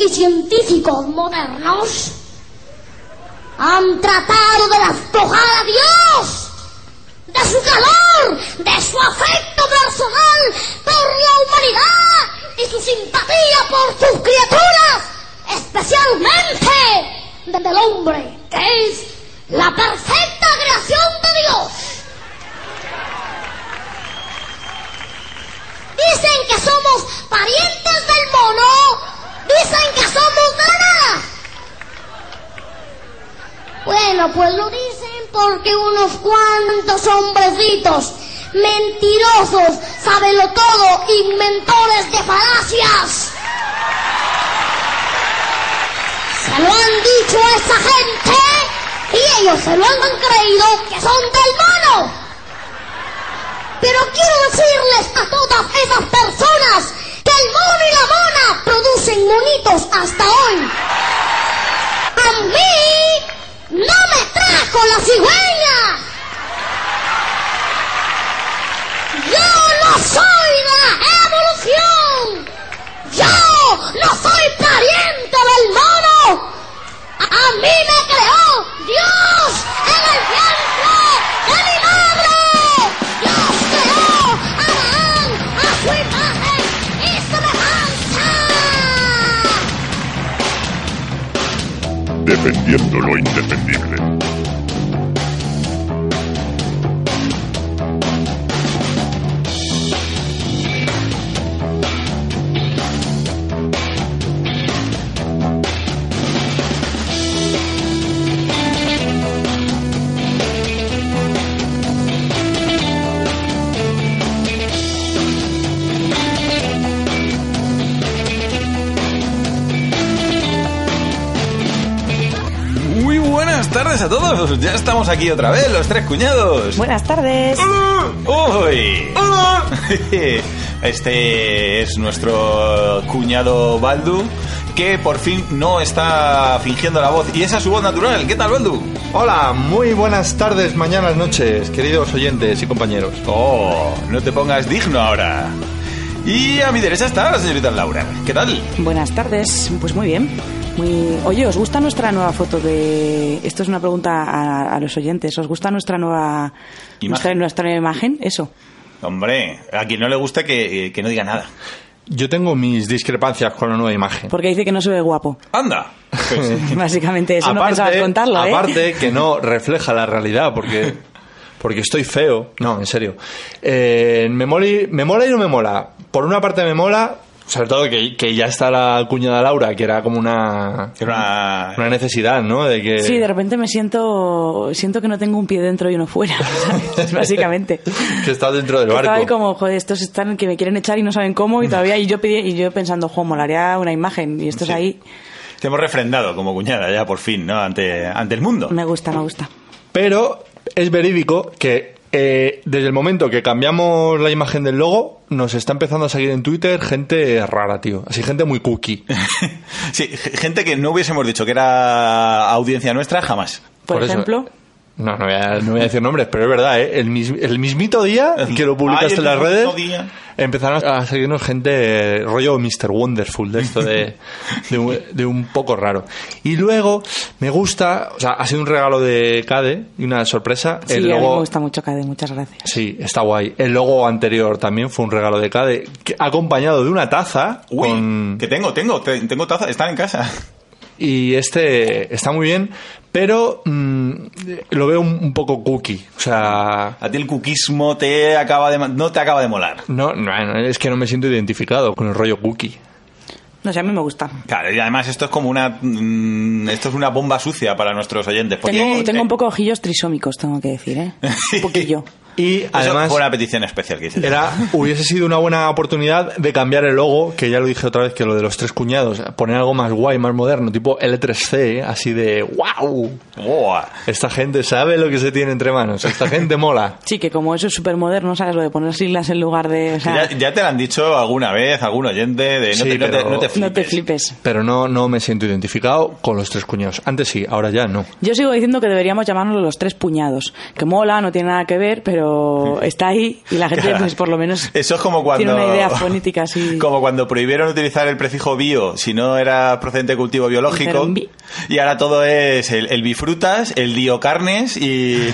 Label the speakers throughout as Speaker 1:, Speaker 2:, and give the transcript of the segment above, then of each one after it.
Speaker 1: y científicos modernos han tratado de despojar a Dios de su calor, de su afecto personal por la humanidad y su simpatía por sus criaturas, especialmente desde el hombre, que es la perfecta creación de Dios. Dicen que somos parientes del mono, dicen que somos de la nada. Bueno, pues lo dicen porque unos cuantos hombrecitos mentirosos, sábelo todo, inventores de falacias. Se lo han dicho a esa gente y ellos se lo han creído que son del mono. Pero quiero decirles a todas esas personas que el mono y la mona producen monitos hasta hoy. A mí ¡No me trajo la cigüeña! ¡Yo no soy de la evolución! ¡Yo no soy pariente del mono! ¡A, a mí me creó Dios en el vientre de mi madre! ¡Dios creó a Adán a su imagen y semejanza!
Speaker 2: defendiendo lo indefendible.
Speaker 3: Muy buenas tardes a todos. Ya estamos aquí otra vez, los tres cuñados.
Speaker 4: Buenas tardes.
Speaker 3: ¡Uy! Este es nuestro cuñado Baldu, que por fin no está fingiendo la voz. Y esa es su voz natural. ¿Qué tal, Baldu?
Speaker 5: Hola, muy buenas tardes, mañanas, noches, queridos oyentes y compañeros.
Speaker 3: Oh, no te pongas digno ahora. Y a mi derecha está la señorita Laura. ¿Qué tal?
Speaker 4: Buenas tardes. Pues muy bien. Muy... Oye, ¿os gusta nuestra nueva foto de... Esto es una pregunta a, a los oyentes. ¿Os gusta nuestra nueva...
Speaker 3: Imagen.
Speaker 4: Nuestra, nuestra nueva imagen? Eso.
Speaker 3: Hombre, a quien no le gusta que, que no diga nada.
Speaker 5: Yo tengo mis discrepancias con la nueva imagen.
Speaker 4: Porque dice que no se ve guapo.
Speaker 3: ¡Anda! Pues,
Speaker 4: Básicamente eso. no pensabas contarlo, ¿eh?
Speaker 5: aparte que no refleja la realidad porque, porque estoy feo. No, en serio. Eh, me, moli- me mola y no me mola. Por una parte me mola, sobre todo que, que ya está la cuñada Laura, que era como una,
Speaker 3: Era una-
Speaker 5: una necesidad, ¿no? De que...
Speaker 4: Sí, de repente me siento... Siento que no tengo un pie dentro y uno fuera. ¿sabes? Básicamente.
Speaker 5: que está dentro del
Speaker 4: Yo
Speaker 5: barco.
Speaker 4: Estaba ahí como, joder, estos están que me quieren echar y no saben cómo y todavía y yo pedí- y yo pensando, jo, molaría una imagen y estos
Speaker 3: Sí.
Speaker 4: ahí
Speaker 3: Te hemos refrendado como cuñada ya por fin, ¿no? Ante, ante el mundo.
Speaker 4: me gusta, me gusta.
Speaker 5: Pero es verídico que eh, desde el momento que cambiamos la imagen del logo, nos está empezando a seguir en Twitter gente rara, tío. Así, gente muy cookie.
Speaker 3: Sí, g- gente que no hubiésemos dicho que era audiencia nuestra jamás.
Speaker 4: Por,
Speaker 5: eso-
Speaker 4: ejemplo,
Speaker 5: No, no voy, a, no voy a decir nombres, pero es verdad, ¿eh? El, mis- el mismito día que lo
Speaker 3: Ay,
Speaker 5: publicaste
Speaker 3: el
Speaker 5: en las redes,
Speaker 3: mismito día.
Speaker 5: empezaron a seguirnos gente eh, rollo Mr. Wonderful, de esto de, de, un, de un poco raro. Y luego, me gusta, o sea, ha sido un regalo de Cade y una sorpresa.
Speaker 4: sí,
Speaker 5: el
Speaker 4: a mí me
Speaker 5: logo,
Speaker 4: gusta mucho Cade, muchas gracias.
Speaker 5: Sí, está guay. El logo anterior también fue un regalo de Cade, que- acompañado de una taza.
Speaker 3: Uy,
Speaker 5: con-
Speaker 3: que tengo, tengo, te- tengo taza, están en casa.
Speaker 5: Y este está muy bien, pero mm, lo veo un, un poco cookie. O sea,
Speaker 3: A ti el cuquismo te acaba de, ma- no te acaba de molar.
Speaker 5: no, no, no, es que no me siento identificado con el rollo cookie.
Speaker 4: No sé, a mí me gusta.
Speaker 3: Claro, y además esto es como una, mm, esto es una bomba sucia para nuestros oyentes. porque-
Speaker 4: Tengo, tengo un
Speaker 3: eh,
Speaker 4: poco ojillos trisómicos, tengo que decir, ¿eh? Un poquillo.
Speaker 5: Y
Speaker 3: eso
Speaker 5: además,
Speaker 3: fue una petición especial que hice.
Speaker 5: era, hubiese sido una buena oportunidad de cambiar el logo, que ya lo dije otra vez, que lo de los tres cuñados, poner algo más guay, más moderno, tipo L3C, así de wow.
Speaker 3: Buah.
Speaker 5: Esta gente sabe lo que se tiene entre manos. Esta gente mola.
Speaker 4: Sí, que como eso es súper moderno, ¿sabes? Lo de poner siglas en lugar de... O sea,
Speaker 3: Ya, ya te lo han dicho alguna vez, algún oyente, de no,
Speaker 5: Sí,
Speaker 3: te, no te-
Speaker 5: pero-
Speaker 3: no te
Speaker 4: no
Speaker 3: flipes.
Speaker 4: te flipes.
Speaker 5: Pero no, no me siento identificado con los tres cuñados. Antes sí, ahora ya no.
Speaker 4: Yo sigo diciendo que deberíamos llamarnos los tres puñados. Que mola, no tiene nada que ver, pero pero está ahí y la gente,
Speaker 3: Cara,
Speaker 4: pues por lo menos.
Speaker 3: Eso es como cuando.
Speaker 4: Tiene una idea fonética así.
Speaker 3: Como cuando prohibieron utilizar el prefijo bio si no era procedente de cultivo biológico.
Speaker 4: Dijeron bi.
Speaker 3: Y ahora todo es el, el bifrutas, el diocarnes y.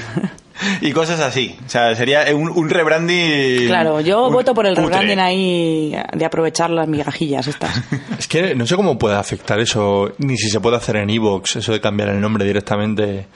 Speaker 3: Y cosas así. O sea, sería un, un rebranding.
Speaker 4: Claro, yo
Speaker 3: un-
Speaker 4: voto por el
Speaker 3: cutre.
Speaker 4: rebranding ahí de aprovechar las migajillas estas.
Speaker 5: Es que no sé cómo puede afectar eso, ni si se puede hacer en Evox, eso de cambiar el nombre directamente.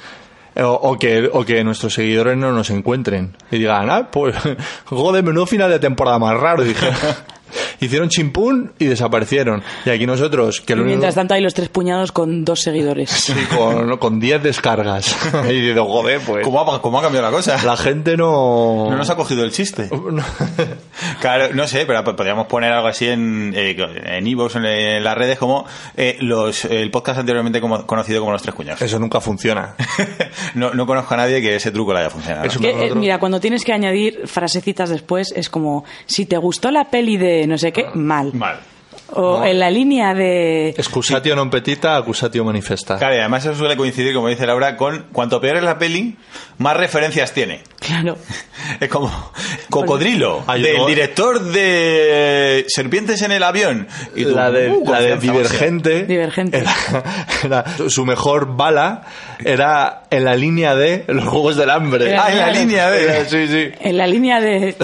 Speaker 5: eh, O, o que, o que nuestros seguidores no nos encuentren y digan, ah, pues, joder, menudo final de temporada más raro. Dije, hicieron chimpún y desaparecieron. Y aquí nosotros, que
Speaker 4: Y
Speaker 5: lo único-
Speaker 4: mientras tanto hay los tres puñados con dos seguidores.
Speaker 5: Sí, con con 10 descargas. Y digo, joder, pues.
Speaker 3: ¿Cómo ha, cómo ha cambiado la cosa?
Speaker 5: La gente no.
Speaker 3: No nos ha cogido el chiste.
Speaker 5: No.
Speaker 3: Claro, no sé, pero podríamos poner algo así en eh, en, iVoox, en, en las redes como eh, los el podcast anteriormente como- conocido como Los Tres Cuñados.
Speaker 5: Eso nunca funciona.
Speaker 3: no, no conozco a nadie que ese truco le haya funcionado.
Speaker 5: Eso-
Speaker 4: Que,
Speaker 5: Uno con
Speaker 4: eh,
Speaker 5: otro.
Speaker 4: mira, cuando tienes que añadir frasecitas después, es como, si te gustó la peli de no sé qué, mal.
Speaker 3: Mal.
Speaker 4: O en la línea de...
Speaker 5: Excusatio non petita, accusatio manifesta.
Speaker 3: Claro, y además eso suele coincidir, como dice Laura, con cuanto peor es la peli, más referencias tiene.
Speaker 4: Claro.
Speaker 3: Es como Cocodrilo,
Speaker 5: Hay
Speaker 3: del
Speaker 5: otro-
Speaker 3: director de Serpientes en el avión. Y tú,
Speaker 5: la de,
Speaker 3: uh,
Speaker 5: la de
Speaker 3: confianza máxima.
Speaker 5: Divergente.
Speaker 4: Divergente.
Speaker 5: Era, era- su mejor bala era en la línea de los Juegos del Hambre.
Speaker 4: Era-
Speaker 3: Ah, en la
Speaker 4: Claro.
Speaker 3: línea
Speaker 5: Era-
Speaker 3: de...
Speaker 5: sí, sí.
Speaker 4: En la línea de...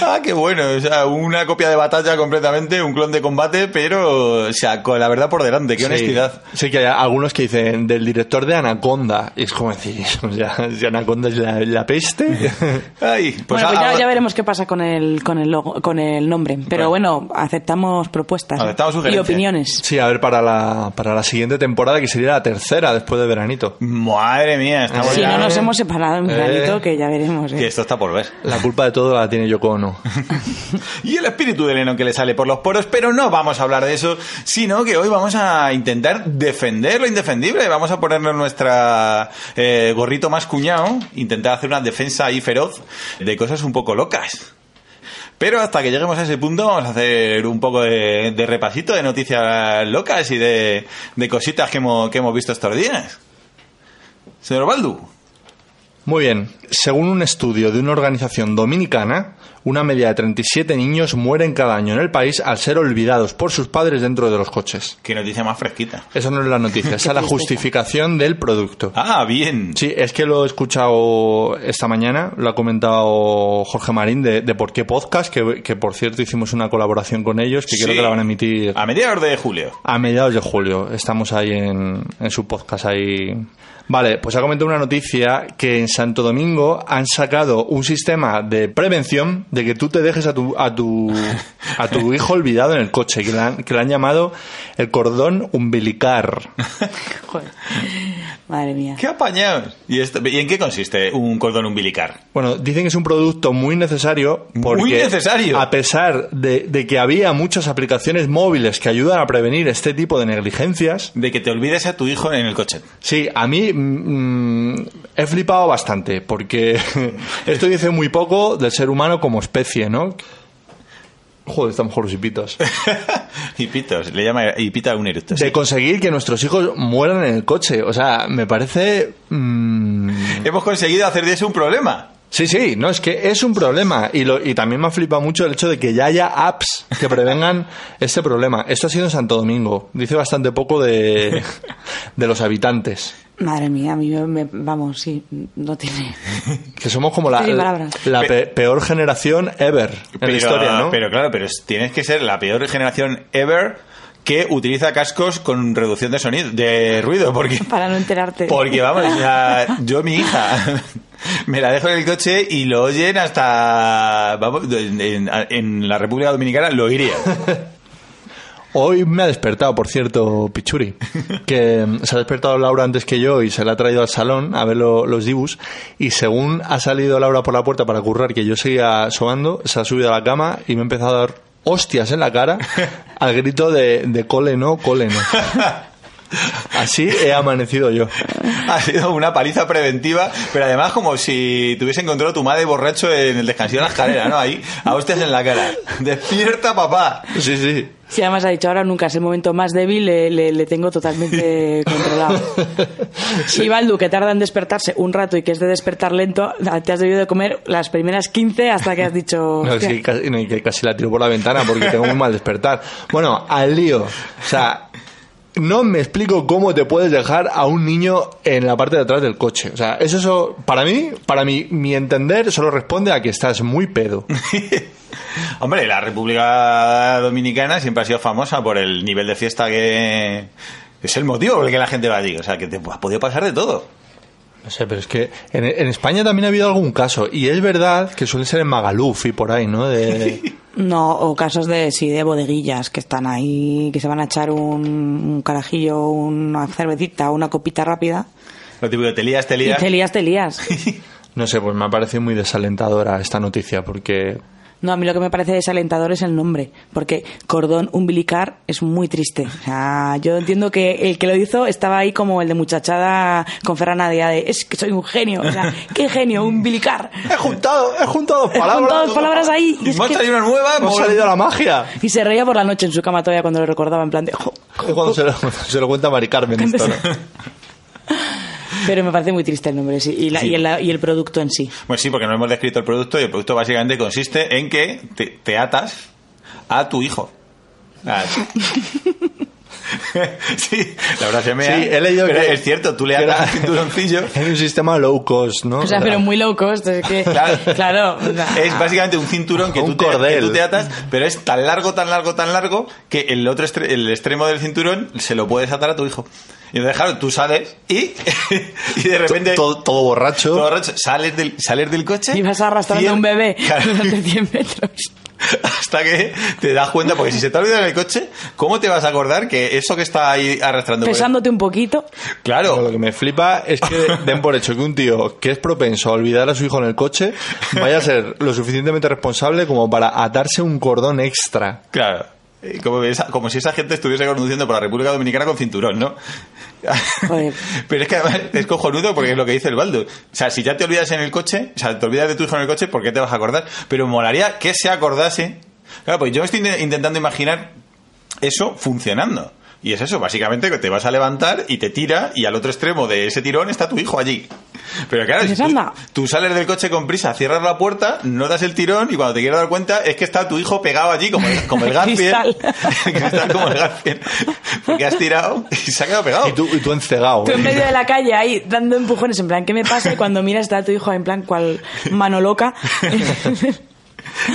Speaker 3: Ah, qué bueno. O sea, una copia de batalla completamente, un clon de combate, pero, o sea, con la verdad por delante. Qué
Speaker 5: Sí.
Speaker 3: honestidad.
Speaker 5: Sí, que hay algunos que dicen del director de Anaconda. Y es como decir, o sea, si Anaconda es la, la peste.
Speaker 3: Ay, pues,
Speaker 4: bueno, pues ya,
Speaker 3: ahora-
Speaker 4: ya veremos qué pasa con el, con el, logo- con el nombre. Pero bueno, aceptamos propuestas.
Speaker 3: Aceptamos
Speaker 4: ¿eh? Y
Speaker 3: sugerencias.
Speaker 4: opiniones.
Speaker 5: Sí, a ver, para la, para la siguiente temporada, que sería la tercera después de veranito.
Speaker 3: Madre mía, estamos
Speaker 4: Si
Speaker 3: ya-
Speaker 4: no nos hemos separado un
Speaker 5: Eh.
Speaker 4: granito, que ya veremos. ¿eh?
Speaker 3: Que esto está por ver.
Speaker 5: La culpa de todo la tiene Yoko Ono.
Speaker 3: Y el espíritu de Lennon que le sale por los poros, pero no vamos a hablar de eso, sino que hoy vamos a intentar defender lo indefendible. Vamos a ponernos nuestra eh, gorrito más cuñado, intentar hacer una defensa ahí feroz de cosas un poco locas. Pero hasta que lleguemos a ese punto vamos a hacer un poco de, de repasito de noticias locas y de, de cositas que hemos, que hemos visto estos días. Señor Baldu,
Speaker 5: Muy bien, según un estudio de una organización dominicana, una media de 37 niños mueren cada año en el país al ser olvidados por sus padres dentro de los coches.
Speaker 3: qué noticia más fresquita.
Speaker 5: Eso no es la noticia, esa es la justificación del producto.
Speaker 3: Ah, bien.
Speaker 5: Sí, es que lo he escuchado esta mañana, lo ha comentado Jorge Marín de, de Por qué Podcast, que, que por cierto hicimos una colaboración con ellos, que creo
Speaker 3: Sí.
Speaker 5: que la van a emitir
Speaker 3: A mediados de julio.
Speaker 5: a mediados de julio. Estamos ahí en, en su podcast ahí. Vale, pues ha comentado una noticia que en Santo Domingo han sacado un sistema de prevención de que tú te dejes a tu a tu a tu hijo olvidado en el coche, que le han, que le han llamado el cordón umbilical.
Speaker 4: Joder. Madre mía.
Speaker 3: ¡Qué apañados! ¿Y, esto- ¿Y en qué consiste un cordón umbilical?
Speaker 5: Bueno, dicen que es un producto muy necesario porque
Speaker 3: Muy necesario.
Speaker 5: a pesar de, de que había muchas aplicaciones móviles que ayudan a prevenir este tipo de negligencias,
Speaker 3: De que te olvides a tu hijo en el coche.
Speaker 5: Sí, a mí mm, mm, he flipado bastante, porque esto dice muy poco del ser humano como especie, ¿no? Joder, estamos jorosipitos.
Speaker 3: y pitos, le llama y pita un eructo. sí.
Speaker 5: De conseguir que nuestros hijos mueran en el coche. O sea, me parece... mm,
Speaker 3: Hemos conseguido hacer de eso un problema.
Speaker 5: Sí, sí, no, es que es un problema. Y, lo, y también me ha flipado mucho el hecho de que ya haya apps que prevengan este problema. Esto ha sido en Santo Domingo. Dice bastante poco de, de los habitantes.
Speaker 4: Madre mía, a mí me, me- vamos, sí, no tiene...
Speaker 5: Que somos como la,
Speaker 4: Estoy sin palabras.
Speaker 5: la
Speaker 3: Pe-
Speaker 5: pe- peor generación ever en la historia, ¿no?
Speaker 3: pero claro, pero es- tienes que ser la peor generación ever que utiliza cascos con reducción de sonido, de ruido, porque
Speaker 4: Para no enterarte.
Speaker 3: porque vamos, o sea, yo mi hija me la dejo en el coche y lo oyen hasta vamos, en, en- en la República Dominicana lo iría.
Speaker 5: Hoy me ha despertado, por cierto, Pichuri, que mm, se ha despertado Laura antes que yo y se la ha traído al salón a ver lo- los dibus. Y según ha salido Laura por la puerta para currar, que yo seguía sobando, se ha subido a la cama y me ha empezado a dar hostias en la cara al grito de, de cole no, cole no. Así he amanecido yo.
Speaker 3: Ha sido una paliza preventiva, pero además como si te hubiese encontrado tu madre borracho en el descansillo de la escalera, ¿no? Ahí, a hostias en la cara. ¡Despierta, papá!
Speaker 5: Sí, sí.
Speaker 4: Sí, además ha dicho, ahora nunca es el momento más débil, le, le- le tengo totalmente controlado. Y Baldu, que tarda en despertarse un rato y que es de despertar lento, te has debido de comer las primeras 15 hasta que has dicho...
Speaker 5: No, es
Speaker 4: "Hostia".
Speaker 5: que casi, no, es que casi la tiro por la ventana porque tengo un mal despertar. Bueno, al lío. O sea, no me explico cómo te puedes dejar a un niño en la parte de atrás del coche. O sea, es eso, para mí, para mí, mi entender, solo responde a que estás muy pedo.
Speaker 3: Hombre, la República Dominicana siempre ha sido famosa por el nivel de fiesta que... Es el motivo por el que la gente va allí. O sea, que te has podido pasar de todo.
Speaker 5: No sé, pero es que en, en España también ha habido algún caso. Y es verdad que suele ser en Magaluf y por ahí, ¿no? De,
Speaker 4: No, o casos de, sí, de bodeguillas que están ahí, que se van a echar un, un carajillo, una cervecita, una copita rápida.
Speaker 3: Lo típico, te lías, te
Speaker 4: Y
Speaker 3: lías.
Speaker 4: te lías, te lías.
Speaker 5: no sé, pues me ha parecido muy desalentadora esta noticia porque
Speaker 4: No, a mí lo que me parece desalentador es el nombre, porque cordón umbilical es muy triste. O sea, yo entiendo que el que lo hizo estaba ahí como el de muchachada con Ferran Adrià de es que soy un genio, o sea, qué genio, umbilical.
Speaker 5: He juntado, he juntado dos palabras.
Speaker 4: juntado dos palabras ahí, y
Speaker 5: Y
Speaker 4: es
Speaker 5: me ha
Speaker 4: que-
Speaker 5: salido una nueva, me ha salido la magia.
Speaker 4: Y se reía por la noche en su cama todavía cuando lo recordaba en plan de... "Jo".
Speaker 5: Cuando se lo, se lo cuenta a Mari Carmen esto, ¿no?
Speaker 4: Pero me parece muy triste el nombre sí, y, la- y el, y el producto en sí.
Speaker 3: Pues sí, porque no hemos descrito el producto y el producto básicamente consiste en que te, te atas a tu hijo. Ah. sí, la verdad se me
Speaker 5: Sí, he leído
Speaker 3: pero
Speaker 5: que-
Speaker 3: es cierto, tú le
Speaker 5: que
Speaker 3: atas
Speaker 5: era-
Speaker 3: al cinturoncillo.
Speaker 5: Es un sistema low cost, ¿no?
Speaker 4: O sea, pero muy low cost, es que...
Speaker 3: Claro.
Speaker 4: Claro. o sea,
Speaker 3: Es básicamente un cinturón que,
Speaker 5: Un
Speaker 3: tú te,
Speaker 5: cordel.
Speaker 3: que tú te atas, pero es tan largo, tan largo, tan largo que el otro estre- el extremo del cinturón se lo puedes atar a tu hijo. Y entonces, claro, tú sales y, y de repente
Speaker 5: todo, todo borracho.
Speaker 3: todo borracho, sales del, sales del coche
Speaker 4: Y vas arrastrando
Speaker 3: cien-
Speaker 4: un bebé
Speaker 3: Claro.
Speaker 4: durante 100 metros.
Speaker 3: Hasta que te das cuenta, porque si se te ha olvidado en el coche, ¿cómo te vas a acordar que eso que está ahí arrastrando? por el-
Speaker 4: Pesándote un poquito.
Speaker 5: Pero lo
Speaker 3: Claro.
Speaker 5: que me flipa es que den por hecho que un tío que es propenso a olvidar a su hijo en el coche vaya a ser lo suficientemente responsable como para atarse un cordón extra.
Speaker 3: Claro. Eh, Como, esa- como si esa gente estuviese conduciendo por la República Dominicana con cinturón, ¿no?
Speaker 4: Joder.
Speaker 3: Pero es que además es cojonudo porque es lo que dice el Baldo. O sea, si ya te olvidas en el coche, o sea, te olvidas de tu hijo en el coche, ¿por qué te vas a acordar? Pero molaría que se acordase. Claro, pues yo estoy inte- intentando imaginar eso funcionando. Y es eso, básicamente que te vas a levantar y te tira y al otro extremo de ese tirón está tu hijo allí. Pero claro, si
Speaker 4: Dices,
Speaker 3: tú,
Speaker 4: Pues "Anda".
Speaker 3: tú sales del coche con prisa, cierras la puerta, no das el tirón y cuando te quieres dar cuenta es que está tu hijo pegado allí como el, como el Garfield.
Speaker 4: Cristal.
Speaker 3: Que está como el Garfield. Porque has tirado y se ha quedado pegado.
Speaker 5: Y tú, y tú encegado.
Speaker 4: Tú en
Speaker 5: ¿eh?
Speaker 4: medio de la calle ahí dando empujones en plan, ¿qué me pasa? Y cuando miras está tu hijo en plan, cual mano loca.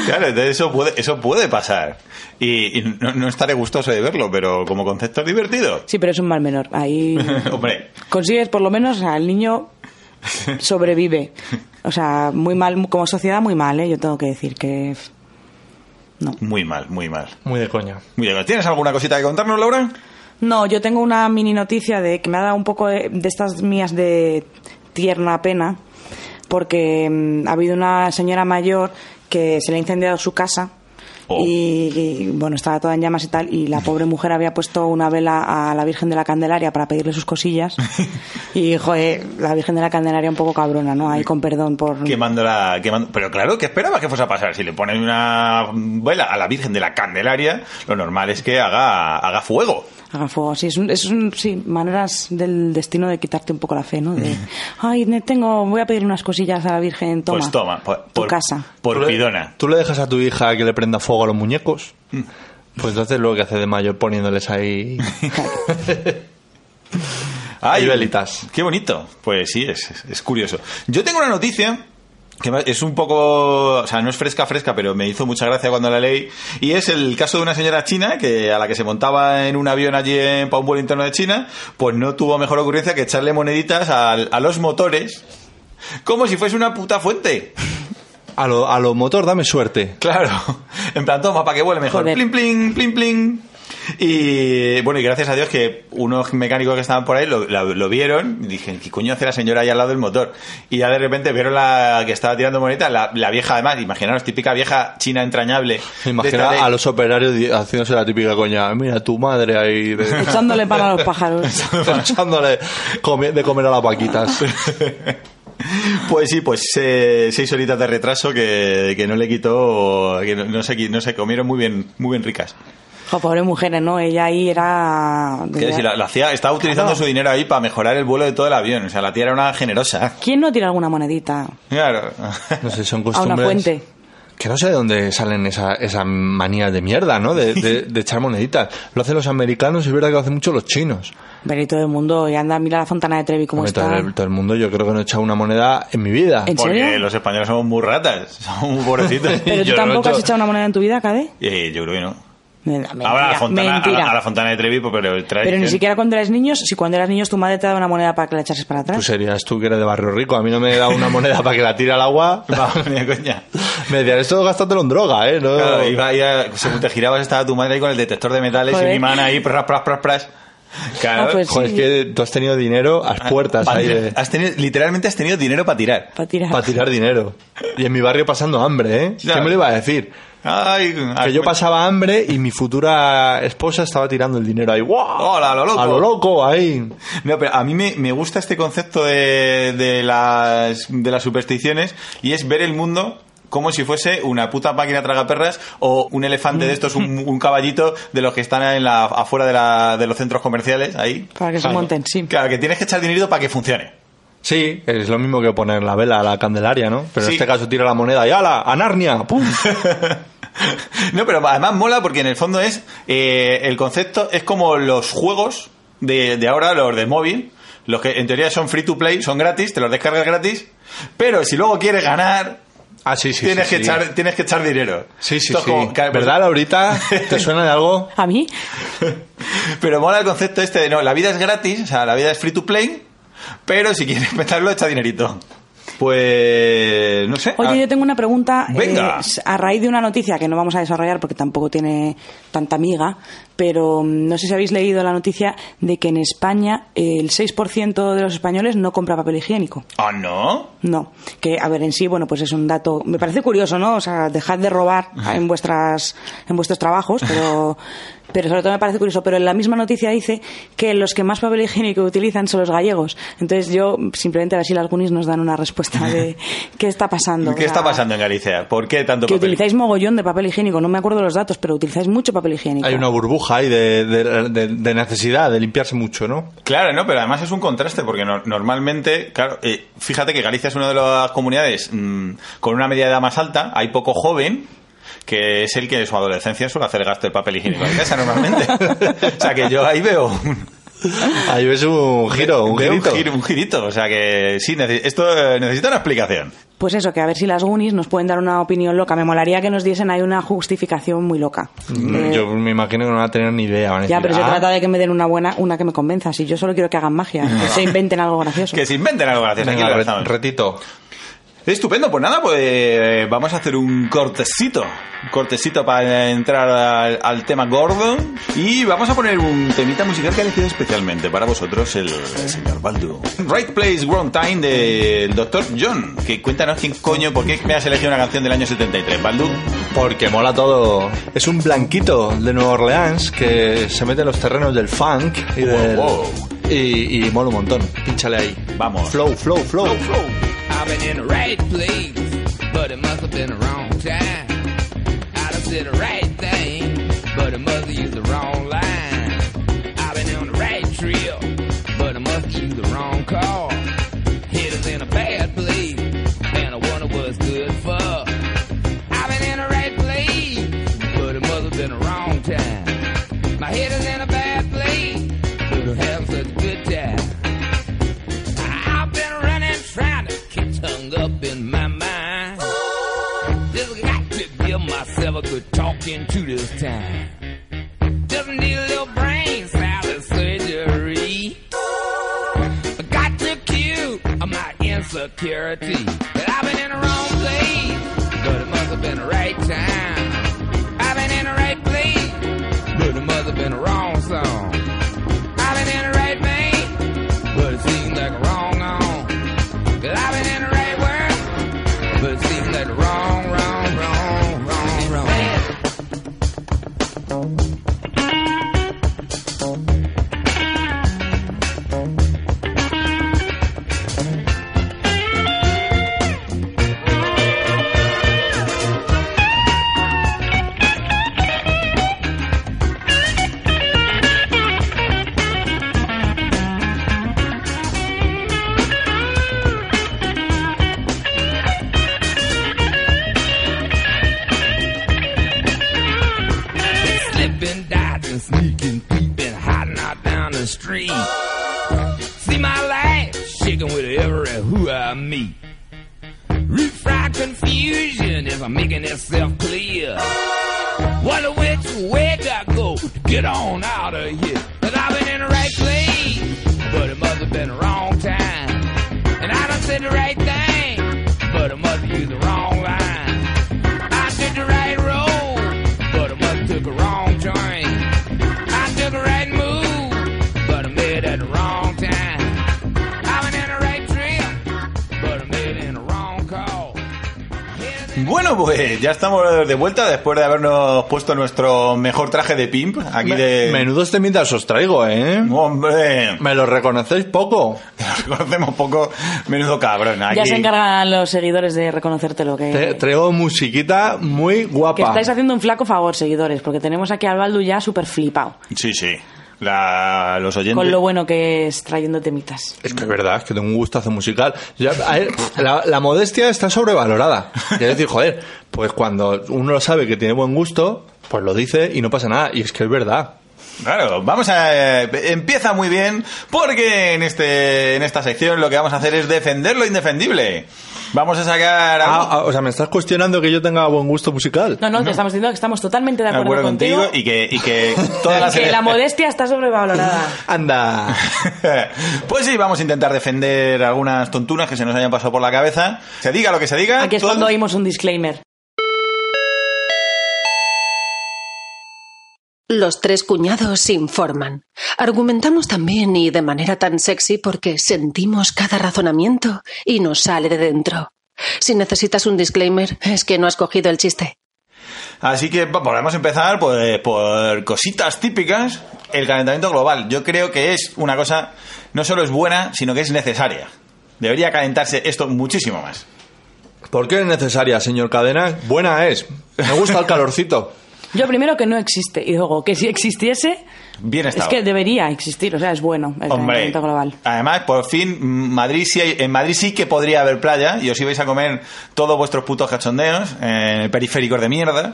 Speaker 3: Claro, entonces eso puede, eso puede pasar. Y, y no, no estaré gustoso de verlo, pero como concepto es divertido.
Speaker 4: Sí, pero es un mal menor. Ahí
Speaker 3: Hombre,
Speaker 4: consigues por lo menos al niño sobrevive. O sea, muy mal, como sociedad muy mal, ¿eh? Yo tengo que decir que...
Speaker 3: muy mal, muy mal.
Speaker 5: Muy de coña.
Speaker 3: Muy bien, ¿tienes alguna cosita que contarnos, Laura?
Speaker 4: No, yo tengo una mini noticia de que me ha dado un poco de, de estas mías de tierna pena, porque mm, ha habido una señora mayor que se le ha incendiado su casa.
Speaker 3: Oh.
Speaker 4: Y, y, bueno, estaba toda en llamas y tal, y la pobre mujer había puesto una vela a la Virgen de la Candelaria para pedirle sus cosillas. Y, joder, la Virgen de la Candelaria un poco cabrona, ¿no? Ahí con perdón por...
Speaker 3: Quemando la. Quemando... Pero claro, ¿qué esperabas que fuese a pasar? Si le ponen una vela a la Virgen de la Candelaria, lo normal es que haga, haga fuego.
Speaker 4: Haga fuego, sí, es, un, es un- sí, maneras del destino de quitarte un poco la fe, ¿no? De, ay, ne- tengo, voy a pedir unas cosillas a la Virgen, toma.
Speaker 3: pues toma, por,
Speaker 4: tu
Speaker 3: por-
Speaker 4: casa.
Speaker 3: Por
Speaker 5: ¿Tú le-
Speaker 3: pidona. Mm.
Speaker 5: ¿Tú le dejas a tu hija que le prenda fuego a los muñecos? Pues entonces luego que hace de mayor poniéndoles ahí... Hay velitas.
Speaker 3: Qué bonito. Pues sí, es, es- es curioso. Yo tengo una noticia que va- es un poco, o sea, no es fresca fresca, pero me hizo mucha gracia cuando la leí y es el caso de una señora china que a la que se montaba en un avión allí en, para un vuelo interno de China, pues no tuvo mejor ocurrencia que echarle moneditas al- a los motores como si fuese una puta fuente.
Speaker 5: A lo, a lo motor, dame suerte.
Speaker 3: Claro. En plan, toma, para que vuele mejor.
Speaker 4: Joder.
Speaker 3: Plin, plin, plin, plin. Y bueno, y gracias a Dios que unos mecánicos que estaban por ahí lo, la- lo vieron y dije, ¿qué coño hace la señora ahí al lado del motor? Y ya de repente vieron la que estaba tirando moneta, la, la vieja además, imaginaros, típica vieja china entrañable. de
Speaker 5: Imagina
Speaker 3: esta de-
Speaker 5: a los operarios di- haciéndose la típica coña. Mira, tu madre ahí. De...
Speaker 4: Echándole pan a los pájaros.
Speaker 5: echándole comi- de comer a las vaquitas.
Speaker 3: Pues sí, pues eh, seis horitas de retraso que, que no le quitó, que no, no se, qui- no se comieron muy bien, muy bien ricas.
Speaker 4: Jo, pobre mujeres, ¿no? Ella ahí era...
Speaker 3: Que si la, la hacía, estaba utilizando
Speaker 4: Claro.
Speaker 3: su dinero ahí para mejorar el vuelo de todo el avión. O sea, la tía era una generosa.
Speaker 4: ¿Quién no tira alguna monedita
Speaker 3: Claro.
Speaker 5: No sé, son
Speaker 4: a
Speaker 5: costumbres.
Speaker 4: una fuente?
Speaker 5: Que no sé de dónde salen esa, esa manía de mierda, ¿no? De, de- de echar moneditas. Lo hacen los americanos y es verdad que lo hacen mucho los chinos.
Speaker 4: Pero y todo el mundo, y anda, mira la Fontana de Trevi cómo
Speaker 5: Hombre,
Speaker 4: está.
Speaker 5: Todo el, todo el mundo yo creo que no he echado una moneda en mi vida.
Speaker 4: ¿En
Speaker 3: Porque
Speaker 4: serio?
Speaker 3: los españoles somos muy ratas, somos muy pobrecitos.
Speaker 4: Pero tú
Speaker 5: yo no
Speaker 4: tampoco
Speaker 5: he hecho-
Speaker 4: has echado una moneda en tu vida, Cade.
Speaker 3: Eh, yo creo que no.
Speaker 4: Mentira,
Speaker 3: Ahora a la, fontana, a,
Speaker 4: mentira.
Speaker 3: la, a la fontana de Trevi, pues, pero el
Speaker 4: Pero ni siquiera cuando eras niños, si cuando eras niños tu madre te daba una moneda para que la echases para
Speaker 5: Tú
Speaker 4: atrás.
Speaker 5: serías tú que eres de barrio rico. A mí no me da una moneda para que la tire al agua.
Speaker 3: coña.
Speaker 5: Me decían, esto gastátelo en droga, ¿eh? No,
Speaker 3: Claro, iba, iba- según te girabas estaba tu madre ahí con el detector de metales y
Speaker 4: Joder.
Speaker 3: un imán ahí, pras, pras, pras, pras. Claro.
Speaker 4: Ah, pues
Speaker 5: Joder,
Speaker 4: sí.
Speaker 5: es que tú has tenido dinero a
Speaker 3: Ah,
Speaker 5: las puertas
Speaker 3: Pa-
Speaker 5: ahí de-
Speaker 3: has tenido, literalmente has tenido dinero para
Speaker 5: eh,
Speaker 3: tirar.
Speaker 4: Para tirar.
Speaker 5: para tirar dinero. Y en mi barrio pasando hambre, ¿eh? ¿Qué
Speaker 3: Claro.
Speaker 5: me lo iba a decir?
Speaker 3: Ay,
Speaker 5: Que yo pasaba hambre y mi futura esposa estaba tirando el dinero ahí. ¡Guau!
Speaker 3: Hola, a lo loco.
Speaker 5: A lo loco, ahí.
Speaker 3: No, pero a mí me, me gusta este concepto de, de, las, de las supersticiones y es ver el mundo como si fuese una puta máquina tragaperras o un elefante de estos, un, un caballito de los que están en la, afuera de, la- de los centros comerciales, ahí.
Speaker 4: Para que se monten, sí.
Speaker 3: Claro, que tienes que echar dinero para que funcione.
Speaker 5: Sí, es lo mismo que poner la vela a la candelaria, ¿no? Pero
Speaker 3: Sí.
Speaker 5: en este caso tira la moneda y ¡ala! ¡A Narnia! ¡Pum!
Speaker 3: No, pero además mola porque en el fondo es. eh, el concepto es como los juegos de, de ahora, los del móvil. Los que en teoría son free to play, son gratis, te los descargas gratis. Pero si luego quieres ganar,
Speaker 5: Ah, sí, sí.
Speaker 3: tienes,
Speaker 5: sí,
Speaker 3: que
Speaker 5: sí.
Speaker 3: Echar, tienes que echar dinero.
Speaker 5: Sí, sí,
Speaker 3: Esto es
Speaker 5: sí.
Speaker 3: como- claro, pues-
Speaker 5: ¿Verdad, Laurita? ¿Te suena de algo?
Speaker 4: ¿A mí?
Speaker 3: Pero mola el concepto este de no, la vida es gratis, o sea, la vida es free to play. Pero si quieres meterlo, echa dinerito. Pues. No sé.
Speaker 4: Oye,
Speaker 3: a-
Speaker 4: yo tengo una pregunta.
Speaker 3: Venga.
Speaker 4: eh, a raíz de una noticia que no vamos a desarrollar porque tampoco tiene tanta miga, pero mm, no sé si habéis leído la noticia de que en España eh, el 6% de los españoles no compra papel higiénico.
Speaker 3: Ah, no.
Speaker 4: No, que a ver en sí, bueno, pues es un dato, me parece curioso, ¿no? O sea, dejad de robar en vuestras en vuestros trabajos, pero pero sobre todo me parece curioso, pero en la misma noticia dice que los que más papel higiénico utilizan son los gallegos. Entonces yo simplemente a ver si las Goonies nos dan una respuesta de qué está pasando. O
Speaker 3: ¿Qué
Speaker 4: sea,
Speaker 3: está pasando en Galicia? ¿Por qué tanto
Speaker 4: Que
Speaker 3: papel?
Speaker 4: utilizáis mogollón de papel higiénico, no me acuerdo los datos, pero utilizáis mucho papel higiénico.
Speaker 5: Hay una burbuja ahí de, de- de- de necesidad, de limpiarse mucho, ¿no?
Speaker 3: Claro, no, pero además es un contraste porque no- normalmente, claro, eh, fíjate que Galicia es una de las comunidades mm, con una media de edad más alta, hay poco joven que es el que en su adolescencia suele hacer gasto de papel higiénico en casa normalmente. o sea que yo ahí veo un,
Speaker 5: Ahí ves un giro, un
Speaker 3: veo
Speaker 5: girito.
Speaker 3: giro- un girito. O sea que sí, nece- esto eh, necesita una explicación.
Speaker 4: Pues eso, que a ver si las Goonies nos pueden dar una opinión loca. Me molaría que nos diesen ahí una justificación muy loca. Eh,
Speaker 5: Mm, Yo me imagino que no van a tener ni idea. van a
Speaker 4: Ya,
Speaker 5: decir,
Speaker 4: pero se
Speaker 5: "Ah,
Speaker 4: trata de que me den una buena, una que me convenza. Si yo solo quiero que hagan magia, que se inventen algo gracioso.
Speaker 3: Que se inventen algo gracioso.
Speaker 5: venga,
Speaker 3: aquí lo
Speaker 5: re-
Speaker 3: lanzamos.
Speaker 5: retito.
Speaker 3: Estupendo, pues nada, pues eh, vamos a hacer un cortecito, un cortecito para entrar al, al tema Gordon y vamos a poner un temita musical que ha elegido especialmente para vosotros el, señor Baldu. Right Place, Wrong Time del Dr. John, que cuéntanos quién coño, por qué me has elegido una canción del año 73, Baldu.
Speaker 5: Porque mola todo. Es un blanquito de Nueva Orleans que se mete en los terrenos del funk y
Speaker 3: Wow,
Speaker 5: del-
Speaker 3: wow.
Speaker 5: Y, y mola un montón. Pínchale ahí.
Speaker 3: Vamos.
Speaker 5: Flow, flow, flow.
Speaker 6: I've been in the right place, but it must have been the wrong time. I done said the right thing, but it must have used the wrong line. I've been on the right trail, but I must have used the wrong car. Hit us in a bad place, and I wonder what's good for. I've been in the right place, but it must have been the wrong time. My head is in a bad place, but I'm having such a good time. I've been running, trying to get hung up in my mind. Just got to give myself a good talking to this time. Just need a little brain salad surgery. I got to cue my insecurity. That I've been in the wrong place, but it must have been the right time. I've been in the right place, but it must have been Slipping, dodging, sneaking, peeping, hiding out down the street. See my life shaking with every who I meet. Refried confusion if I'm making itself clear. Wonder which way I go to get on out of here. Cause I've been in the right place, but it must have been the wrong time. And I done said the right thing, but it must have used the wrong line. I took the right road, but I must took a wrong turn. I took a right move, but I made it at the wrong time. I went in the right trip, but I made it in the wrong call. Here's the-
Speaker 3: Bueno, pues ya estamos de vuelta después de habernos puesto nuestro mejor traje de pimp aquí de...
Speaker 5: Menudos temitas este os traigo, ¿eh?
Speaker 3: Hombre,
Speaker 5: Me lo reconocéis poco.
Speaker 3: conocemos poco, menudo cabrón. Aquí.
Speaker 4: Ya se encargan los seguidores de reconocértelo. Que,
Speaker 5: Te- traigo musiquita muy guapa.
Speaker 4: que estáis haciendo un flaco favor, seguidores, porque tenemos aquí al Baldu ya súper flipado
Speaker 3: Sí, sí. La- los oyentes...
Speaker 4: con lo bueno que es trayendo temitas.
Speaker 5: Es que es verdad, es que tengo un gustazo musical. Ya, a ver, la, la modestia está sobrevalorada. Es decir, joder, pues cuando uno sabe que tiene buen gusto, pues lo dice y no pasa nada. Y es que es verdad.
Speaker 3: Claro, vamos a eh, empieza muy bien porque en este en esta sección lo que vamos a hacer es defender lo indefendible. Vamos a sacar a
Speaker 5: Ah, ah, o sea, me estás cuestionando que yo tenga buen gusto musical.
Speaker 4: No, no, te estamos diciendo que estamos totalmente de
Speaker 3: de
Speaker 4: acuerdo, contigo,
Speaker 3: y que y que todas las
Speaker 4: que la modestia está sobrevalorada.
Speaker 5: Anda.
Speaker 3: pues sí, vamos a intentar defender algunas tonturas que se nos hayan pasado por la cabeza. Se diga lo que se diga.
Speaker 4: Aquí es
Speaker 3: todos-
Speaker 4: cuando oímos un disclaimer.
Speaker 7: Los tres cuñados informan. Argumentamos también y de manera tan sexy porque sentimos cada razonamiento y nos sale de dentro. Si necesitas un disclaimer, es que no has cogido el chiste.
Speaker 3: Así que va- volvemos a empezar pues, por cositas típicas. El calentamiento global. Yo creo que es una cosa, no solo es buena, sino que es necesaria. Debería calentarse esto muchísimo más.
Speaker 5: ¿Por qué es necesaria, señor Cadena? Buena es. Me gusta el calorcito.
Speaker 4: Yo primero que no existe y luego que si existiese
Speaker 3: Bien estado.
Speaker 4: es que debería existir, o sea, es bueno el
Speaker 3: Hombre,
Speaker 4: calentamiento global.
Speaker 3: además, por fin, mm, Madrid sí hay- en Madrid sí que podría haber playa y os ibais a comer todos vuestros putos cachondeos eh, periféricos de mierda.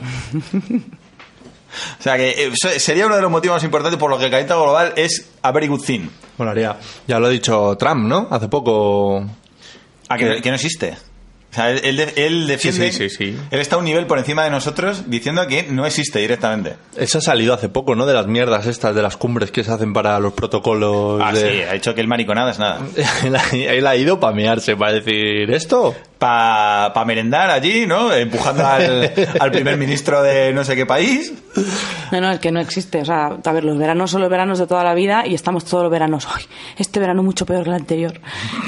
Speaker 3: o sea que eh, se- sería uno de los motivos importantes por los que el calentamiento global es a very good thing.
Speaker 5: Molaría. Ya lo ha dicho Trump, ¿no? Hace poco.
Speaker 3: A que, que no existe. O sea, él, él de- él defiende...
Speaker 8: sí, sí, sí.
Speaker 3: Él está un nivel por encima de nosotros diciendo que no existe directamente.
Speaker 5: Esa ha salido hace poco, ¿no? De las mierdas estas, de las cumbres que se hacen para los protocolos.
Speaker 8: Pues
Speaker 3: Ah, sí,
Speaker 5: de...
Speaker 3: ha dicho que el mariconada es nada.
Speaker 5: él, ha, él ha ido para mearse, para decir esto.
Speaker 3: Para merendar allí, ¿no? Empujando al, al primer ministro de no sé qué país.
Speaker 4: No, no, es que no existe. O sea, a ver, los veranos son los veranos de toda la vida y estamos todos los veranos. Ay, este verano mucho peor que el anterior.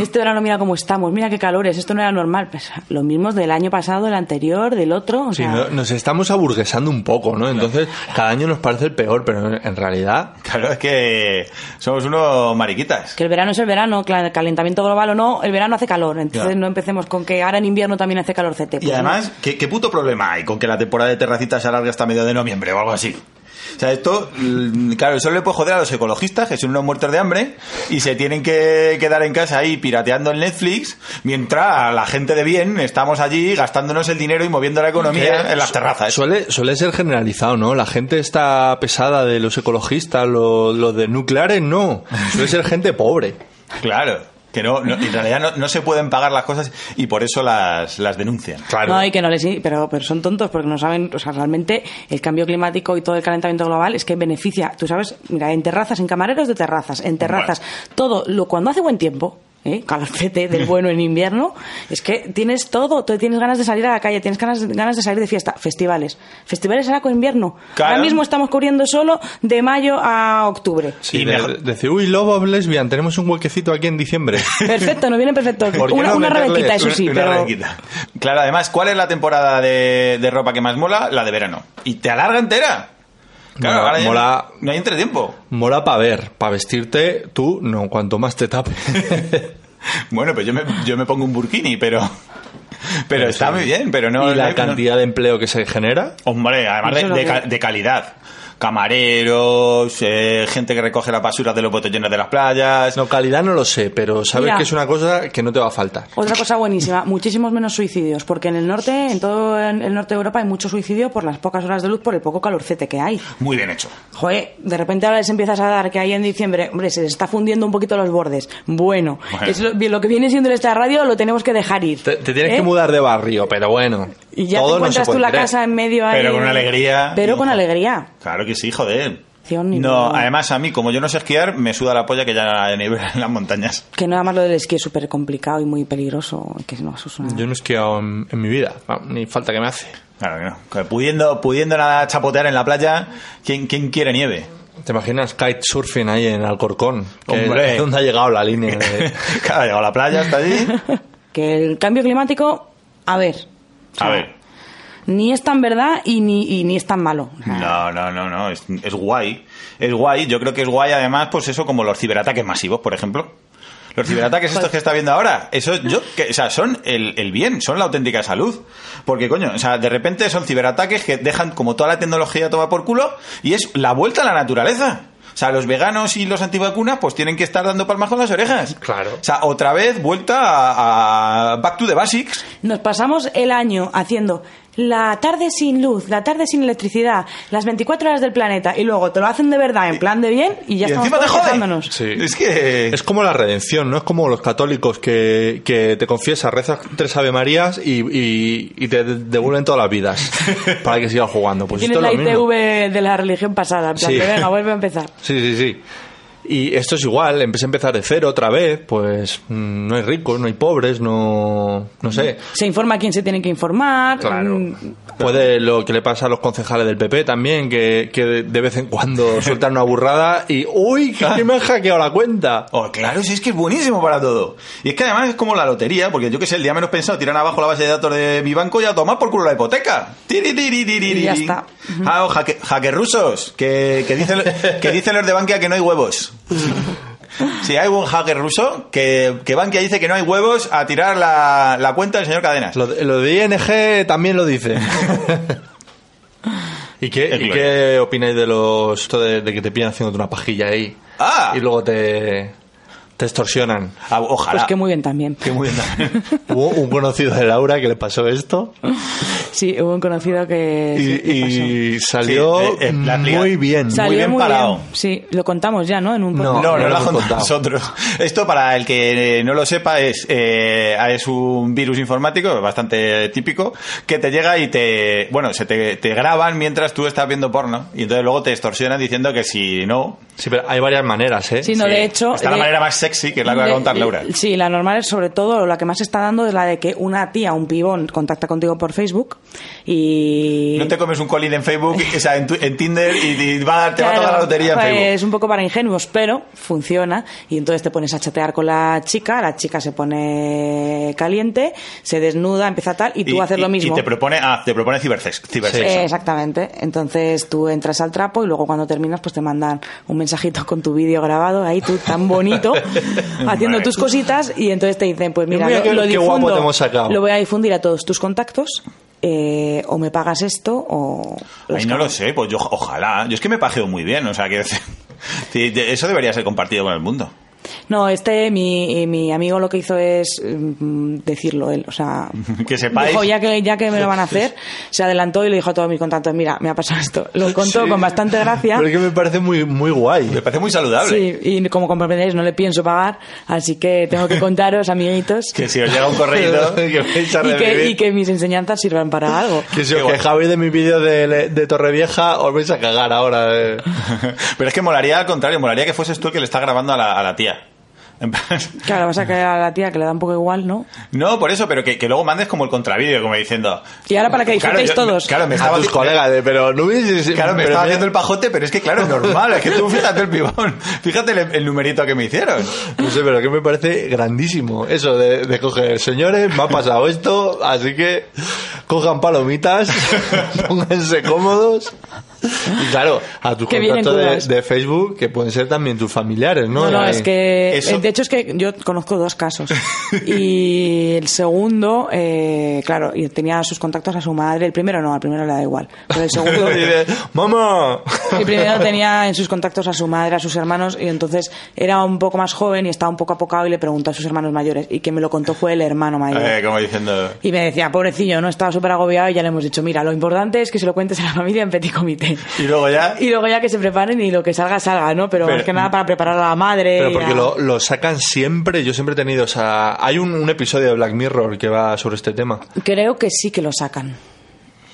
Speaker 4: Este verano mira cómo estamos, mira qué calores, esto no era normal. Pues, los mismos del año pasado, del anterior, del otro. O
Speaker 5: Sí,
Speaker 4: sea,
Speaker 5: no- nos estamos aburguesando un poco, ¿no? Entonces, cada año nos parece el peor, pero en en realidad.
Speaker 3: Claro, es que somos unos mariquitas.
Speaker 4: Que el verano es el verano, cla- calentamiento global o no, el verano hace calor. Entonces
Speaker 3: Ya.
Speaker 4: no empecemos con que ahora en invierno también hace calorcete.
Speaker 3: Y
Speaker 4: Pues no.
Speaker 3: además, ¿qué, qué puto problema hay con que la temporada de terracita se alargue hasta medio de noviembre o algo así? O sea, esto, l- claro, solo le puede joder a los ecologistas, que son unos muertos de hambre, y se tienen que quedar en casa ahí pirateando el Netflix, mientras la gente de bien estamos allí gastándonos el dinero y moviendo la economía en las terrazas. Eso-
Speaker 5: Suele, suele ser generalizado, ¿no? La gente está pesada de los ecologistas, los, los de nucleares, no. Suele ser gente pobre.
Speaker 3: Claro, que no, no- en realidad no, no se pueden pagar las cosas y por eso las, las denuncian.
Speaker 5: Claro.
Speaker 4: No, y que no les... Pero, pero son tontos porque no saben... O sea, realmente el cambio climático y todo el calentamiento global es que beneficia... Tú sabes, mira, en terrazas, en camareros de terrazas, en terrazas, todo lo... Cuando hace buen tiempo... ¿Eh? calorcete del bueno en invierno es que tienes todo, tú tienes ganas de salir a la calle tienes ganas, ganas de salir de fiesta festivales, festivales ahora con invierno
Speaker 3: Claro.
Speaker 4: ahora mismo estamos cubriendo solo de mayo a octubre
Speaker 5: Sí,
Speaker 3: Y
Speaker 5: de-
Speaker 3: mejor-
Speaker 5: decir, uy, Love Lesbian, tenemos un huequecito aquí en diciembre.
Speaker 4: perfecto, nos viene perfecto
Speaker 5: ¿Por qué
Speaker 4: una,
Speaker 5: no
Speaker 4: una
Speaker 5: meterle
Speaker 4: reventita, eso
Speaker 5: una-
Speaker 4: sí
Speaker 3: Una
Speaker 4: pero
Speaker 3: raquita. Claro, además, ¿cuál es la temporada de, de ropa que más mola? La de verano. Y te alarga entera. Claro,
Speaker 5: Mola-
Speaker 3: ahora ya
Speaker 5: mola-
Speaker 3: no hay entretiempo.
Speaker 5: Mola para ver, para vestirte, tú no, cuanto más te tape.
Speaker 3: Bueno, pues yo me, yo me pongo un burkini, pero. Pero, está muy bien, pero no.
Speaker 5: y la
Speaker 3: no-
Speaker 5: cantidad de empleo que se genera.
Speaker 3: Hombre, además de,
Speaker 4: Eso es lo
Speaker 3: de
Speaker 4: que-
Speaker 3: ca- de calidad. Camareros, eh, gente que recoge las basuras de los botellones de las playas.
Speaker 5: No, calidad no lo sé, pero sabes
Speaker 4: Mira.
Speaker 5: que es una cosa que no te va a faltar.
Speaker 4: Otra cosa buenísima, muchísimos menos suicidios, porque en el norte, en todo el norte de Europa hay mucho suicidio por las pocas horas de luz, por el poco calorcete que hay.
Speaker 3: Muy bien hecho.
Speaker 4: Joder, de repente ahora les empiezas a dar que ahí en diciembre, hombre, se les está fundiendo un poquito los bordes. Bueno,
Speaker 3: Bueno.
Speaker 4: eso- bien, lo que viene siendo esta radio lo tenemos que dejar ir.
Speaker 5: Te, te tienes
Speaker 4: ¿eh? Mm.
Speaker 5: que mudar de barrio, pero bueno.
Speaker 4: Y ya te
Speaker 5: todo no se
Speaker 4: encuentras
Speaker 5: puede
Speaker 4: tú la
Speaker 5: tener.
Speaker 4: casa en medio ahí.
Speaker 3: Pero con una alegría.
Speaker 4: Pero con alegría.
Speaker 3: Claro que sí, joder.
Speaker 4: Acción y
Speaker 3: no,
Speaker 4: no.
Speaker 3: además a mí, como yo no sé esquiar, me suda la polla que ya hay nieve en las montañas.
Speaker 4: Que nada más lo del esquí es súper complicado y muy peligroso. Que no, eso es una-
Speaker 5: Yo no he esquiado en, en mi vida, va, ni falta que me hace.
Speaker 3: Claro que no. Que Pudiendo, pudiendo nada chapotear en la playa, ¿quién, quién quiere nieve?
Speaker 5: ¿Te imaginas kitesurfing ahí en Alcorcón? Que-
Speaker 3: Hombre.
Speaker 5: ¿Dónde ha llegado la línea?
Speaker 3: Eh.
Speaker 5: de-
Speaker 3: claro, ha llegado a la playa, está allí.
Speaker 4: Que el cambio climático, a ver,
Speaker 3: A ver.
Speaker 4: ni es tan verdad y ni, y ni es tan malo.
Speaker 3: No, no, no, no, es, es guay. Es guay, yo creo que es guay además, pues eso, como los ciberataques masivos, por ejemplo. Los ciberataques estos que está viendo ahora, eso yo, que, o sea, son el, el bien, son la auténtica salud. Porque coño, o sea, de repente son ciberataques que dejan como toda la tecnología toma por culo y es la vuelta a la naturaleza. O sea, los veganos y los antivacunas pues tienen que estar dando palmas con las orejas.
Speaker 5: Claro.
Speaker 3: O sea, otra vez vuelta a, a Back to the Basics.
Speaker 4: Nos pasamos el año haciendo la tarde sin luz, la tarde sin electricidad, las 24 horas del planeta y luego te lo hacen de verdad, en plan de bien y ya
Speaker 3: y
Speaker 4: estamos
Speaker 3: encima te
Speaker 4: todos
Speaker 3: joden.
Speaker 4: quejándonos.
Speaker 5: Sí.
Speaker 3: Es que...
Speaker 5: Es como la redención, ¿no? Es como los católicos que, que te confiesas, rezas tres Ave Marías y, y- y te devuelven todas las vidas para que sigas jugando. Pues
Speaker 4: Tienes
Speaker 5: esto
Speaker 4: la
Speaker 5: es lo mismo.
Speaker 4: ITV de la religión pasada, en plan
Speaker 5: Sí.
Speaker 4: de, venga, vuelve a empezar.
Speaker 5: Sí, sí, sí. Y esto es igual, empecé a empezar de cero otra vez, pues mm, no hay ricos, no hay pobres, no, no sé.
Speaker 4: Se informa a quién se tiene que informar. mm,
Speaker 5: Puede lo que le pasa a los concejales del PP también, que, que de vez en cuando sueltan una burrada y ¡Uy! que-
Speaker 3: Ah.
Speaker 5: que me han hackeado la cuenta!
Speaker 3: Oh, claro, si es que es buenísimo para todo. Y es que además es como la lotería, porque yo que sé, el día menos pensado tiran abajo la base de datos de mi banco y a tomar por culo la hipoteca. Tiriririririri.
Speaker 4: Y ya está.
Speaker 3: Ah, oh, hacke- hacker rusos, que, que, dicen, que dicen los de Bankia que no hay huevos. Si hay un hacker ruso, que, que Bankia dice que no hay huevos a tirar la, la cuenta del señor Cadenas.
Speaker 5: Lo, de- lo de ING también lo dice. ¿Y qué,
Speaker 3: Es
Speaker 5: y
Speaker 3: gloria.
Speaker 5: qué opináis de los esto de, de que te pillan haciéndote una pajilla ahí?
Speaker 3: Ah.
Speaker 5: Y luego te, te extorsionan.
Speaker 3: Ah, ojalá.
Speaker 4: Pues que muy bien también.
Speaker 3: Que muy bien.
Speaker 5: Hubo un conocido de Laura que le pasó esto
Speaker 4: Sí, hubo un conocido que...
Speaker 5: y,
Speaker 4: sí, que pasó.
Speaker 5: y salió
Speaker 3: Sí, eh, eh, la explica-
Speaker 5: muy bien.
Speaker 3: Sal- bien parado.
Speaker 4: Sí, lo contamos ya, ¿no? En un podcast.
Speaker 3: No,
Speaker 5: No,
Speaker 3: no
Speaker 5: no
Speaker 3: lo
Speaker 5: lo
Speaker 3: ha
Speaker 5: hemos
Speaker 3: contado
Speaker 5: contado.
Speaker 3: nosotros. Esto, para el que eh, no lo sepa, es, eh, es un virus informático bastante típico que te llega y te. Bueno, se te, te graban mientras tú estás viendo porno y entonces luego te extorsionan diciendo que si no.
Speaker 5: Sí, pero hay varias maneras, ¿eh?
Speaker 4: Sí, no,
Speaker 3: Sí.
Speaker 4: de hecho...
Speaker 3: Está la
Speaker 4: de-
Speaker 3: manera más sexy, que es la que va a
Speaker 4: de-
Speaker 3: contar Laura.
Speaker 4: Sí, la normal es sobre todo, la que más se está dando es la de que una tía, un pibón, contacta contigo por Facebook y...
Speaker 3: No te comes un colín en Facebook, o sea, en, tu- en Tinder y, y va, te va a
Speaker 4: Claro,
Speaker 3: tocar la lotería en
Speaker 4: pues,
Speaker 3: Facebook.
Speaker 4: Es un poco para ingenuos, pero funciona. Y entonces te pones a chatear con la chica, la chica se pone caliente, se desnuda, empieza tal, y tú haces lo mismo.
Speaker 3: Y te propone, ah, te propone cibersex, cibersexo.
Speaker 4: Eh, exactamente. Entonces tú entras al trapo y luego cuando terminas pues te mandan un mensajito con tu vídeo grabado ahí tú tan bonito haciendo
Speaker 3: Vale.
Speaker 4: tus cositas y entonces te dicen pues mira
Speaker 5: Mira
Speaker 4: lo,
Speaker 5: qué-
Speaker 4: lo
Speaker 5: qué
Speaker 4: difundo,
Speaker 5: guapo te hemos sacado.
Speaker 4: lo voy a difundir a todos tus contactos eh, o me pagas esto o
Speaker 3: Ay, no lo sé, pues yo ojalá. Yo es que me pajeo muy bien, o sea, que sí, de- eso debería ser compartido con el mundo.
Speaker 4: No, este, mi, mi amigo lo que hizo es mm, decirlo él, o sea...
Speaker 3: Que sepáis.
Speaker 4: Dijo, ya que, ya que me lo van a hacer, se adelantó y le dijo a todos mis contactos, mira, me ha pasado esto. Lo contó
Speaker 5: Sí.
Speaker 4: con bastante gracia.
Speaker 5: Pero es que me parece muy, muy
Speaker 3: Me
Speaker 5: guay.
Speaker 3: parece muy saludable.
Speaker 4: Sí, y como comprenderéis, no le pienso pagar, así que tengo que contaros, amiguitos,
Speaker 3: Que si os llega un correo
Speaker 5: Que me echa a
Speaker 4: y, que,
Speaker 5: revivir.
Speaker 4: y que mis enseñanzas sirvan para algo.
Speaker 5: Que si
Speaker 3: Qué
Speaker 5: os
Speaker 3: guay.
Speaker 5: quejabais de mi vídeo de, de Torrevieja, os vais a cagar ahora. eh.
Speaker 3: Pero es que molaría al contrario, molaría que fueses tú el que le está grabando a la, a la tía. En plan,
Speaker 4: Claro, vas a caer a la tía que le da un poco igual, ¿no?
Speaker 3: No, por eso, pero que, que luego mandes como el contravídeo, como diciendo.
Speaker 4: Y ahora para que
Speaker 3: Claro,
Speaker 4: disfrutéis
Speaker 3: yo-
Speaker 4: todos.
Speaker 3: Claro, me
Speaker 5: A
Speaker 3: estaba
Speaker 5: tus colegas, de, pero no hubiese...
Speaker 3: Claro, me
Speaker 5: pero
Speaker 3: estaba
Speaker 5: mira-
Speaker 3: haciendo el pajote, pero es que claro, es normal, es que tú fíjate el pibón, fíjate el, el numerito que me hicieron.
Speaker 5: No sé, pero que me parece grandísimo eso de, de coger, señores, me ha pasado esto, así que cojan palomitas, pónganse cómodos Y claro, a tus
Speaker 4: Que vienen
Speaker 5: contactos de,
Speaker 4: crudas.
Speaker 5: de Facebook, que pueden ser también tus familiares, ¿no? eh,
Speaker 4: No, no,
Speaker 5: Ahí.
Speaker 4: es que.
Speaker 3: Eso-
Speaker 4: De hecho, es que yo conozco dos casos. Y el segundo, eh, claro, y tenía sus contactos a su madre. El primero no, al primero le da igual. Pero el segundo.
Speaker 5: Y de, ¡Mamá!
Speaker 4: El primero tenía en sus contactos a su madre, a sus hermanos, y entonces era un poco más joven y estaba un poco apocado y le preguntó a sus hermanos mayores. Y quien me lo contó fue el hermano mayor.
Speaker 3: Eh, como diciendo...
Speaker 4: Y me decía, pobrecillo, no estaba súper agobiado y ya le hemos dicho, mira, lo importante es que se lo cuentes a la familia en petit comité.
Speaker 3: Y luego ya...
Speaker 4: Y luego ya que se preparen y lo que salga, salga, ¿no? Pero,
Speaker 3: Pero-
Speaker 4: más que nada para preparar a la madre.
Speaker 5: Pero
Speaker 4: y
Speaker 5: porque
Speaker 4: a-
Speaker 5: lo, lo sacan siempre, yo siempre he tenido, o sea, hay un, un episodio de Black Mirror que va sobre este tema.
Speaker 4: Creo que sí que lo sacan.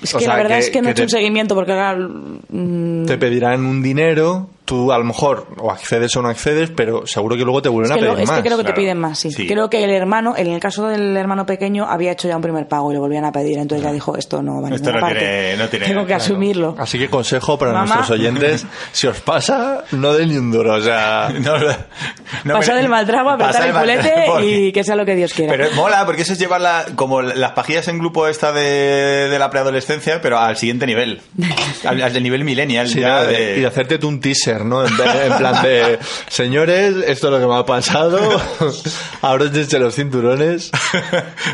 Speaker 4: Es
Speaker 5: O
Speaker 4: que
Speaker 5: sea,
Speaker 4: la verdad
Speaker 5: que-
Speaker 4: es que no
Speaker 5: que
Speaker 4: he hecho
Speaker 5: te-
Speaker 4: un seguimiento porque ahora... mm,
Speaker 5: Te pedirán un dinero, tú a lo mejor o accedes o no accedes, pero seguro que luego te
Speaker 4: Es
Speaker 5: vuelven
Speaker 4: que,
Speaker 5: a
Speaker 4: lo-
Speaker 5: pedir
Speaker 4: es que
Speaker 5: más.
Speaker 4: creo que
Speaker 3: claro.
Speaker 4: te piden más, sí.
Speaker 3: Sí.
Speaker 4: Creo que el hermano, en el caso del hermano pequeño, había hecho ya un primer pago y le volvían a pedir. Entonces ya dijo, esto no va a
Speaker 3: Esto
Speaker 4: ninguna
Speaker 3: no
Speaker 4: parte.
Speaker 3: tiene- no tiene-
Speaker 4: Tengo que
Speaker 3: claro.
Speaker 4: asumirlo.
Speaker 5: Así que consejo para
Speaker 4: Mamá.
Speaker 5: nuestros oyentes, si os pasa, no den ni un duro, o sea...
Speaker 3: No, no, no,
Speaker 4: Pasar
Speaker 3: pero-
Speaker 4: el mal trago,
Speaker 3: pasar
Speaker 4: apretar el
Speaker 3: mal
Speaker 4: culete
Speaker 3: trago, porque-
Speaker 4: y que sea lo que Dios quiera.
Speaker 3: Pero mola, porque eso es llevar la- como las pajillas en grupo esta de, de la preadolescencia, pero al siguiente nivel. Al, al del nivel millennial.
Speaker 5: Sí,
Speaker 3: ya
Speaker 5: nada,
Speaker 3: de-
Speaker 5: Y de hacerte tú un teaser, ¿no? En, vez- en plan de, señores, esto es lo que me ha pasado, abróchense los cinturones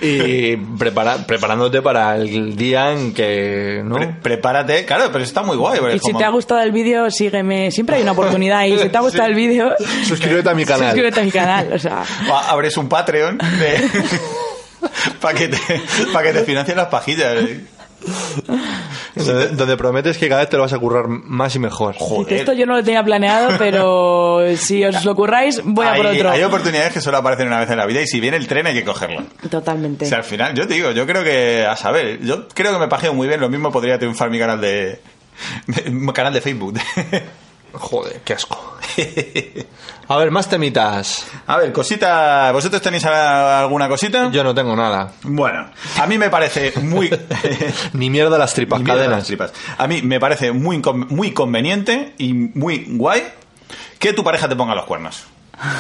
Speaker 5: y prepara- preparándote para el día en que, ¿no?
Speaker 3: Pre- prepárate. Claro, pero eso está muy guay. porque
Speaker 4: y
Speaker 3: es
Speaker 4: si
Speaker 3: como-
Speaker 4: te ha gustado el vídeo, sígueme. Siempre hay una oportunidad. Y si te ha gustado el vídeo,
Speaker 5: Suscríbete a mi canal.
Speaker 4: suscríbete a mi canal. O sea,
Speaker 3: o a- abres un Patreon para que te, pa' que te financien las pajillas.
Speaker 5: Donde, donde prometes que cada vez te lo vas a currar más y mejor.
Speaker 4: dice,
Speaker 3: Joder.
Speaker 4: esto yo no lo tenía planeado, pero si os lo curráis, voy a por
Speaker 3: hay,
Speaker 4: otro.
Speaker 3: hay oportunidades que solo aparecen una vez en la vida y si viene el tren hay que cogerlo.
Speaker 4: Totalmente.
Speaker 3: O sea, al final, yo te digo, yo creo que, a saber, yo creo que me pajeo muy bien, lo mismo podría triunfar mi canal de... de- mi canal de Facebook.
Speaker 5: Joder, qué asco. A ver, más temitas.
Speaker 3: A ver, cosita, ¿vosotros tenéis a- alguna cosita?
Speaker 5: Yo no tengo nada.
Speaker 3: Bueno, a mí me parece muy...
Speaker 5: Ni mierda las tripas,
Speaker 3: Y mierda
Speaker 5: cadenas.
Speaker 3: las tripas. A mí me parece muy, incon- muy conveniente y muy guay que tu pareja te ponga los cuernos.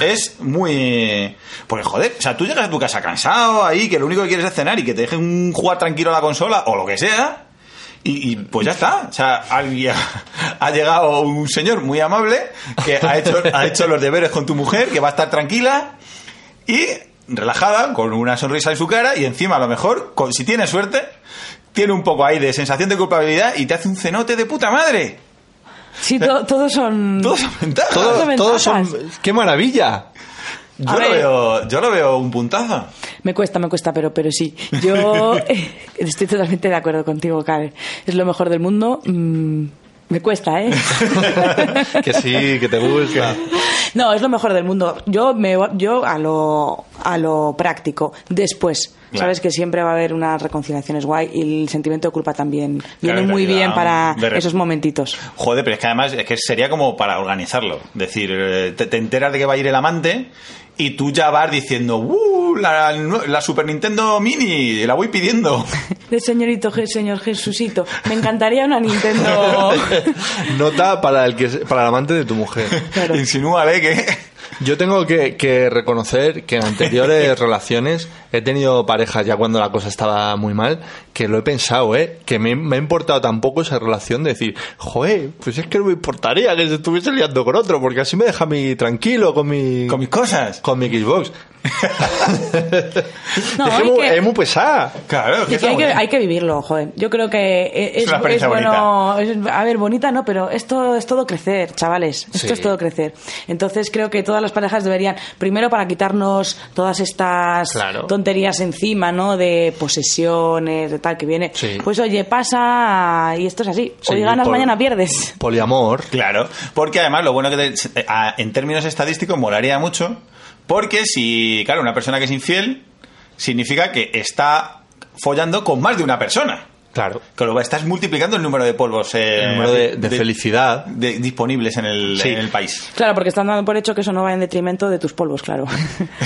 Speaker 3: Es muy... Porque, joder, o sea, tú llegas a tu casa cansado ahí, que lo único que quieres es cenar y que te dejen jugar tranquilo a la consola o lo que sea. Y, y, pues ya está. O sea, alguien- ha llegado un señor muy amable que ha hecho, ha hecho los deberes con tu mujer, que va a estar tranquila y relajada, con una sonrisa en su cara y encima a lo mejor, con, si tiene suerte, tiene un poco ahí de sensación de culpabilidad y te hace un cenote de puta madre.
Speaker 4: Sí, to- todos son...
Speaker 3: Todos son ventajas.
Speaker 5: Todo-
Speaker 4: Son
Speaker 5: todos son...
Speaker 4: ventajas.
Speaker 5: ¡Qué maravilla!
Speaker 3: Yo,
Speaker 4: A
Speaker 3: lo
Speaker 4: ver.
Speaker 3: veo, yo lo veo un puntazo.
Speaker 4: Me cuesta, me cuesta, pero, pero sí. Yo eh, estoy totalmente de acuerdo contigo, Karen. Es lo mejor del mundo. Mm, me cuesta, ¿eh?
Speaker 5: que sí, que te gusta.
Speaker 4: No, es lo mejor del mundo. Yo me yo a lo a lo práctico después.
Speaker 3: Claro.
Speaker 4: Sabes que siempre va a haber unas reconciliaciones guay y el sentimiento de culpa también viene
Speaker 3: te
Speaker 4: muy
Speaker 3: ayuda
Speaker 4: bien para
Speaker 3: de re-
Speaker 4: esos momentitos.
Speaker 3: Joder, pero es que además es que sería como para organizarlo. Decir, eh, te, te enteras de que va a ir el amante y tú ya vas diciendo, ¡uh! La, la Super Nintendo Mini, la voy pidiendo.
Speaker 4: De señorito, Je- señor Jesucito, me encantaría una Nintendo.
Speaker 5: Nota para el que para el amante de tu mujer.
Speaker 4: Claro.
Speaker 3: Insinúale que.
Speaker 5: Yo tengo que, que reconocer que en anteriores relaciones he tenido parejas ya cuando la cosa estaba muy mal, que lo he pensado, ¿eh? Que me, me ha importado tampoco esa relación de decir, joder, pues es que no me importaría que se estuviese liando con otro, porque así me deja mi tranquilo con mi...
Speaker 3: Con mis cosas.
Speaker 5: con mi Xbox.
Speaker 4: No,
Speaker 5: es,
Speaker 4: hay
Speaker 5: que mu-
Speaker 4: que-
Speaker 5: es muy pesada.
Speaker 3: Claro, es que
Speaker 4: Y que
Speaker 3: está
Speaker 4: hay,
Speaker 3: muy
Speaker 4: que,
Speaker 3: bien.
Speaker 4: hay que vivirlo, joder. Yo creo que e-
Speaker 3: Es
Speaker 4: es,
Speaker 3: una experiencia
Speaker 4: es bueno. es- a ver, bonita no, pero esto es todo crecer, chavales. Esto
Speaker 5: Sí.
Speaker 4: es todo crecer. Entonces creo que todas las parejas deberían, primero para quitarnos todas estas
Speaker 5: Claro.
Speaker 4: tonterías encima, ¿no? De posesiones, de tal que viene.
Speaker 5: Sí.
Speaker 4: Pues oye, pasa y esto es así.
Speaker 5: Sí,
Speaker 4: Hoy ganas,
Speaker 5: por-
Speaker 4: mañana pierdes.
Speaker 5: Poliamor.
Speaker 3: Claro, porque además lo bueno que te- a- en términos estadísticos molaría mucho, porque si, claro, una persona que es infiel significa que está follando con más de una persona.
Speaker 5: Claro.
Speaker 3: Que lo estás multiplicando el número de polvos eh,
Speaker 5: El número de- de felicidad.
Speaker 3: de- disponibles en el,
Speaker 5: Sí.
Speaker 3: en el país.
Speaker 4: Claro, porque están dando por hecho que eso no va en detrimento de tus polvos, claro.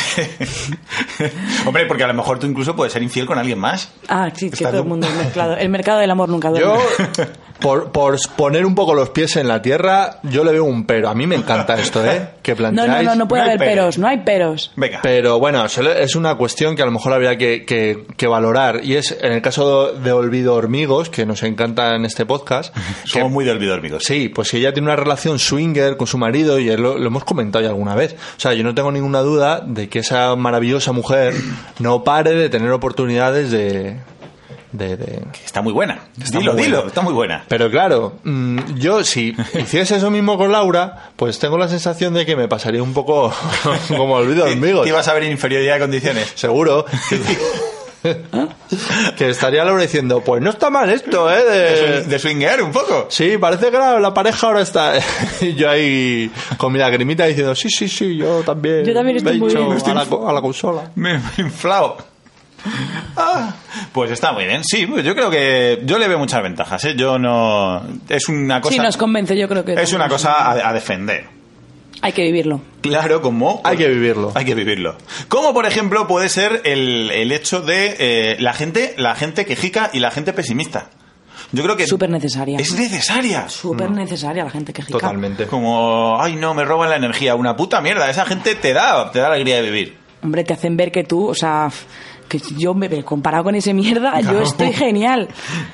Speaker 3: Hombre, porque a lo mejor tú incluso puedes ser infiel con alguien más.
Speaker 4: ah, sí, que
Speaker 3: Estás
Speaker 4: todo el
Speaker 3: de-
Speaker 4: mundo es mezclado. El mercado del amor nunca duerme.
Speaker 5: Yo, Por, por poner un poco los pies en la tierra, yo le veo un pero. A mí me encanta esto, ¿eh? Que
Speaker 4: No,
Speaker 5: planteáis.
Speaker 4: no, no, no puede
Speaker 3: No hay
Speaker 4: haber
Speaker 3: peros.
Speaker 4: peros, no hay peros.
Speaker 3: Venga.
Speaker 5: Pero bueno, se le- es una cuestión que a lo mejor habría que, que- que valorar. Y es en el caso de Olvido Hormigos, que nos encanta en este podcast. que-
Speaker 3: Somos muy de olvido, amigos.
Speaker 5: Sí, pues si ella tiene una relación swinger con su marido, y lo, lo hemos comentado ya alguna vez. O sea, yo no tengo ninguna duda de que esa maravillosa mujer no pare de tener oportunidades de. de- de-
Speaker 3: Está muy buena.
Speaker 5: Está
Speaker 3: dilo,
Speaker 5: muy
Speaker 3: dilo.
Speaker 5: buena.
Speaker 3: Está muy buena.
Speaker 5: Pero claro, mm, yo si hiciese eso mismo con Laura, pues tengo la sensación de que me pasaría un poco como olvido
Speaker 3: Te-
Speaker 5: hormigos.
Speaker 3: Te ibas a ver en inferioridad de condiciones. ¿Ah?
Speaker 5: Seguro. que estaría Laura diciendo, pues no está mal esto, ¿eh?
Speaker 3: De,
Speaker 5: De...
Speaker 3: de swinguear un poco.
Speaker 5: Sí, parece que la, la pareja ahora está... y yo ahí con mi lagrimita diciendo, sí, sí, sí, yo también.
Speaker 4: Yo también estoy
Speaker 5: me he
Speaker 4: muy
Speaker 5: hecho
Speaker 4: bien.
Speaker 5: A la, co- a la consola.
Speaker 3: Me me he inflado. Ah, pues está muy bien. Sí, pues yo creo que yo le veo muchas ventajas. ¿eh? Yo no es una cosa
Speaker 4: Si nos convence, yo creo que
Speaker 3: es una cosa a, a defender.
Speaker 4: hay que vivirlo.
Speaker 3: Claro, como
Speaker 5: Hay que vivirlo.
Speaker 3: Hay que vivirlo. Como por ejemplo puede ser el, el hecho de eh, la gente la gente quejica y la gente pesimista. Yo creo que
Speaker 4: Súper necesaria.
Speaker 3: es necesaria.
Speaker 4: Súper necesaria la gente que jica.
Speaker 5: Totalmente.
Speaker 3: Como ay no me roban la energía una puta mierda. Esa gente te da te da alegría de vivir.
Speaker 4: Hombre, te hacen ver que tú, o sea, que yo me me- comparado con ese mierda, yo estoy genial.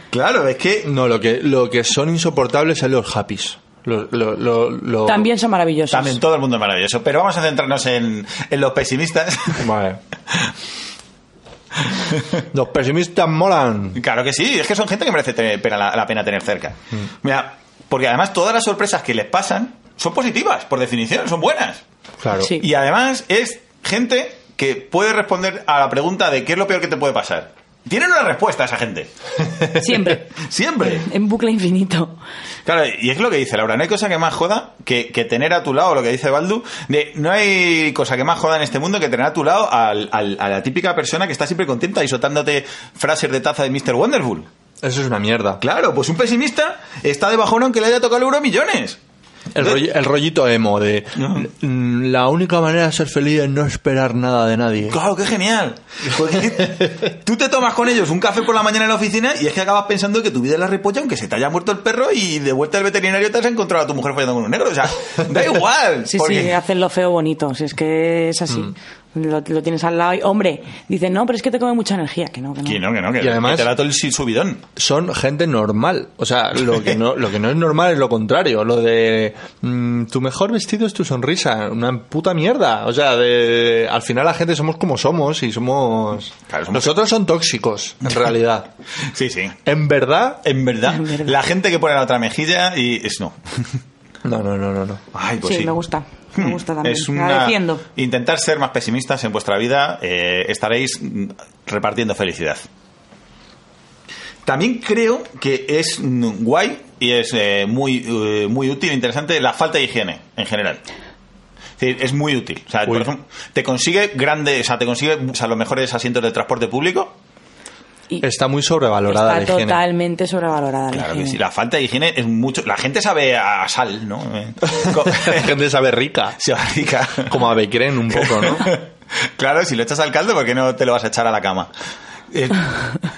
Speaker 3: Claro, es que
Speaker 5: No, lo que, lo que son insoportables son los happies. Lo- lo- lo- lo-
Speaker 4: También son maravillosos.
Speaker 3: También todo el mundo es maravilloso, pero vamos a centrarnos en, en los pesimistas.
Speaker 5: Vale. Los pesimistas molan.
Speaker 3: claro que sí, es que son gente que merece tener- pena- la, la pena tener cerca. Mira, porque además todas las sorpresas que les pasan son positivas, por definición, son buenas.
Speaker 5: Claro.
Speaker 4: Sí.
Speaker 3: Y además es gente que puede responder a la pregunta de qué es lo peor que te puede pasar. Tienen una respuesta esa gente.
Speaker 4: Siempre.
Speaker 3: Siempre.
Speaker 4: En bucle infinito.
Speaker 3: Claro, y es lo que dice Laura, no hay cosa que más joda que, que tener a tu lado, lo que dice Baldu, de no hay cosa que más joda en este mundo que tener a tu lado al- al- a la típica persona que está siempre contenta y soltándote frases de taza de Mr. Wonderful.
Speaker 5: Eso es una mierda.
Speaker 3: Claro, pues un pesimista está de bajón aunque le haya tocado el euro millones.
Speaker 5: El, rolli- el rollito emo de "Mm, la única manera de ser feliz es no esperar nada de nadie.
Speaker 3: Claro, qué genial. Porque tú te tomas con ellos un café por la mañana en la oficina y es que acabas pensando que tu vida es la repolla aunque se te haya muerto el perro y de vuelta al veterinario te has encontrado a tu mujer follando con un negro. O sea, da igual.
Speaker 4: Sí,
Speaker 3: porque-
Speaker 4: sí, hacen lo feo bonito. Si es que es así.
Speaker 3: Mm.
Speaker 4: Lo, lo tienes al lado y, hombre, dicen, no, pero es que te come mucha energía. Que no, que no.
Speaker 3: Que no, que no, que,
Speaker 5: Y además-
Speaker 3: que te da todo el subidón.
Speaker 5: Son gente normal. O sea, lo que no, lo que no es normal es lo contrario. Lo de mm, tu mejor vestido es tu sonrisa. Una puta mierda. O sea, de, al final la gente somos como somos y somos...
Speaker 3: Claro, somos-
Speaker 5: Nosotros son tóxicos, en realidad.
Speaker 3: Sí, sí.
Speaker 5: en verdad... eh,
Speaker 3: En verdad,
Speaker 4: En verdad.
Speaker 3: la gente que pone la otra mejilla y es no.
Speaker 5: No, no, no, no. no.
Speaker 3: Ay, pues
Speaker 4: Sí,
Speaker 3: sí,
Speaker 4: me gusta. Me gusta también.
Speaker 3: Es
Speaker 4: La
Speaker 3: una-
Speaker 4: defiendo.
Speaker 3: Intentar ser más pesimistas en vuestra vida, eh, estaréis mm, repartiendo felicidad. También creo que es mm, guay y es eh, muy, eh, muy útil, interesante, la falta de higiene en general. Es decir, Es muy útil. O sea, por
Speaker 5: Uy.
Speaker 3: ejemplo, te consigue grandes, o sea, te consigue o sea, los mejores asientos de transporte público.
Speaker 4: Y
Speaker 5: Está muy sobrevalorada
Speaker 4: está
Speaker 5: la higiene.
Speaker 4: totalmente sobrevalorada. la
Speaker 3: Claro que
Speaker 4: higiene.
Speaker 3: sí, la falta de higiene es mucho. La gente sabe a sal, ¿no? Eh, co-
Speaker 5: La gente sabe rica.
Speaker 3: Se abriga.
Speaker 5: Como a Becren un poco, ¿no?
Speaker 3: Claro, si lo echas al caldo, ¿por qué no te lo vas a echar a la cama? Eh,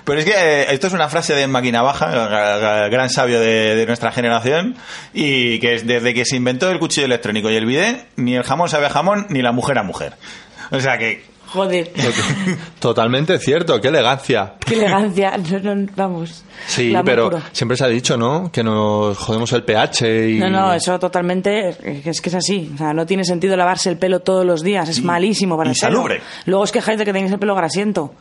Speaker 3: Pero es que eh, esto es una frase de Maquinavaja, gra- gra- gran sabio de, de nuestra generación, y que es desde que se inventó el cuchillo electrónico y el bidé, ni el jamón sabe a jamón, ni la mujer a mujer. O sea que,
Speaker 4: Joder.
Speaker 5: Totalmente cierto, qué elegancia.
Speaker 4: Qué elegancia. No, no, vamos.
Speaker 5: Sí,
Speaker 4: La amo
Speaker 5: pero
Speaker 4: puro.
Speaker 5: siempre se ha dicho, ¿no? Que nos jodemos el pH y...
Speaker 4: No, no, eso totalmente eh, es que es así. O sea, no tiene sentido lavarse el pelo todos los días, es malísimo para el pelo.
Speaker 3: insalubre.
Speaker 4: Luego os quejáis de que tenéis el pelo grasiento.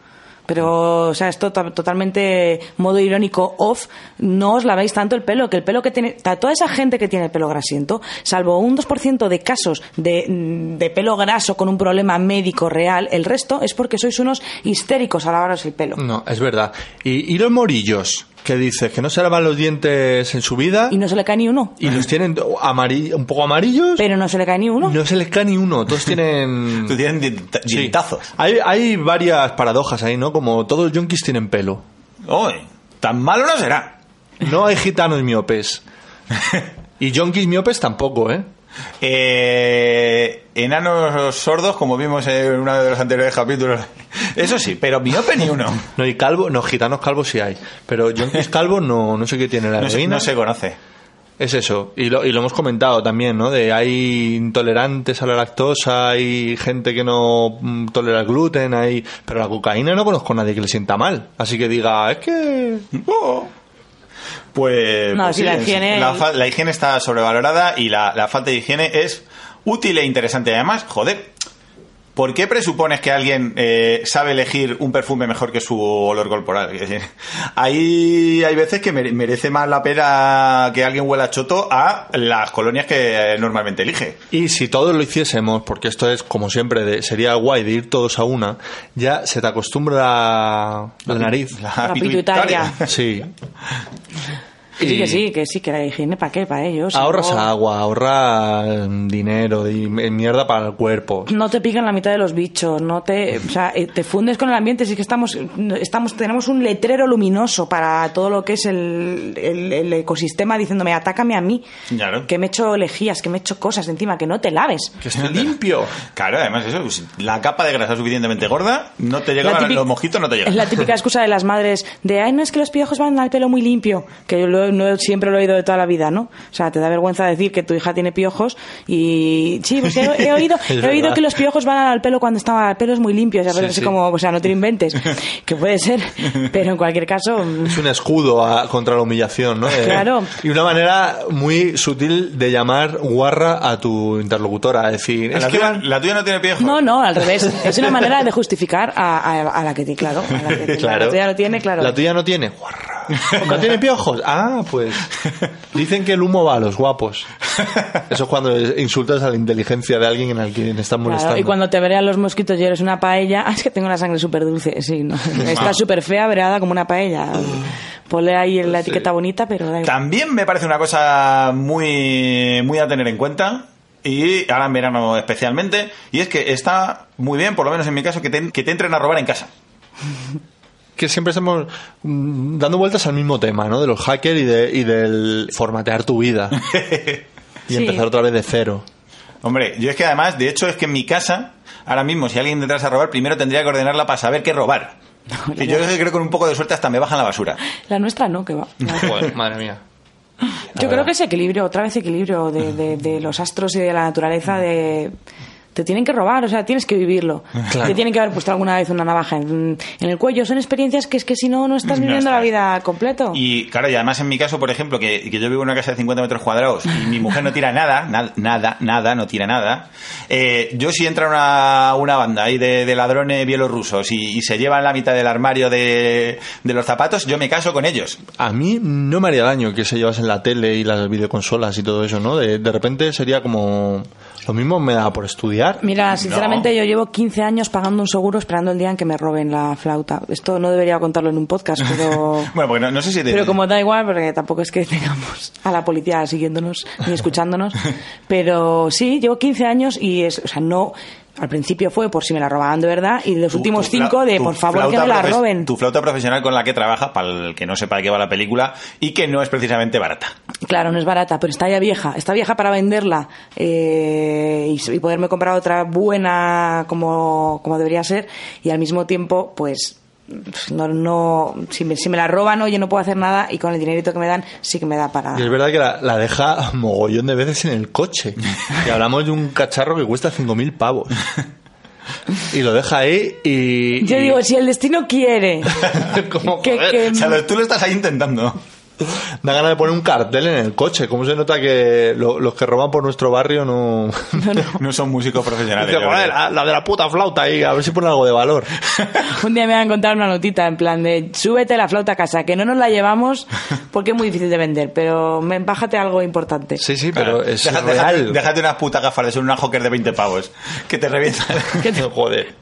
Speaker 4: Pero, o sea, esto to- totalmente modo irónico off. No os laváis tanto el pelo, que el pelo que tiene. ta- Toda esa gente que tiene el pelo grasiento, salvo un 2% de casos de, mm, de pelo graso con un problema médico real, el resto es porque sois unos histéricos a lavaros el pelo.
Speaker 5: No, es verdad. Y, y los morillos, que dices que no se lavan los dientes en su vida
Speaker 4: Y no se le cae ni uno.
Speaker 5: y los tienen amari- un poco amarillos,
Speaker 4: Pero no se le cae ni uno.
Speaker 5: no se les cae ni uno, todos tienen...
Speaker 3: tú tienes dient-
Speaker 5: Mm. Sí.
Speaker 3: dientazos.
Speaker 5: Hay, hay varias paradojas ahí, ¿no? Como todos los yonkis tienen pelo.
Speaker 3: Oye, tan malo no será.
Speaker 5: No hay gitanos miopes. Y yonkis miopes tampoco, ¿eh?
Speaker 3: Eh, enanos sordos, como vimos en uno de los anteriores capítulos, Eso sí, pero miope ni uno.
Speaker 5: No, y calvo, no, gitanos calvos sí hay. Pero yonkis calvo no, no sé qué tiene la
Speaker 3: No se,
Speaker 5: heroína.
Speaker 3: no se conoce.
Speaker 5: Es eso. Y lo, y lo hemos comentado también, ¿no? De hay intolerantes a la lactosa, hay gente que no mm, tolera el gluten, hay. Pero la cocaína no conozco a nadie que le sienta mal. Así que diga, es que.
Speaker 3: Oh. Pues,
Speaker 4: No,
Speaker 3: pues
Speaker 4: si la higiene-
Speaker 3: la fa- la higiene está sobrevalorada y la, la falta de higiene es útil e interesante. Además, joder, ¿por qué presupones que alguien eh, sabe elegir un perfume mejor que su olor corporal? Es decir, hay, hay veces que mere- merece más la pena que alguien huela a choto a las colonias que eh, normalmente elige.
Speaker 5: Y si todos lo hiciésemos, porque esto es como siempre, de, sería guay de ir todos a una, ya se te acostumbra la, la nariz.
Speaker 4: La pituitaria.
Speaker 5: Sí.
Speaker 4: Que sí,
Speaker 5: Y
Speaker 4: que sí, que sí, que la higiene, ¿para qué? Para ellos.
Speaker 5: Ahorras agua, ahorras mm, dinero y eh, mierda para el cuerpo.
Speaker 4: No te pican la mitad de los bichos, no te, o sea, eh, te fundes con el ambiente, sí que estamos, estamos, tenemos un letrero luminoso para todo lo que es el, el- el ecosistema diciéndome, atácame a mí,
Speaker 3: Claro.
Speaker 4: que me echo lejías, que me echo cosas encima, que no te laves.
Speaker 5: Que esté limpio.
Speaker 3: Claro, además eso, pues, la capa de grasa suficientemente gorda, no te llegan
Speaker 4: La típica-
Speaker 3: los mojitos, no te llegan.
Speaker 4: Es la típica excusa de las madres de, ay, no es que los piojos van al pelo muy limpio, que yo lo- no siempre lo he oído de toda la vida, ¿no? O sea, te da vergüenza decir que tu hija tiene piojos y, sí, pues he, he oído,
Speaker 5: Es
Speaker 4: he
Speaker 5: verdad.
Speaker 4: oído que los piojos van al pelo cuando está, el pelo es muy limpio, o sea, pero
Speaker 5: Sí,
Speaker 4: así
Speaker 5: sí.
Speaker 4: como, o sea, no te lo inventes, que puede ser, pero en cualquier caso,
Speaker 5: Es un escudo a- contra la humillación, ¿no? Eh,
Speaker 4: Claro.
Speaker 5: Y una manera muy sutil de llamar guarra a tu interlocutora. Es decir, es
Speaker 3: la,
Speaker 5: que
Speaker 3: tuya,
Speaker 5: van-
Speaker 3: la tuya no tiene piejos.
Speaker 4: no, no, al revés, es una manera de justificar a, a- a la que tiene, claro, a la que tiene- la tuya lo tiene, claro.
Speaker 5: La tuya no tiene. Guarra. No tiene piojos. Ah, pues. Dicen que el humo va a los guapos. Eso es cuando insultas a la inteligencia de alguien en quien estás
Speaker 4: Claro,
Speaker 5: molestando.
Speaker 4: y cuando te vean los mosquitos y eres una paella, "Ah, es que tengo la sangre súper dulce, sí, no. está súper fea, breada como una paella. Ponle ahí la etiqueta bonita, pero da igual.
Speaker 3: También me parece una cosa muy, muy a tener en cuenta, y ahora en verano especialmente, y es que está muy bien, por lo menos en mi caso, que te, que te entren a robar en casa.
Speaker 5: Que siempre estamos mm, dando vueltas al mismo tema, ¿no? De los hackers y, de- y del formatear tu vida. y empezar otra vez de cero.
Speaker 3: Hombre, yo es que además, de hecho, es que en mi casa, ahora mismo, si alguien entrase a robar, primero tendría que ordenarla para saber qué robar. Y yo creo que con un poco de suerte hasta me bajan la basura.
Speaker 4: La nuestra no, que va.
Speaker 5: Joder, madre mía.
Speaker 4: Yo creo que es equilibrio, otra vez equilibrio de, de- de los astros y de la naturaleza de... Te tienen que robar, o sea, tienes que vivirlo.
Speaker 5: Claro.
Speaker 4: Te tienen que haber puesto alguna vez una navaja en, en el cuello. Son experiencias que es que si no, no estás
Speaker 3: No
Speaker 4: viviendo la
Speaker 3: estás.
Speaker 4: vida completo.
Speaker 3: Y claro, y además en mi caso, por ejemplo, que, que yo vivo en una casa de 50 metros cuadrados y mi mujer no tira nada, na- nada, nada, no tira nada. eh, yo si entra una, una banda ahí de, de ladrones bielorrusos y, y se llevan la mitad del armario de, de los zapatos, yo me caso con ellos.
Speaker 5: A mí no me haría daño que se llevasen la tele y las videoconsolas y todo eso, ¿no? De, de repente sería como... Lo mismo me da por estudiar.
Speaker 4: Mira, sinceramente yo llevo 15 años pagando un seguro esperando el día en que me roben la flauta. Esto no debería contarlo en un podcast, pero...
Speaker 3: Bueno, porque no, no sé si te-
Speaker 4: Pero como da igual, porque tampoco es que tengamos a la policía siguiéndonos ni escuchándonos. Pero sí, llevo 15 años y es, o sea, no, al principio fue por si me la robaban de verdad y los
Speaker 3: tu-
Speaker 4: últimos
Speaker 3: tu fla-
Speaker 4: cinco de
Speaker 3: tu
Speaker 4: por favor que
Speaker 3: flauta
Speaker 4: me la
Speaker 3: profes-
Speaker 4: roben.
Speaker 3: Tu flauta profesional con la que trabajas, para el que no sepa de qué va la película, y que no es precisamente barata.
Speaker 4: Claro, no es barata, pero está ya vieja. Está vieja para venderla eh, y, y poderme comprar otra buena como, como debería ser. Y al mismo tiempo, pues, no, no, si, me, si me la roban, oye, no puedo hacer nada. Y con el dinerito que me dan, sí que me da para.
Speaker 5: Y es verdad que la, la deja mogollón de veces en el coche. Que hablamos de un cacharro que cuesta 5.000 pavos. Y lo deja ahí y...
Speaker 4: Yo
Speaker 5: y-
Speaker 4: digo, si el destino quiere.
Speaker 5: como,
Speaker 4: que-
Speaker 5: joder,
Speaker 4: que-
Speaker 3: O sea, lo- tú lo estás ahí intentando.
Speaker 5: Da ganas de poner un cartel en el coche. ¿Cómo se nota que lo- los que roban por nuestro barrio no...
Speaker 3: No son músicos profesionales.
Speaker 5: Dice,
Speaker 3: yo
Speaker 5: "Joder, ah,
Speaker 3: creo.
Speaker 5: la, la de la puta flauta ahí, a ver si pone algo de valor.
Speaker 4: Un día me van a encontrar una notita en plan de súbete la flauta a casa, que no nos la llevamos porque es muy difícil de vender, pero me- bájate algo importante.
Speaker 5: Sí, sí, pero es
Speaker 3: Deja-
Speaker 5: real.
Speaker 3: Déjate, déjate unas putas gafas de ser una joker de 20 pavos. Que te revientan.
Speaker 5: Joder.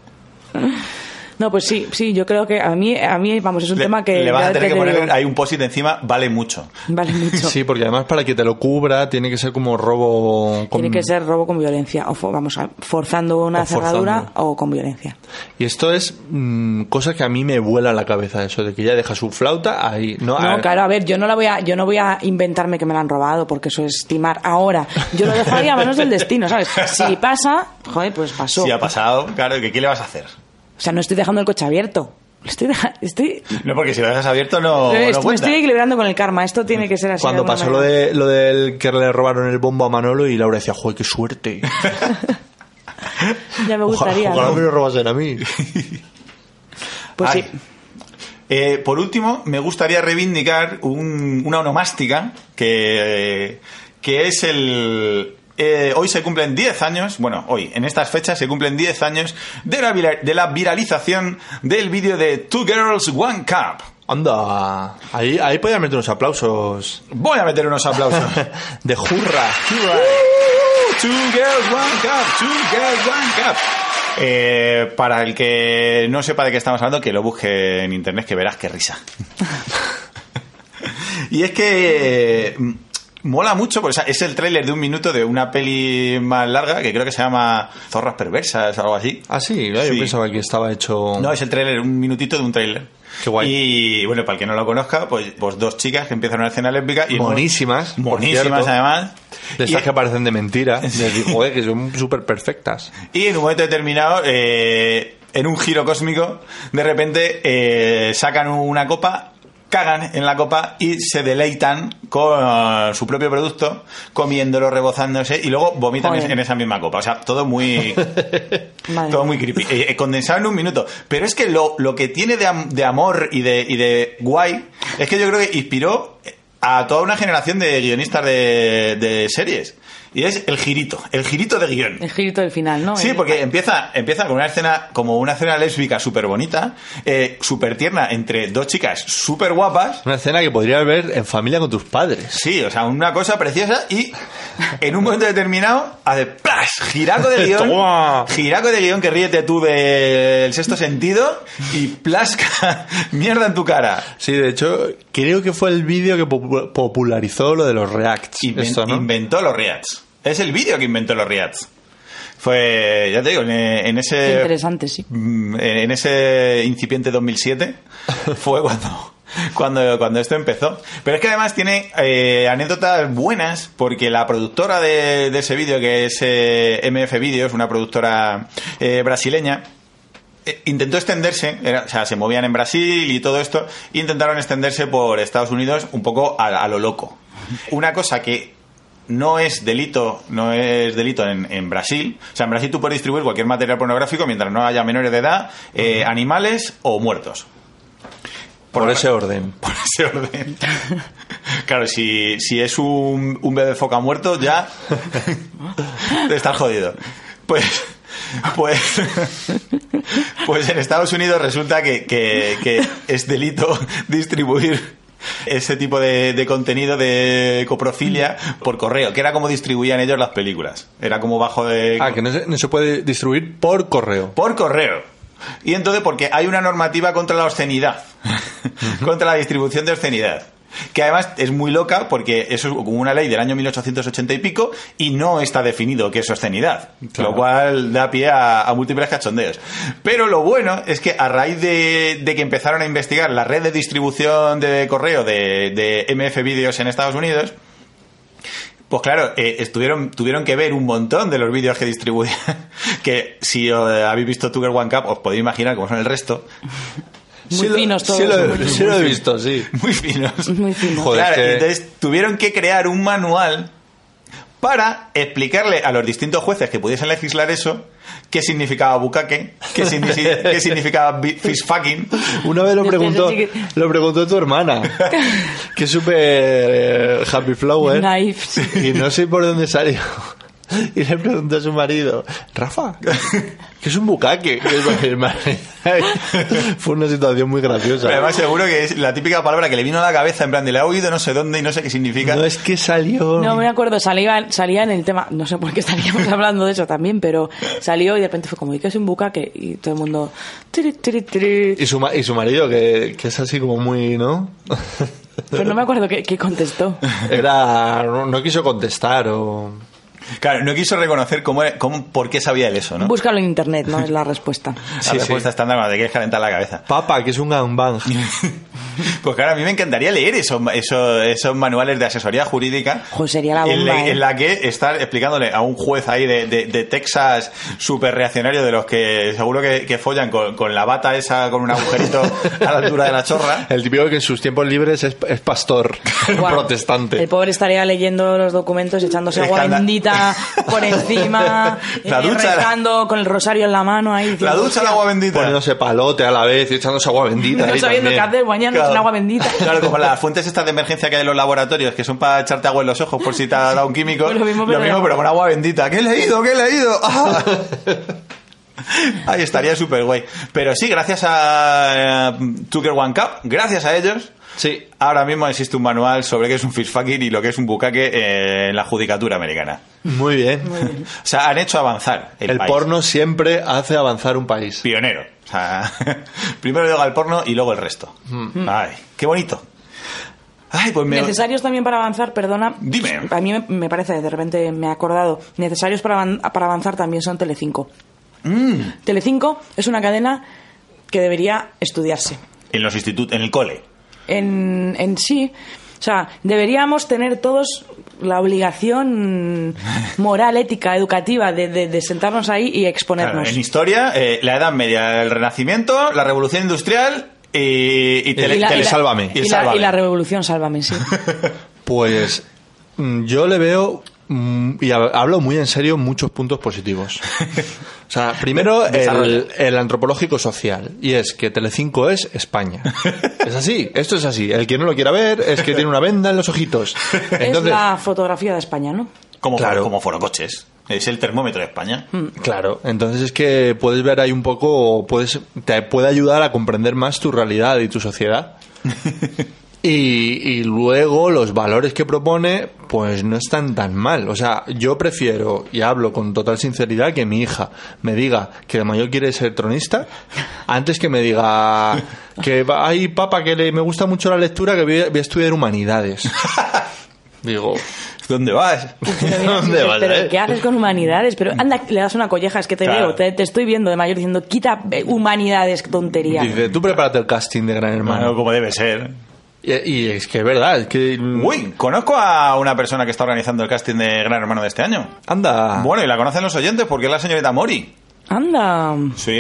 Speaker 4: No, pues sí, sí, yo creo que a mí, a mí vamos, es un
Speaker 3: Le,
Speaker 4: tema que...
Speaker 3: le vas
Speaker 4: ya
Speaker 3: a tener
Speaker 4: te
Speaker 3: que poner
Speaker 4: digo,
Speaker 3: ahí un post-it encima, vale mucho.
Speaker 4: Vale mucho.
Speaker 5: Sí, porque además para que te lo cubra tiene que ser como robo... con-
Speaker 4: Tiene que ser robo con violencia, o fo- vamos, a- forzando una
Speaker 5: O forzando.
Speaker 4: cerradura o con violencia.
Speaker 5: Y esto es mm, cosa que a mí me vuela la cabeza, eso de que ella deja su flauta ahí. No,
Speaker 4: No,
Speaker 5: A-
Speaker 4: claro, a ver, yo no la voy a, yo no voy a inventarme que me la han robado porque eso es timar ahora. Yo lo dejo ahí a manos del destino, ¿sabes? Si pasa, joder, pues pasó.
Speaker 3: Si ha pasado, claro, que ¿qué le vas a hacer?
Speaker 4: O sea, no estoy dejando el coche abierto. Lo Estoy, deja- estoy,
Speaker 3: No, porque si lo dejas abierto no,
Speaker 4: estoy-
Speaker 3: no
Speaker 4: me
Speaker 3: cuenta.
Speaker 4: estoy equilibrando con el karma. Esto tiene que ser así.
Speaker 5: Cuando
Speaker 4: alguna
Speaker 5: pasó lo,
Speaker 4: manera.
Speaker 5: de, lo del que le robaron el bombo a Manolo y Laura decía, joder, qué suerte.
Speaker 4: Ya me
Speaker 5: Ojalá,
Speaker 4: gustaría.
Speaker 5: ojalá
Speaker 4: ¿no?
Speaker 5: me lo robasen a mí.
Speaker 4: Pues
Speaker 3: Ay.
Speaker 4: sí.
Speaker 3: Eh, por último, me gustaría reivindicar un- una onomástica que, que es el... eh, hoy se cumplen 10 años, bueno, hoy, en estas fechas se cumplen 10 años de la, vira- de la viralización del vídeo de Two Girls, One Cup.
Speaker 5: Anda, ahí, ahí podían meter unos aplausos
Speaker 3: Voy a meter unos aplausos.
Speaker 5: de jurra.
Speaker 3: Uh, Two Girls One Cup, Two Girls One Cup. Eh, para el que no sepa de qué estamos hablando, que lo busque en internet, que verás qué risa. y es que eh, m- mola mucho, porque es el tráiler de un minuto de una peli más larga que creo que se llama Zorras Perversas o algo así.
Speaker 5: Ah, sí, yo
Speaker 3: Sí.
Speaker 5: pensaba que estaba hecho...
Speaker 3: No, es el tráiler, un minutito de un tráiler.
Speaker 5: Qué guay.
Speaker 3: Y bueno, para el que no lo conozca, pues, pues dos chicas que empiezan una escena lésbica y
Speaker 5: Monísimas, por
Speaker 3: Monísimas
Speaker 5: cierto.
Speaker 3: además.
Speaker 5: de
Speaker 3: Y-
Speaker 5: estas que parecen de mentira. Les digo, joder, que son súper perfectas.
Speaker 3: Y en un momento determinado, eh, en un giro cósmico, de repente eh, sacan una copa, cagan en la copa y se deleitan con su propio producto, comiéndolo, rebozándose y luego vomitan
Speaker 4: Joder.
Speaker 3: en esa misma copa. O sea, todo muy
Speaker 4: Madre
Speaker 3: todo
Speaker 4: mía.
Speaker 3: muy creepy. Eh, eh, condensado en un minuto. Pero es que lo, lo que tiene de, am- de amor y de, y de guay es que yo creo que inspiró a toda una generación de guionistas de, de series. Y es el girito, el girito de guión.
Speaker 4: El girito del final, ¿no? Eh,
Speaker 3: Sí,
Speaker 4: El-
Speaker 3: porque empieza, empieza con una escena, como una escena lésbica súper bonita, eh, súper tierna, entre dos chicas súper guapas.
Speaker 5: Una escena que podrías ver en familia con tus padres.
Speaker 3: Sí, o sea, una cosa preciosa y en un momento determinado hace ¡plas! Giraco de guión.
Speaker 5: Toma.
Speaker 3: Giraco de guión que ríete tú del sexto sentido y plasca mierda en tu cara.
Speaker 5: Sí, de hecho, creo que fue el vídeo que popu- popularizó lo de los reacts.
Speaker 3: Inven-
Speaker 5: Esto, ¿no?
Speaker 3: Inventó los reacts. Es el vídeo que inventó los reacts. Fue, ya te digo, en, en
Speaker 4: Qué
Speaker 3: ese...
Speaker 4: interesante, sí.
Speaker 3: Mm, en en ese incipiente 2007 fue cuando, cuando, cuando esto empezó. Pero es que además tiene eh, anécdotas buenas porque la productora de, de ese vídeo, que es eh, MF Videos, una productora eh, brasileña, eh, Intentó extenderse, era- o sea, se movían en Brasil y todo esto, e intentaron extenderse por Estados Unidos un poco a, a lo loco. Una cosa que no es delito, no es delito en, en Brasil. O sea, en Brasil tú puedes distribuir cualquier material pornográfico mientras no haya menores de edad, eh, animales o muertos.
Speaker 5: Por ese orden.
Speaker 3: Por ese orden. Claro, si, si es un, un bebé foca muerto, ya te estás jodido. Pues, pues, pues en Estados Unidos resulta que, que- que es delito distribuir ese tipo de, de contenido de coprofilia por correo, que era como distribuían ellos las películas. Era como bajo de...
Speaker 5: Ah, que no se, no se puede distribuir por correo.
Speaker 3: Por correo. Y entonces, porque hay una normativa contra la obscenidad, contra la distribución de obscenidad, que además es muy loca porque eso es como una ley del año 1880 y pico y no está definido qué es obscenidad,
Speaker 5: Claro.
Speaker 3: lo cual da pie a, a múltiples cachondeos. Pero lo bueno es que a raíz de, de que empezaron a investigar la red de distribución de correo de, de MF Videos en Estados Unidos, pues claro, eh, estuvieron, tuvieron que ver un montón de los vídeos que distribuían. Que si eh, habéis visto Tugger One Cup, os podéis imaginar cómo son el resto.
Speaker 4: Muy
Speaker 5: Sí lo-
Speaker 4: finos todos.
Speaker 5: Sí lo,
Speaker 4: muy
Speaker 5: sí lo he visto, sí.
Speaker 3: Muy finos.
Speaker 4: Muy finos.
Speaker 5: Joder,
Speaker 3: Claro,
Speaker 5: es que-
Speaker 3: entonces tuvieron que crear un manual para explicarle a los distintos jueces que pudiesen legislar eso qué significaba bucaque, qué, signi- qué significaba bi- fish fucking.
Speaker 5: Una vez lo
Speaker 4: Yo
Speaker 5: preguntó,
Speaker 4: pensé
Speaker 5: lo preguntó tu hermana, que es súper eh, happy flower.
Speaker 4: Knife, sí.
Speaker 5: Y no sé por dónde salió. Y le preguntó a su marido, Rafa, que es un bucaque. Y el marido- Fue una situación muy graciosa.
Speaker 3: Pero además seguro que es la típica palabra que le vino a la cabeza en plan de la he oído no sé dónde y no sé qué significa.
Speaker 5: no es que salió.
Speaker 4: No me acuerdo, salía, salía en el tema, no sé por qué estaríamos hablando de eso también, pero salió y de repente fue como, ¿y qué es un bucaque? Y todo el mundo... tiri, tiri, tiri.
Speaker 5: Y su, ma- y su marido, que, que es así como muy, ¿no?
Speaker 4: Pero no me acuerdo qué, qué contestó.
Speaker 5: Era. No, no quiso contestar o.
Speaker 3: Claro, no quiso reconocer cómo, era- cómo- por qué sabía él eso, ¿no?
Speaker 4: Búscalo en internet, no es la respuesta.
Speaker 3: La
Speaker 5: Sí, sí.
Speaker 3: respuesta estándar cuando te quieres calentar la cabeza.
Speaker 5: Papa, que es un gangbang.
Speaker 3: Pues claro, a mí me encantaría leer esos, esos, esos manuales de asesoría jurídica.
Speaker 4: Jo, sería la
Speaker 3: en,
Speaker 4: bomba, ¿eh?
Speaker 3: en la que estar explicándole a un juez ahí de, de- de Texas súper reaccionario, de los que seguro que, que follan con, con la bata esa, con un agujerito a la altura de la chorra.
Speaker 5: El típico que en sus tiempos libres es, es pastor
Speaker 4: Guau.
Speaker 5: protestante.
Speaker 4: El pobre estaría leyendo los documentos, echándose agua
Speaker 3: Escanda-
Speaker 4: bendita por encima,
Speaker 3: La
Speaker 4: eh,
Speaker 3: ducha.
Speaker 4: rezando con el rosario en la mano ahí.
Speaker 3: La
Speaker 4: diciendo,
Speaker 3: ducha al agua bendita.
Speaker 5: Poniéndose palote a la vez y echándose agua bendita.
Speaker 4: No
Speaker 5: ahí
Speaker 4: sabiendo qué
Speaker 5: también.
Speaker 4: hacer, bañarnos
Speaker 3: Claro.
Speaker 4: en agua bendita.
Speaker 3: Claro, como las fuentes estas de emergencia que hay en los laboratorios, que son para echarte agua en los ojos por si te ha dado un químico.
Speaker 4: Pues lo mismo, pero-
Speaker 3: pero con agua bendita. ¿Qué he leído? ¿Qué he leído? ¡Ah! Ahí estaría súper guay. Pero sí, gracias a eh, Tucker One Cup, gracias a ellos,
Speaker 5: Sí.
Speaker 3: ahora mismo existe un manual sobre qué es un fish fucking y lo que es un bucaque eh, en la judicatura americana.
Speaker 5: Muy bien.
Speaker 3: O sea, han hecho avanzar el,
Speaker 5: El
Speaker 3: país.
Speaker 5: porno siempre hace avanzar un país.
Speaker 3: Pionero. O sea, primero llega el porno y luego el resto.
Speaker 5: Mm.
Speaker 3: Ay, qué bonito. Ay, pues me...
Speaker 4: Necesarios también para avanzar, perdona.
Speaker 3: Dime.
Speaker 4: A mí me- me parece, de repente me he acordado, necesarios para, avan- para avanzar también son Telecinco.
Speaker 3: Mm.
Speaker 4: Telecinco es una cadena que debería estudiarse.
Speaker 3: En los institutos, en el cole.
Speaker 4: en, en sí. O sea, deberíamos tener todos la obligación moral, ética, educativa de, de- de sentarnos ahí y
Speaker 3: Claro,
Speaker 4: exponernos.
Speaker 3: en historia, eh, la Edad Media, el Renacimiento, la Revolución Industrial y, y tele,
Speaker 4: Y la- y la-
Speaker 5: Telesálvame.
Speaker 3: Y
Speaker 4: Y,
Speaker 3: el
Speaker 4: la,
Speaker 3: Sálvame.
Speaker 4: y la revolución, sálvame, sí.
Speaker 5: Pues mm, yo le veo, mm, y ha- hablo muy en serio, muchos puntos positivos. O sea, primero
Speaker 3: Desarrolla.
Speaker 5: el, el antropológico social, y es que Telecinco es España. Es así, esto es así. El que no lo quiera ver es que tiene una venda en los ojitos.
Speaker 4: es
Speaker 5: Entonces,
Speaker 4: la fotografía de España, ¿no?
Speaker 3: como,
Speaker 5: Claro.
Speaker 3: foro- como forocoches. Es el termómetro de España.
Speaker 4: Mm.
Speaker 5: Claro, entonces es que puedes ver ahí un poco, puedes, te puede ayudar a comprender más tu realidad y tu sociedad. y, y luego los valores que propone, pues no están tan mal. O sea, yo prefiero, y hablo con total sinceridad, que mi hija me diga que de mayor quiere ser tronista, antes que me diga que va- ay papá que le, me gusta mucho la lectura, que voy a, voy a estudiar humanidades. Digo,
Speaker 3: ¿Dónde vas?
Speaker 5: ¿dónde vas?
Speaker 4: Pero
Speaker 5: eh?
Speaker 4: ¿qué haces con humanidades? Pero anda, le das una colleja, es que te
Speaker 3: Claro.
Speaker 4: veo, te, te estoy viendo de mayor diciendo, quita eh, humanidades, qué tontería.
Speaker 5: Dice, tú prepárate el casting de Gran Hermano.
Speaker 3: Hermano, como debe ser.
Speaker 5: Y, y es que es verdad, es que. mm,
Speaker 3: Uy, conozco a una persona que está organizando el casting de Gran Hermano de este año.
Speaker 5: Anda.
Speaker 3: Bueno, y la conocen los oyentes porque es la señorita Mori.
Speaker 4: Anda.
Speaker 3: Sí,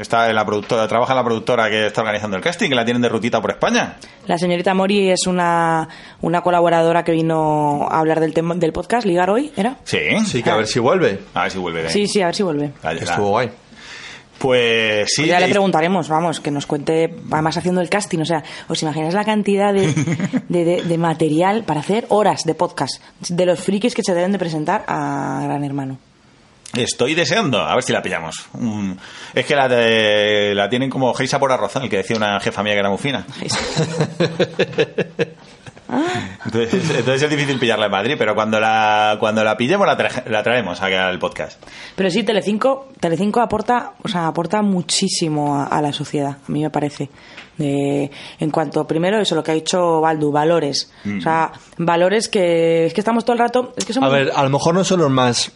Speaker 3: está en la productora, trabaja en la productora que está organizando el casting, que la tienen de rutita por España.
Speaker 4: La señorita Mori es una, una colaboradora que vino a hablar del, tema, del podcast, Ligar Hoy, ¿era?
Speaker 3: Sí.
Speaker 5: Sí, que a ver si vuelve.
Speaker 3: A ver si vuelve. bien.
Speaker 4: Sí, sí, a ver si vuelve.
Speaker 3: La- la-
Speaker 5: Estuvo guay.
Speaker 3: Pues sí.
Speaker 4: ya le
Speaker 3: y-
Speaker 4: preguntaremos, vamos, que nos cuente, además haciendo el casting, o sea, ¿os imagináis la cantidad de, de, de- de material para hacer horas de podcast de los frikis que se deben de presentar a Gran Hermano?
Speaker 3: Estoy deseando, a ver si la pillamos. Mm, Es que la, de- la tienen como geisa por arrozal, que decía una jefa mía que era muy fina. Entonces, entonces es difícil pillarla en Madrid, pero cuando la, cuando la pillemos la, traje- la traemos aquí al podcast.
Speaker 4: Pero sí, Telecinco, Telecinco aporta, o sea, aporta muchísimo a, a la sociedad, a mí me parece. De- en cuanto, primero, eso lo que ha dicho Baldu, valores. O sea,
Speaker 3: Mm.
Speaker 4: valores que es que estamos todo el rato... Es que
Speaker 5: A
Speaker 4: somos
Speaker 5: ver, a lo mejor no son los más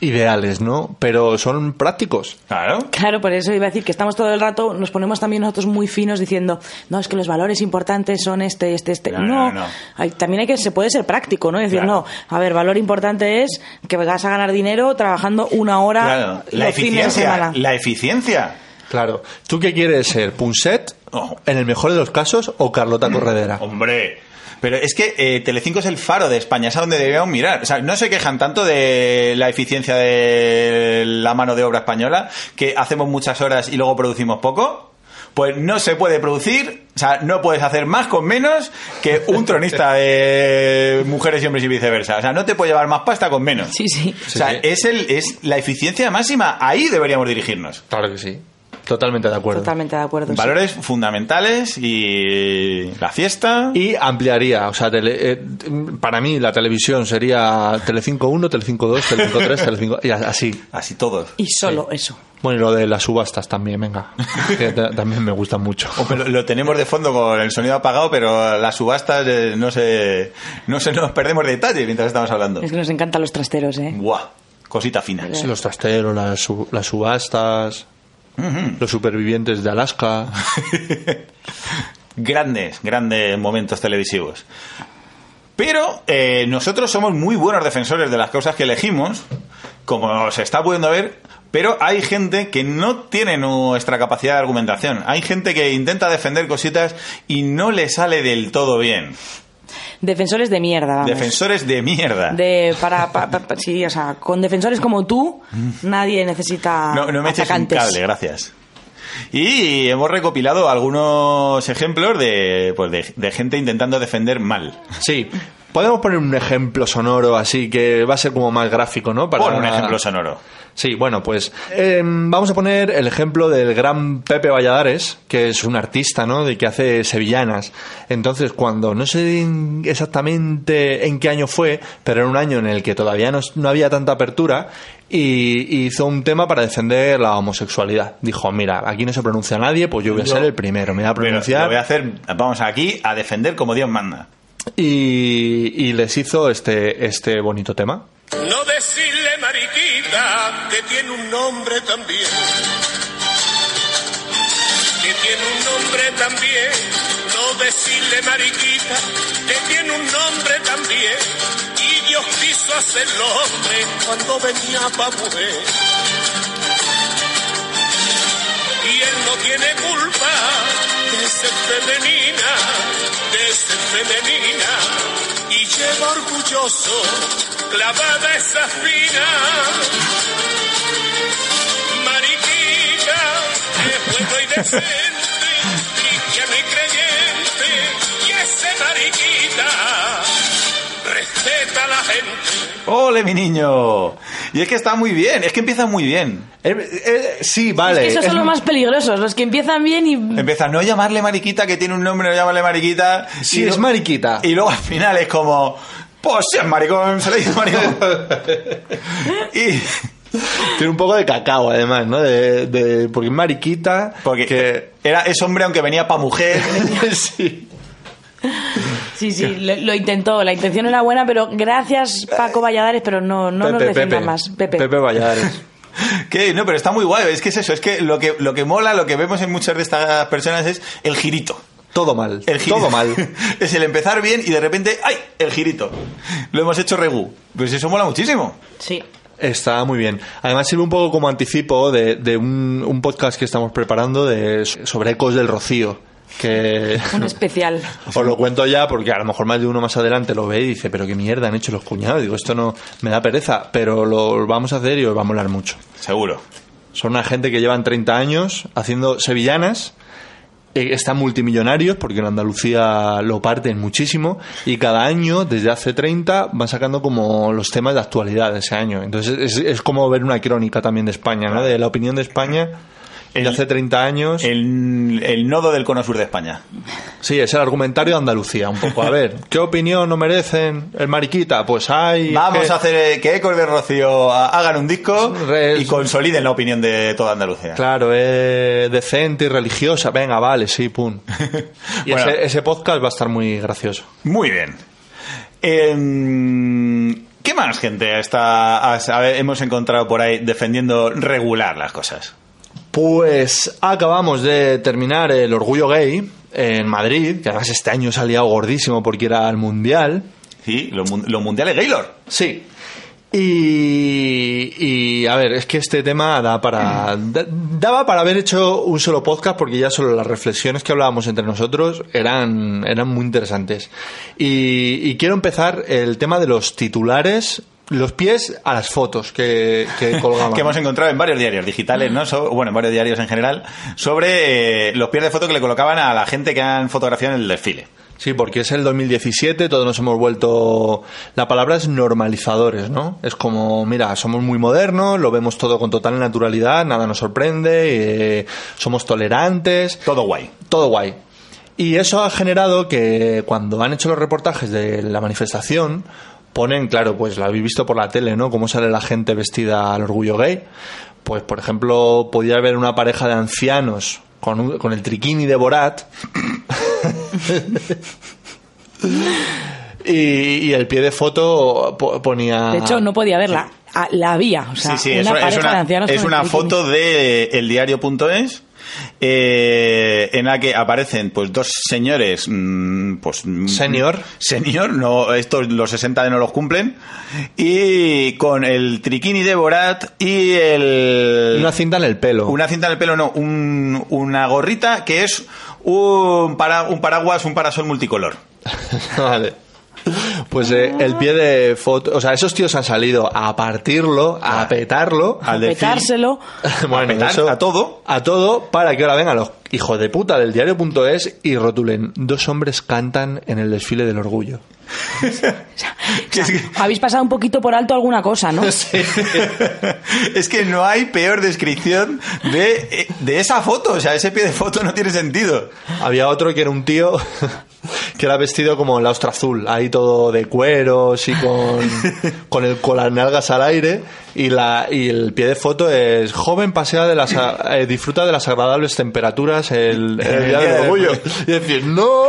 Speaker 5: ideales, ¿no? Pero son prácticos.
Speaker 3: Claro.
Speaker 4: Claro, por eso iba a decir que estamos todo el rato, nos ponemos también nosotros muy finos diciendo, no, es que los valores importantes son este, este, este.
Speaker 3: No,
Speaker 4: No,
Speaker 3: no, no.
Speaker 4: Hay- también hay que, se puede ser práctico, ¿no? Y decir,
Speaker 3: Claro.
Speaker 4: no, a ver, valor importante es que vas a ganar dinero trabajando una hora
Speaker 3: Claro. La
Speaker 4: los fines de
Speaker 3: eficiencia.
Speaker 4: semana.
Speaker 3: La eficiencia.
Speaker 5: Claro. ¿Tú qué quieres ser? ¿Punset?
Speaker 3: Ojo.
Speaker 5: En el mejor de los casos, o Carlota Corredera.
Speaker 3: Hombre. Pero es que eh, Telecinco es el faro de España, es a donde debemos mirar. O sea, no se quejan tanto de la eficiencia de la mano de obra española, que hacemos muchas horas y luego producimos poco. Pues no se puede producir, o sea, no puedes hacer más con menos que un tronista de mujeres y hombres y viceversa. O sea, no te puede llevar más pasta con menos.
Speaker 4: Sí, sí.
Speaker 3: O sea,
Speaker 5: Sí, sí.
Speaker 3: Es, el, es la eficiencia máxima. Ahí deberíamos dirigirnos.
Speaker 5: Claro que sí. Totalmente de acuerdo.
Speaker 4: Totalmente de acuerdo. sí.
Speaker 3: Valores fundamentales y la fiesta.
Speaker 5: Y ampliaría, o sea, tele- eh, para mí la televisión sería Telecinco 1, Telecinco 2, Telecinco 3, Telecinco... Y a- así.
Speaker 3: Así todos.
Speaker 4: Y solo eso.
Speaker 5: Bueno, y lo de las subastas también, venga. Que ta- también me gusta mucho.
Speaker 3: Hombre, Lo, lo tenemos de fondo con el sonido apagado, pero las subastas eh, no se, no se nos perdemos detalle mientras estamos hablando.
Speaker 4: Es que nos encantan los trasteros, ¿eh?
Speaker 3: Buah, cosita fina.
Speaker 5: Sí, Los trasteros, las, su- las subastas, los supervivientes de Alaska.
Speaker 3: Grandes, grandes momentos televisivos. Pero eh, nosotros somos muy buenos defensores de las causas que elegimos, como se está pudiendo ver, pero hay gente que no tiene nuestra capacidad de argumentación. Hay gente que intenta defender cositas y no le sale del todo bien.
Speaker 4: Defensores de mierda, vamos.
Speaker 3: Defensores de mierda.
Speaker 4: De, para, pa- pa- pa- sí, o sea, con defensores como tú, nadie necesita
Speaker 3: No, no me eches un
Speaker 4: atacantes.
Speaker 3: cable, gracias. Y hemos recopilado algunos ejemplos de, pues de, de gente intentando defender mal.
Speaker 5: Sí. Podemos poner un ejemplo sonoro así que va a ser como más gráfico, ¿no?
Speaker 3: Pon un ejemplo sonoro.
Speaker 5: Sí, bueno, pues eh, vamos a poner el ejemplo del gran Pepe Valladares, que es un artista, ¿no? De que hace sevillanas. Entonces, cuando no sé en- exactamente en qué año fue, pero era un año en el que todavía no, no había tanta apertura, y y hizo un tema para defender la homosexualidad. Dijo, mira, aquí no se pronuncia nadie, pues yo voy a ser el primero, me voy a
Speaker 3: Pero
Speaker 5: pronunciar.
Speaker 3: lo voy a hacer, vamos aquí a defender como Dios manda.
Speaker 5: y, y les hizo este, este bonito tema.
Speaker 8: No decirle mariquita que tiene un nombre también. Que tiene un nombre también. No decirle mariquita que tiene un nombre también. Y Dios quiso hacerlo hombre cuando venía pa' mujer. Y él no tiene culpa de ser femenina, de ser femenina. Y lleva orgulloso clavada esa fina. Mariquita es bueno y decente, cristiano y creyente. Y ese mariquita respeta a la gente.
Speaker 3: ¡Ole, mi niño! Y es que está muy bien, es que empieza muy bien.
Speaker 5: Eh, eh, sí, vale.
Speaker 4: Es que esos
Speaker 5: es
Speaker 4: son los más peligrosos, los que empiezan bien y...
Speaker 3: Empieza, no llamarle mariquita, que tiene un nombre, no llamarle mariquita.
Speaker 5: Sí,
Speaker 3: Y
Speaker 5: es
Speaker 3: lo-
Speaker 5: mariquita.
Speaker 3: Y luego al final es como, pues sí es maricón, se le dice maricón. y...
Speaker 5: Tiene un poco de cacao, además, ¿no? De, de- porque es mariquita.
Speaker 3: Porque
Speaker 5: que-
Speaker 3: era, es hombre aunque venía pa' mujer.
Speaker 5: sí.
Speaker 4: Sí, sí, lo, lo intentó, la intención era buena, pero gracias Paco Valladares, pero no, no nos defienda más. Pepe.
Speaker 5: Valladares.
Speaker 3: que, no, pero está muy guay. Es que es eso. Es que lo, que lo que mola, lo que vemos en muchas de estas personas es el girito.
Speaker 5: Todo mal.
Speaker 3: El girito.
Speaker 5: todo mal.
Speaker 3: es el empezar bien y de repente, ¡ay! El girito. Lo hemos hecho regu. Pues eso mola muchísimo.
Speaker 4: Sí.
Speaker 5: Está muy bien. Además sirve un poco como anticipo de, de un, un podcast que estamos preparando de, sobre ecos del rocío. Que
Speaker 4: Un especial.
Speaker 5: os lo cuento ya porque a lo mejor más de uno más adelante lo ve y dice, pero qué mierda han hecho los cuñados. Digo, esto no me da pereza, pero lo vamos a hacer y os va a molar mucho.
Speaker 3: Seguro.
Speaker 5: Son una gente que llevan 30 años haciendo sevillanas, eh, están multimillonarios porque en Andalucía lo parten muchísimo y cada año, desde hace 30, van sacando como los temas de actualidad de ese año. Entonces es, es como ver una crónica también de España, ¿no? De la opinión de España
Speaker 3: El-
Speaker 5: de hace 30 años.
Speaker 3: El, el nodo del cono sur de España.
Speaker 5: sí, es el argumentario de Andalucía un poco. A ver, ¿qué opinión no merecen el mariquita? Pues hay...
Speaker 3: Vamos
Speaker 5: que-
Speaker 3: a hacer eh, que Ecos de Rocío ha- hagan un disco
Speaker 5: Res-
Speaker 3: y consoliden la opinión de toda Andalucía.
Speaker 5: Claro, es decente y religiosa. Venga, vale, sí, pum. Y
Speaker 3: Bueno.
Speaker 5: ese- ese podcast va a estar muy gracioso.
Speaker 3: Muy bien. Em, ¿Qué más gente está, has- a ver, hemos encontrado por ahí defendiendo regular las cosas?
Speaker 5: Pues acabamos de terminar el Orgullo Gay en Madrid, que además este año se ha liado gordísimo porque era el Mundial.
Speaker 3: Sí, los mun- los mundiales Gaylord.
Speaker 5: Sí. Y, y, a ver, es que este tema da para, da- daba para haber hecho un solo podcast porque ya solo las reflexiones que hablábamos entre nosotros eran, eran muy interesantes. Y, y quiero empezar el tema de los titulares, los pies a las fotos que, que colgaban.
Speaker 3: que hemos encontrado en varios diarios digitales, ¿no? So- bueno, en varios diarios en general, sobre eh, los pies de foto que le colocaban a la gente que han fotografiado en el desfile.
Speaker 5: Sí, porque es el 2017, todos nos hemos vuelto... La palabra es normalizadores, ¿no? Es como, mira, somos muy modernos, lo vemos todo con total naturalidad, nada nos sorprende, eh, somos tolerantes,
Speaker 3: Todo guay.
Speaker 5: todo guay. Y eso ha generado que cuando han hecho los reportajes de la manifestación, ponen, claro, pues lo habéis visto por la tele, ¿no? Cómo sale la gente vestida al orgullo gay. Pues, por ejemplo, podía haber una pareja de ancianos con, un- con el triquini de Borat. y, y el pie de foto po- ponía...
Speaker 4: De hecho, no podía verla. Ah, La había, o sea,
Speaker 3: sí, sí,
Speaker 4: una
Speaker 3: eso-
Speaker 4: pareja
Speaker 3: es
Speaker 4: de
Speaker 3: una, eh,
Speaker 4: ancianos
Speaker 3: es
Speaker 4: con el
Speaker 3: una
Speaker 4: bikini.
Speaker 3: foto de eldiario.es eh, en la que aparecen pues dos señores, mm, pues mm,
Speaker 5: Senior.
Speaker 3: senior, no, estos los 60 de no los cumplen, y con el triquini de Borat y el
Speaker 5: Una cinta en el pelo.
Speaker 3: una cinta en el pelo, no, un- una gorrita que es un, para, un paraguas, un parasol multicolor.
Speaker 5: Vale. Pues eh, el pie de foto. O sea, esos tíos han salido a partirlo, a petarlo.
Speaker 3: Al de
Speaker 4: petárselo.
Speaker 5: Bueno,
Speaker 3: petar a todo.
Speaker 5: A todo para que ahora vengan los hijos de puta del diario.es y rotulen. Dos hombres cantan en el desfile del orgullo.
Speaker 3: Que es que-
Speaker 4: Habéis pasado un poquito por alto alguna cosa, ¿no?
Speaker 3: es que no hay peor descripción de, eh, de esa foto. O sea, ese pie de foto no tiene sentido.
Speaker 5: Había otro que era un tío que era vestido como la ostra azul, ahí todo de cueros y con, con, el, con las nalgas al aire. Y, la, y el pie de foto es joven pasea de las a- eh, disfruta de las agradables temperaturas el, el día del orgullo. Y decir, no.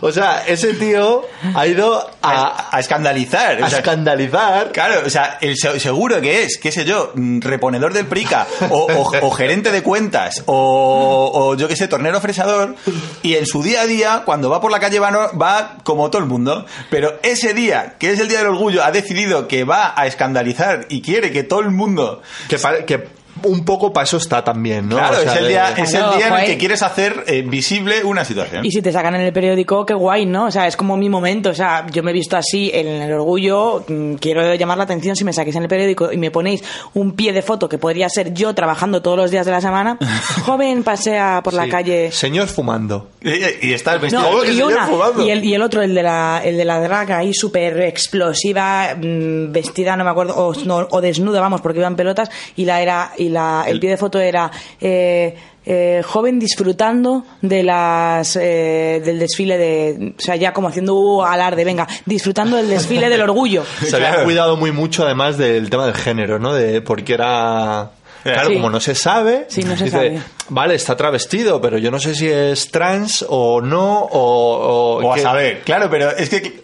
Speaker 5: O sea, ese tío ha ido a,
Speaker 3: A, a escandalizar.
Speaker 5: a
Speaker 3: O sea,
Speaker 5: escandalizar.
Speaker 3: Claro, o sea, el se- seguro que es, qué sé yo, mm, reponedor del prica, o, o- o gerente de cuentas, o, o yo qué sé, tornero fresador, y en su día a día, cuando va por la calle, va, no- va como todo el mundo, pero ese día, que es el Día del Orgullo, ha decidido que va a escandalizar y quiere que todo el mundo...
Speaker 5: Que, pa- que un poco para eso está también, ¿no?
Speaker 3: claro,
Speaker 5: O sea,
Speaker 3: es el
Speaker 5: de-
Speaker 3: día, es el
Speaker 4: Claro,
Speaker 3: día en el
Speaker 4: joder.
Speaker 3: que quieres hacer eh, visible una situación.
Speaker 4: Y si te sacan en el periódico, qué guay, ¿no? O sea, es como mi momento. O sea, yo me he visto así en el orgullo. mm, Quiero llamar la atención si me saquéis en el periódico y me ponéis un pie de foto que podría ser yo trabajando todos los días de la semana. Joven pasea por la
Speaker 5: Sí.
Speaker 4: calle.
Speaker 5: Señor fumando.
Speaker 3: Y, y está el
Speaker 4: No,
Speaker 3: vestido...
Speaker 4: y, una- y el, y el otro, el de la, el de la drag ahí súper explosiva, mm, vestida, no me acuerdo, o, no, o desnuda, vamos, porque iban pelotas, y la era, y la, el pie de foto era eh, eh, joven disfrutando de las eh, del desfile de, o sea, ya como haciendo uh, alarde, venga, disfrutando del desfile del orgullo.
Speaker 5: Se había cuidado muy mucho además del tema del género, ¿no? De, porque era...
Speaker 3: Eh.
Speaker 5: Claro,
Speaker 4: Sí.
Speaker 5: como no se sabe,
Speaker 4: Sí, no se
Speaker 5: dice,
Speaker 4: sabe.
Speaker 5: vale, está travestido, pero yo no sé si es trans o no, o...
Speaker 3: O a
Speaker 5: que-
Speaker 3: saber, claro, pero es que...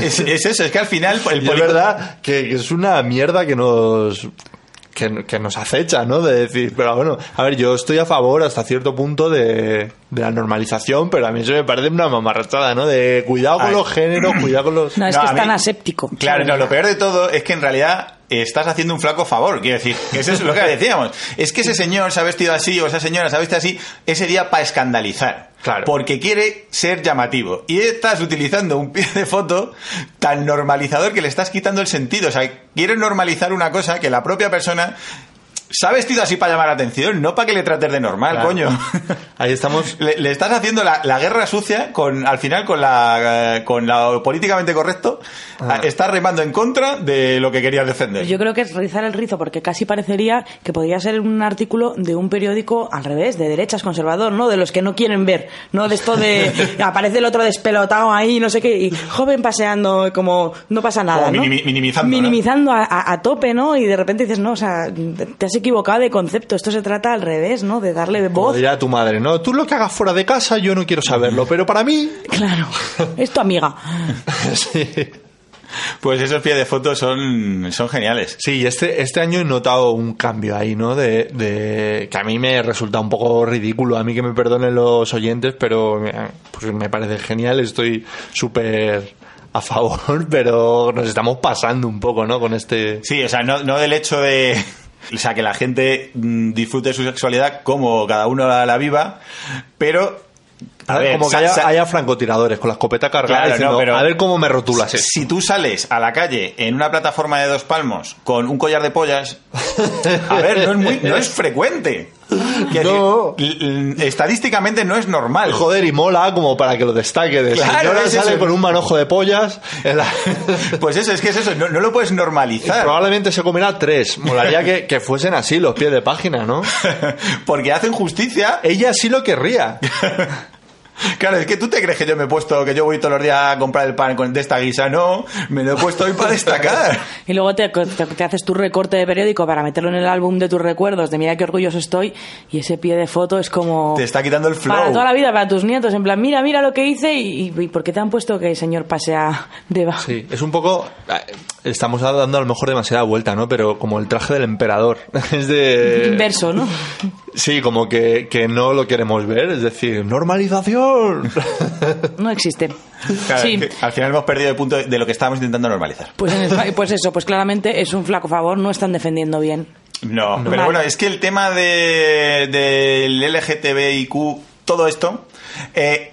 Speaker 3: Es, es eso, es que al final... El
Speaker 5: Y es
Speaker 3: poli-
Speaker 5: verdad que, que es una mierda que nos... Que, que nos acecha, ¿no? De decir, pero bueno, a ver, yo estoy a favor hasta cierto punto de, de la normalización, pero a mí eso me parece una mamarrachada, ¿no? De cuidado con
Speaker 3: Ay.
Speaker 5: los géneros, cuidado con los...
Speaker 4: No, es
Speaker 3: No,
Speaker 4: que
Speaker 3: a
Speaker 4: es tan
Speaker 3: mí-
Speaker 4: aséptico.
Speaker 3: Claro,
Speaker 4: ¿sabes?
Speaker 3: no, lo peor de todo es que en realidad estás haciendo un flaco favor, quiero decir, que eso es lo que decíamos. Es que ese señor se ha vestido así o esa señora se ha vestido así ese día para escandalizar.
Speaker 5: Claro.
Speaker 3: Porque quiere ser llamativo. Y estás utilizando un pie de foto tan normalizador que le estás quitando el sentido. O sea, quieres normalizar una cosa que la propia persona se ha vestido así para llamar la atención, no para que le trates de normal,
Speaker 5: Claro.
Speaker 3: coño.
Speaker 5: Ahí estamos
Speaker 3: Le, le estás haciendo la, la guerra sucia con al final con la eh, con la políticamente correcto
Speaker 5: Ah.
Speaker 3: a- estás remando en contra de lo que querías defender.
Speaker 4: Yo creo que es rizar el rizo, porque casi parecería que podría ser un artículo de un periódico al revés, de derechas conservador, ¿no? De los que no quieren ver, ¿no? De esto de. aparece el otro despelotado ahí, no sé qué, y joven paseando, como no pasa nada.
Speaker 3: Como
Speaker 4: ¿no?
Speaker 3: minimi- minimizando, ¿no?
Speaker 4: Minimizando a, a- a tope, ¿no? Y de repente dices, no, o sea, te has equivocado de concepto, esto se trata al revés, ¿no? De darle
Speaker 5: Como
Speaker 4: voz.
Speaker 5: dirá tu madre, no, tú lo que hagas fuera de casa yo no quiero saberlo, pero para mí...
Speaker 4: Claro, es tu amiga.
Speaker 5: sí,
Speaker 3: Pues esos pies de foto son, son geniales.
Speaker 5: Sí, este, este año he notado un cambio ahí, ¿no? De, de- que a mí me resulta un poco ridículo, a mí que me perdonen los oyentes, pero eh, pues me parece genial, estoy súper a favor, pero nos estamos pasando un poco, ¿no? Con este...
Speaker 3: Sí, o sea, no, no del hecho de. O sea, que la gente mm, disfrute su sexualidad como cada uno la, la viva, pero. a ver,
Speaker 5: como que
Speaker 3: sa-
Speaker 5: haya,
Speaker 3: sa-
Speaker 5: haya francotiradores con la escopeta cargada
Speaker 3: Claro, no,
Speaker 5: diciendo,
Speaker 3: pero-
Speaker 5: a ver cómo me rotulas esto".
Speaker 3: Si tú sales a la calle en una plataforma de dos palmos con un collar de pollas, a ver, no es, muy- no es frecuente. Quiero
Speaker 5: No.
Speaker 3: decir, l- l- estadísticamente no es normal.
Speaker 5: Joder, y mola como para que lo destaque de
Speaker 3: Claro,
Speaker 5: señora
Speaker 3: es
Speaker 5: sale
Speaker 3: eso.
Speaker 5: con un manojo de pollas en la...
Speaker 3: Pues eso, es que es eso, no, no lo puedes
Speaker 5: Y
Speaker 3: normalizar.
Speaker 5: Probablemente se comerá tres. Molaría que, que fuesen así los pies de página, ¿no?
Speaker 3: Porque hacen justicia.
Speaker 5: Ella sí lo querría.
Speaker 3: Claro, es que tú te crees que yo me he puesto, que yo voy todos los días a comprar el pan con, de esta guisa. No, me lo he puesto hoy para destacar.
Speaker 4: Y luego te, te- te haces tu recorte de periódico para meterlo en el álbum de tus recuerdos, de mira qué orgulloso estoy, y ese pie de foto es como...
Speaker 3: Te está quitando el flow.
Speaker 4: Para toda la vida, para tus nietos, en plan, mira, mira lo que hice y, y ¿por qué te han puesto que el señor pasea debajo?
Speaker 5: Sí, es un poco. eh, Estamos dando a lo mejor demasiada vuelta, ¿no? Pero como el traje del emperador. Es de.
Speaker 4: Inverso, ¿no?
Speaker 5: Sí, como que, que no lo queremos ver, es decir, normalización.
Speaker 4: No existe.
Speaker 3: Claro,
Speaker 4: sí.
Speaker 3: es que al final hemos perdido el punto de lo que estábamos intentando normalizar.
Speaker 4: Pues, en Espa- pues eso, pues claramente es un flaco favor, no están defendiendo bien.
Speaker 3: No, pero
Speaker 4: Vale.
Speaker 3: bueno, es que el tema de, del LGTBIQ, todo esto, eh,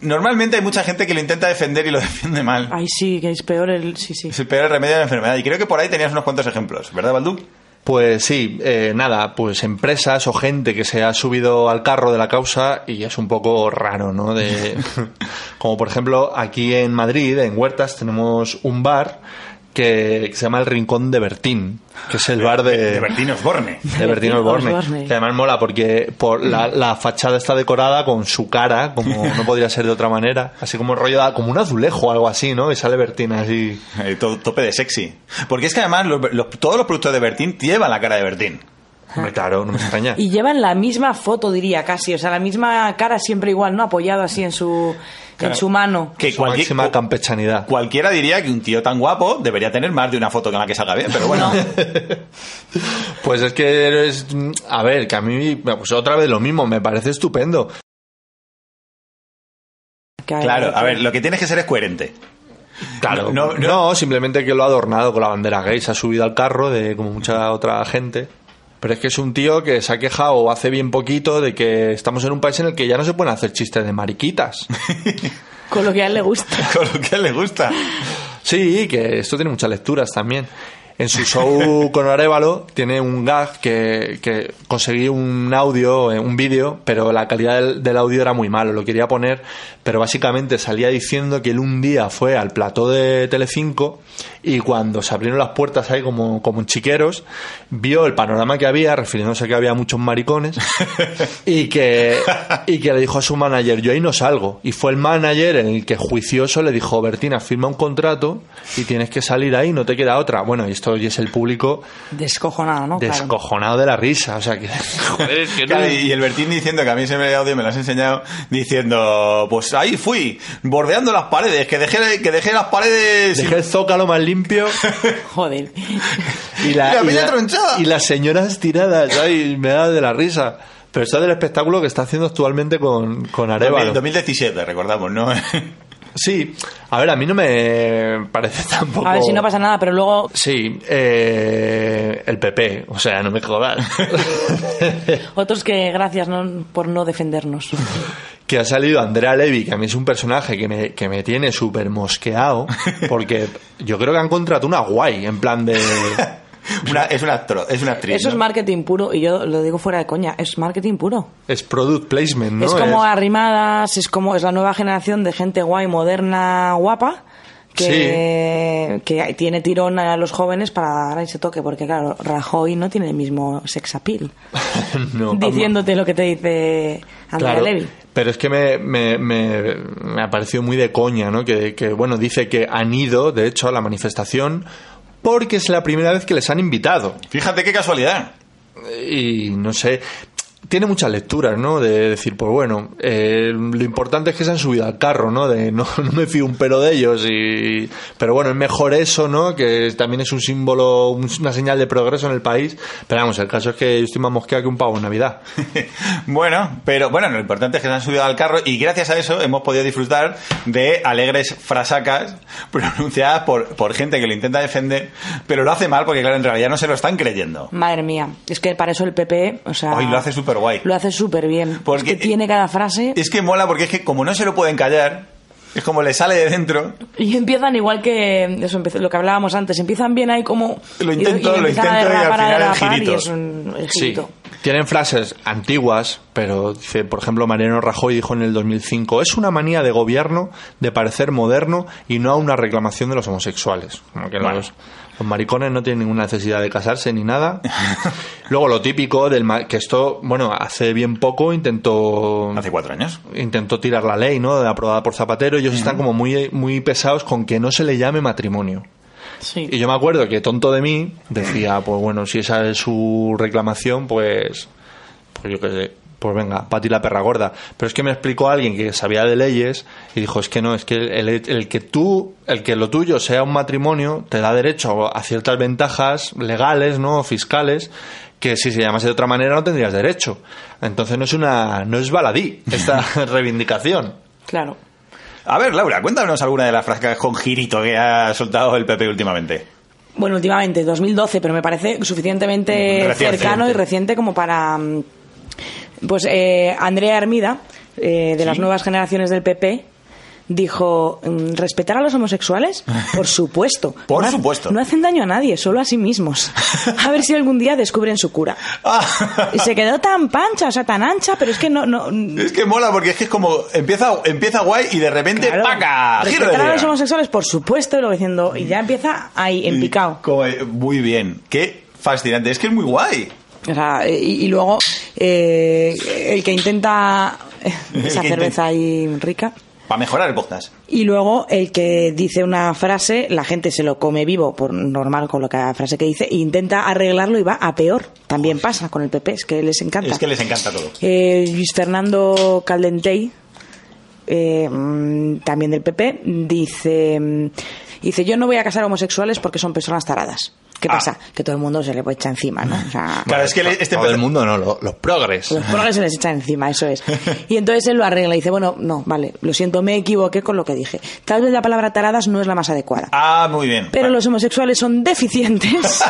Speaker 3: normalmente hay mucha gente que lo intenta defender y lo defiende mal.
Speaker 4: Ay, sí, que es peor el... Sí, sí.
Speaker 3: Es el peor remedio de la enfermedad. Y creo que por ahí tenías unos cuantos ejemplos, ¿verdad, Baldú?
Speaker 5: Pues sí, eh, nada, pues empresas o gente que se ha subido al carro de la causa y es un poco raro, ¿no? De, como por ejemplo aquí en Madrid, en Huertas, tenemos un bar que, que se llama el Rincón de Bertín, que es el bar de...
Speaker 3: Bertín Osborne.
Speaker 5: de Bertín Osborne,
Speaker 4: Osborne.
Speaker 5: que además mola porque por la, la fachada está decorada con su cara, como no podría ser de otra manera, así como rollo, ah, como un azulejo o algo así, ¿no? Y sale Bertín así.
Speaker 3: Eh, to- tope de sexy. Porque es que además los- los- todos los productos de Bertín llevan la cara de Bertín.
Speaker 5: Hombre, claro, no me extraña.
Speaker 4: Y llevan la misma foto, diría casi, o sea, la misma cara siempre igual, ¿no? Apoyado así en su, en su mano.
Speaker 3: Que
Speaker 5: Su
Speaker 3: cualquier-
Speaker 5: máxima
Speaker 3: cu-
Speaker 5: campechanidad.
Speaker 3: cualquiera diría que un tío tan guapo debería tener más de una foto con la que salga bien, pero bueno.
Speaker 5: Pues es que es. A ver, que a mí. Pues otra vez lo mismo, me parece estupendo.
Speaker 4: Que-
Speaker 3: claro, a ver, lo que tienes que ser es coherente.
Speaker 5: Claro.
Speaker 3: No,
Speaker 5: No,
Speaker 3: no,
Speaker 5: simplemente que lo ha adornado con la bandera gay, se ha subido al carro de como mucha otra gente. Pero es que es un tío que se ha quejado hace bien poquito de que estamos en un país en el que ya no se pueden hacer chistes de mariquitas.
Speaker 4: Con lo que a él le gusta.
Speaker 3: Con lo que le gusta.
Speaker 5: Sí, que esto tiene muchas lecturas también. En su show con Arevalo tiene un gag que, que conseguí un audio, eh, un vídeo, pero la calidad del, del audio era muy malo, lo quería poner, pero básicamente salía diciendo que él un día fue al plató de Telecinco y cuando se abrieron las puertas ahí como, como en chiqueros, vio el panorama que había, refiriéndose a que había muchos maricones, y que, y que le dijo a su manager, yo ahí no salgo. Y fue el manager en el que juicioso le dijo, Bertina, firma un contrato y tienes que salir ahí, no te queda otra. Bueno, y esto hoy es el público
Speaker 4: Descojonado, ¿no? Claro.
Speaker 5: descojonado de la risa. O sea, que, joder, es que no-
Speaker 3: Claro, y el Bertín diciendo que a mí siempre el audio me lo has enseñado, diciendo, pues ahí fui, bordeando las paredes, que dejé, que dejé las paredes...
Speaker 5: Dejé el zócalo más limpio
Speaker 4: Joder.
Speaker 5: y la,
Speaker 3: Y la peña tronchada.
Speaker 5: y las señoras tiradas. Ay, me da de la risa. Pero eso es del espectáculo que está haciendo actualmente con, con Arevalo.
Speaker 3: 2017, recordamos, ¿no?
Speaker 5: Sí, a ver, a mí no me parece tampoco.
Speaker 4: A ver si no pasa nada, pero luego...
Speaker 5: Sí, eh, el PP, o sea, no me jodas.
Speaker 4: Otros que gracias ¿no? por no defendernos.
Speaker 5: que ha salido Andrea Levy, que a mí es un personaje que me, que me tiene súper mosqueado, porque yo creo que han contratado una guay, en plan de...
Speaker 3: Una- es, una actro- es una actriz.
Speaker 4: Eso es
Speaker 3: ¿no?
Speaker 4: marketing puro, y yo lo digo fuera de coña, es marketing puro.
Speaker 5: Es product placement, ¿no?
Speaker 4: es como arrimadas, es como es la nueva generación de gente guay, moderna, guapa, que, que tiene tirón a los jóvenes para dar ese toque, porque claro, Rajoy no tiene el mismo sex appeal,
Speaker 5: No.
Speaker 4: diciéndote lo que te dice Andrea
Speaker 5: Claro,
Speaker 4: Levy.
Speaker 5: Pero es que me, me, me- me ha parecido muy de coña, ¿no? Que, que, bueno, dice que han ido, de hecho, a la manifestación porque es la primera vez que les han invitado.
Speaker 3: Fíjate qué casualidad.
Speaker 5: y no sé. Tiene muchas lecturas, ¿no? De decir, pues bueno, eh, lo importante es que se han subido al carro, ¿no? De no, no me fío un pelo de ellos y... Pero bueno, es mejor eso, ¿no? Que también es un símbolo, un- una señal de progreso en el país. Pero vamos, el caso es que yo estoy más mosqueado que un pavo en Navidad.
Speaker 3: Bueno, pero bueno, lo importante es que se han subido al carro y gracias a eso hemos podido disfrutar de alegres frasacas pronunciadas por, por gente que lo intenta defender, pero lo hace mal porque, claro, en realidad no se lo están creyendo.
Speaker 4: Madre mía, es que para eso el PP, o sea...
Speaker 3: Hoy lo hace súper guay.
Speaker 4: Lo hace súper bien.
Speaker 3: Porque-
Speaker 4: es que tiene cada frase
Speaker 3: Es que mola porque es que como no se lo pueden callar, es como le sale de dentro.
Speaker 4: y empiezan igual que eso, empezó- lo que hablábamos antes. Empiezan bien ahí como...
Speaker 3: Lo
Speaker 4: y-
Speaker 3: intento,
Speaker 4: y
Speaker 3: lo
Speaker 4: empiezan a
Speaker 3: intento y al
Speaker 4: derrapar, a
Speaker 3: final el
Speaker 4: derrapar, y
Speaker 3: girito.
Speaker 4: es un- el
Speaker 5: Sí.
Speaker 4: girito.
Speaker 5: Tienen frases antiguas, pero dice, por ejemplo, Mariano Rajoy dijo en el 2005, es una manía de gobierno de parecer moderno y no a una reclamación de los homosexuales. Como que los, los maricones no tienen ninguna necesidad de casarse ni nada. Luego lo típico del ma- que esto, bueno, hace bien poco intentó
Speaker 3: Hace cuatro años.
Speaker 5: intentó tirar la ley, ¿no? aprobada por Zapatero, ellos están como muy muy pesados con que no se le llame matrimonio.
Speaker 4: Sí.
Speaker 5: Y yo me acuerdo que tonto de mí decía, pues bueno, si esa es su reclamación, pues, pues yo qué sé, pues venga, para ti la perra gorda. Pero es que me explicó alguien que sabía de leyes y dijo, es que no, es que el, el que tú, el que lo tuyo sea un matrimonio, te da derecho a ciertas ventajas legales, ¿no? Fiscales, que si se llamase de otra manera no tendrías derecho. Entonces no es una, no es baladí esta reivindicación.
Speaker 4: Claro.
Speaker 3: A ver, Laura, cuéntanos alguna de las frascas con girito que ha soltado el PP últimamente.
Speaker 4: Bueno, últimamente, 2012, pero me parece suficientemente
Speaker 3: Mm, Reciente.
Speaker 4: cercano y reciente como para. mm, Pues eh, Andrea Hermida, eh, de las nuevas generaciones del PP, dijo: mm, ¿respetar a los homosexuales? Por supuesto.
Speaker 3: Por
Speaker 4: No ha-
Speaker 3: supuesto.
Speaker 4: No hacen daño a nadie, solo a sí mismos. A ver si algún día descubren su cura.
Speaker 3: Ah.
Speaker 4: Y se quedó tan pancha, o sea, tan ancha, pero es que no. no
Speaker 3: Es que mola porque es que es como empieza, empieza guay y de repente
Speaker 4: claro.
Speaker 3: ¡paca! ¡Giro de
Speaker 4: Respetar a los
Speaker 3: liga!
Speaker 4: homosexuales, por supuesto, y luego diciendo, y ya empieza ahí, en picado.
Speaker 3: Como, eh, muy bien. Qué fascinante. Es que es muy guay.
Speaker 4: O sea, y, y luego eh, el que intenta esa
Speaker 3: que
Speaker 4: cerveza ahí rica.
Speaker 3: Para mejorar el podcast.
Speaker 4: Y luego el que dice una frase, la gente se lo come vivo, por normal con lo que la frase que dice, e intenta arreglarlo y va a peor. También pasa con el PP, es que les encanta.
Speaker 3: Es que les encanta todo.
Speaker 4: Eh, Luis Fernando Caldentey, eh, mm, también del PP, dice, mm, dice, yo no voy a casar homosexuales porque son personas taradas. ¿Qué
Speaker 3: Ah.
Speaker 4: pasa? Que todo el mundo se le echa encima, ¿no? O sea,
Speaker 3: Claro, es que le- este
Speaker 5: Todo el mundo no, lo- los progres.
Speaker 4: los progres se les echa encima, eso es. Y entonces él lo arregla y dice, bueno, no, vale, lo siento, me equivoqué con lo que dije. Tal vez la palabra taradas no es la más adecuada.
Speaker 3: Ah, muy bien.
Speaker 4: Pero
Speaker 3: Vale.
Speaker 4: los homosexuales son deficientes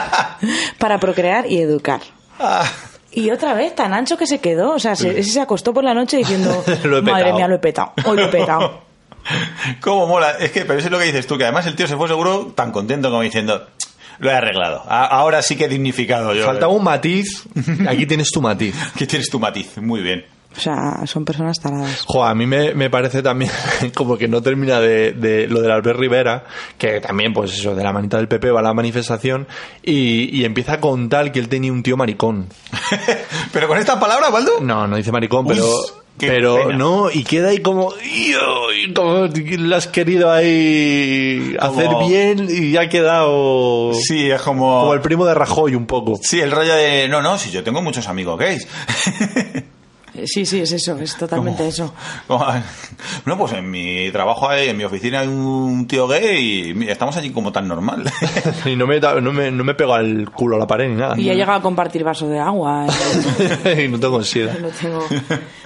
Speaker 4: para procrear y educar.
Speaker 3: Ah,
Speaker 4: Y otra vez, tan ancho que se quedó. O sea, se, ese se acostó por la noche diciendo,
Speaker 5: Lo he
Speaker 4: madre
Speaker 5: petao".
Speaker 4: mía, lo he petado. Hoy lo he petado.
Speaker 3: cómo mola. Es que, pero eso es lo que dices tú, que además el tío se fue seguro tan contento como diciendo, lo he arreglado. A- ahora sí que he dignificado yo. eh".
Speaker 5: Falta un matiz. Aquí tienes tu matiz.
Speaker 3: Que tienes tu matiz. Muy bien.
Speaker 4: O sea, son personas taradas.
Speaker 5: Jo, a mí me, me parece también como que no termina de, de lo del Albert Rivera, que también, pues eso, de la manita del PP va a la manifestación y, y empieza a contar que él tenía un tío maricón.
Speaker 3: pero con estas palabras, Baldo.
Speaker 5: No, no dice maricón, pero.
Speaker 3: Uf, qué
Speaker 5: pero
Speaker 3: pena.
Speaker 5: no, y queda ahí como, "Yo", y como lo has querido ahí hacer
Speaker 3: Como-
Speaker 5: bien y ha quedado
Speaker 3: Sí, es como.
Speaker 5: como el primo de Rajoy un poco.
Speaker 3: Sí, el rollo de. No, no, si yo tengo muchos amigos gays.
Speaker 4: Sí, sí, es eso, es totalmente
Speaker 3: Como-
Speaker 4: eso.
Speaker 3: como- no, pues en mi trabajo, hay- en mi oficina hay un tío gay y mira, estamos allí como tan normal.
Speaker 5: Y no me, da- no me, no me pego al culo a la pared ni nada.
Speaker 4: Y ha llegado a compartir vaso de agua. y-
Speaker 5: y no tengo ansiedad.
Speaker 4: No tengo.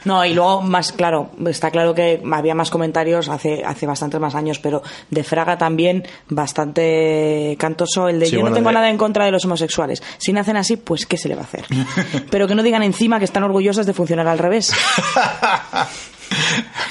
Speaker 4: No, y luego más, claro, está claro que había más comentarios hace, hace bastantes más años, pero de Fraga también bastante cantoso el de
Speaker 5: Sí,
Speaker 4: yo
Speaker 5: bueno,
Speaker 4: no tengo
Speaker 5: de-
Speaker 4: nada en contra de los homosexuales. Si nacen así, pues ¿qué se le va a hacer? Pero que no digan encima que están orgullosas de funcionar al revés.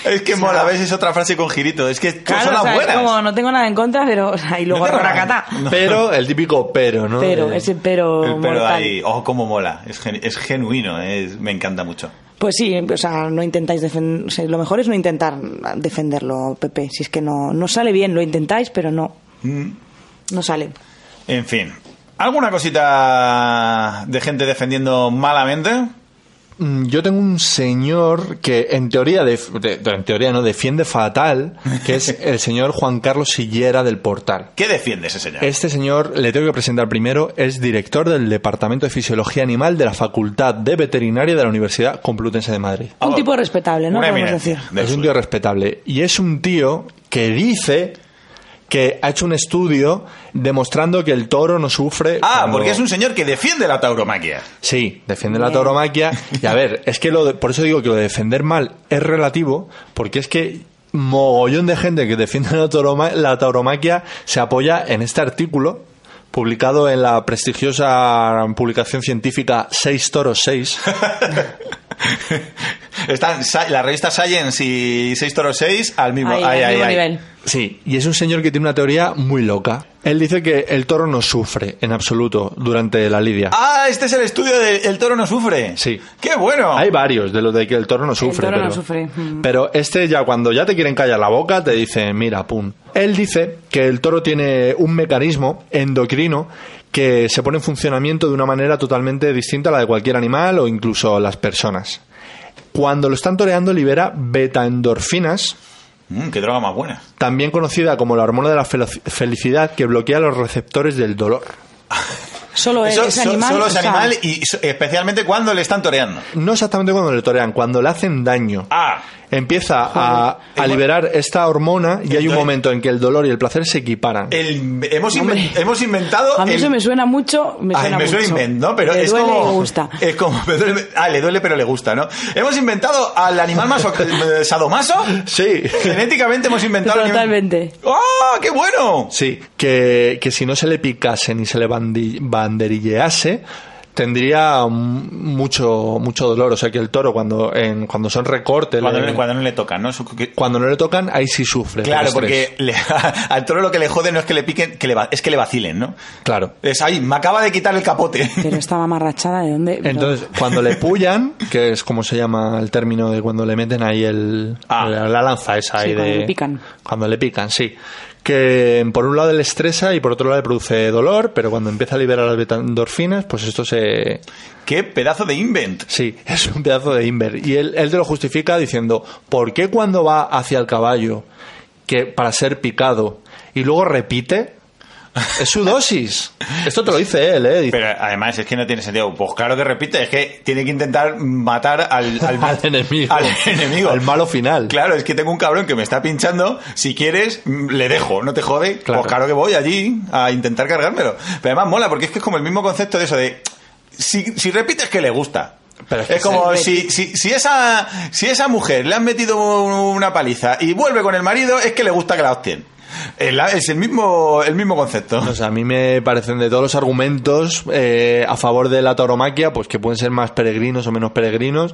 Speaker 3: es que mola, ¿ves? Es otra frase con girito. Es que todas
Speaker 4: Claro,
Speaker 3: son las
Speaker 4: o sea, es
Speaker 3: buenas.
Speaker 4: como no tengo nada en contra, pero o sea, y luego
Speaker 3: No tengo nada.
Speaker 4: racatá.
Speaker 5: Pero, el típico pero, ¿no?
Speaker 4: Pero,
Speaker 5: Eh,
Speaker 4: ese pero,
Speaker 3: El pero
Speaker 4: mortal.
Speaker 3: ahí, oh, cómo mola. Es, gen- es genuino, es- me encanta mucho.
Speaker 4: Pues sí, o sea, no intentáis defender. lo mejor es no intentar defenderlo, Pepe. Si es que no, no sale bien, lo intentáis, pero no.
Speaker 3: Mm.
Speaker 4: No sale.
Speaker 3: En fin. ¿Alguna cosita de gente defendiendo malamente?
Speaker 5: Mm, Yo tengo un señor que en teoría, def- de- de- en teoría no defiende fatal, que es el señor Juan Carlos Sillera del Portal.
Speaker 3: ¿Qué defiende ese señor?
Speaker 5: Este señor, le tengo que presentar primero, es director del Departamento de Fisiología Animal de la Facultad de Veterinaria de la Universidad Complutense de Madrid.
Speaker 4: Un tipo respetable, ¿no?
Speaker 3: Ah, Una
Speaker 4: Podemos
Speaker 3: eminencia.
Speaker 4: decir.
Speaker 3: Del
Speaker 5: es un
Speaker 3: sur.
Speaker 5: tío respetable. Y es un tío que dice que ha hecho un estudio demostrando que el toro no sufre.
Speaker 3: Ah,
Speaker 5: cuando-
Speaker 3: porque es un señor que defiende la tauromaquia.
Speaker 5: Sí, defiende la
Speaker 4: Bien.
Speaker 5: tauromaquia. Y a ver, es que lo de- por eso digo que lo de defender mal es relativo, porque es que mogollón de gente que defiende la, tauroma- la tauromaquia se apoya en este artículo publicado en la prestigiosa publicación científica Seis Toros 6.
Speaker 3: Están Sci- la revista Science y 6 toros 6 al mismo,
Speaker 4: Ahí,
Speaker 3: ay,
Speaker 4: al
Speaker 3: ay,
Speaker 4: mismo
Speaker 3: ay.
Speaker 4: nivel.
Speaker 5: Sí, y es un señor que tiene una teoría muy loca. Él dice que el toro no sufre en absoluto durante la lidia.
Speaker 3: Ah, este es el estudio de El toro no sufre.
Speaker 5: Sí.
Speaker 3: ¡Qué bueno!
Speaker 5: Hay varios de los de que el toro no sufre.
Speaker 4: toro no
Speaker 5: pero,
Speaker 4: sufre, mm.
Speaker 5: pero este ya cuando ya te quieren callar la boca te dicen, mira, pum. Él dice que el toro tiene un mecanismo endocrino que se pone en funcionamiento de una manera totalmente distinta a la de cualquier animal o incluso las personas. Cuando lo están toreando libera betaendorfinas,
Speaker 3: Mm, ¡Qué droga más buena!
Speaker 5: también conocida como la hormona de la felo- felicidad que bloquea los receptores del dolor.
Speaker 4: Solo él,
Speaker 3: Eso- so-
Speaker 4: ese Pues animal,
Speaker 3: Solo
Speaker 4: o
Speaker 3: es
Speaker 4: sea-
Speaker 3: animal y so- especialmente cuando le están toreando.
Speaker 5: No exactamente cuando le torean, cuando le hacen daño.
Speaker 3: Ah.
Speaker 5: Empieza a,
Speaker 3: Joder.
Speaker 5: a liberar esta hormona y hay un
Speaker 3: Entonces-
Speaker 5: momento en que el dolor y el placer se equiparan.
Speaker 3: El- hemos, inven-
Speaker 4: Hombre.
Speaker 3: hemos inventado.
Speaker 4: A mí
Speaker 3: el-
Speaker 4: eso me suena mucho. Me
Speaker 3: Ay,
Speaker 4: suena
Speaker 3: me suena
Speaker 4: mucho.
Speaker 3: invento, ¿no? Pero
Speaker 4: Me
Speaker 3: es
Speaker 4: duele
Speaker 3: como.
Speaker 4: y me gusta.
Speaker 3: Es como. me duele- ah, le duele, pero le gusta, ¿no? Hemos inventado al animal maso, eh, sadomaso.
Speaker 5: Sí.
Speaker 3: Genéticamente hemos inventado. al animal-
Speaker 4: Totalmente.
Speaker 3: ¡Ah, qué bueno!
Speaker 5: Sí, que, que si no se le picase ni se le bandi- banderillease, tendría mm, mucho, mucho dolor. O sea que el toro cuando, en, cuando son recortes,
Speaker 3: Cuando,
Speaker 5: le-
Speaker 3: no- cuando no le tocan, ¿no? Su- que-
Speaker 5: cuando no le tocan, ahí sí sufre. por
Speaker 3: Claro,
Speaker 5: estrés.
Speaker 3: porque le- al toro lo que le jode no es que le piquen, que le va- es que le vacilen, ¿no?
Speaker 5: Claro.
Speaker 3: Es ahí, me acaba de quitar el capote.
Speaker 4: Pero esta mamarrachada, ¿de dónde? Pero-
Speaker 5: Entonces, cuando le pullan, que es como se llama el término de cuando le meten ahí el,
Speaker 3: Ah.
Speaker 5: la, la lanza esa
Speaker 4: Sí,
Speaker 5: ahí
Speaker 4: cuando
Speaker 5: de-
Speaker 4: le pican.
Speaker 5: Cuando le pican, sí. Que por un lado le estresa y por otro lado le produce dolor, pero cuando empieza a liberar las betandorfinas, pues esto se...
Speaker 3: ¡Qué pedazo de invent!
Speaker 5: Sí, es un pedazo de Inver. Y él, él te lo justifica diciendo, ¿por qué cuando va hacia el caballo que para ser picado y luego repite? Es su dosis. Esto te lo dice él, ¿eh? Dice,
Speaker 3: Pero además es que no tiene sentido. Pues claro que repite, es que tiene que intentar matar al, al,
Speaker 5: Al enemigo.
Speaker 3: Al enemigo.
Speaker 5: Al malo final.
Speaker 3: Claro, es que tengo un cabrón que me está pinchando. Si quieres, mm, le dejo, no te jode.
Speaker 5: Claro.
Speaker 3: Pues claro que voy allí a intentar cargármelo. Pero además mola, porque es que es como el mismo concepto de eso de. Si, si repites que le gusta.
Speaker 5: Pero es
Speaker 3: es
Speaker 5: que
Speaker 3: como
Speaker 4: se-
Speaker 3: si, si, si esa, si esa mujer le han metido una paliza y vuelve con el marido, es que le gusta que la hostien. Es, la- es el mismo, el mismo concepto.
Speaker 5: O sea, a mí me parecen de todos los argumentos eh, a favor de la tauromaquia, pues que pueden ser más peregrinos o menos peregrinos,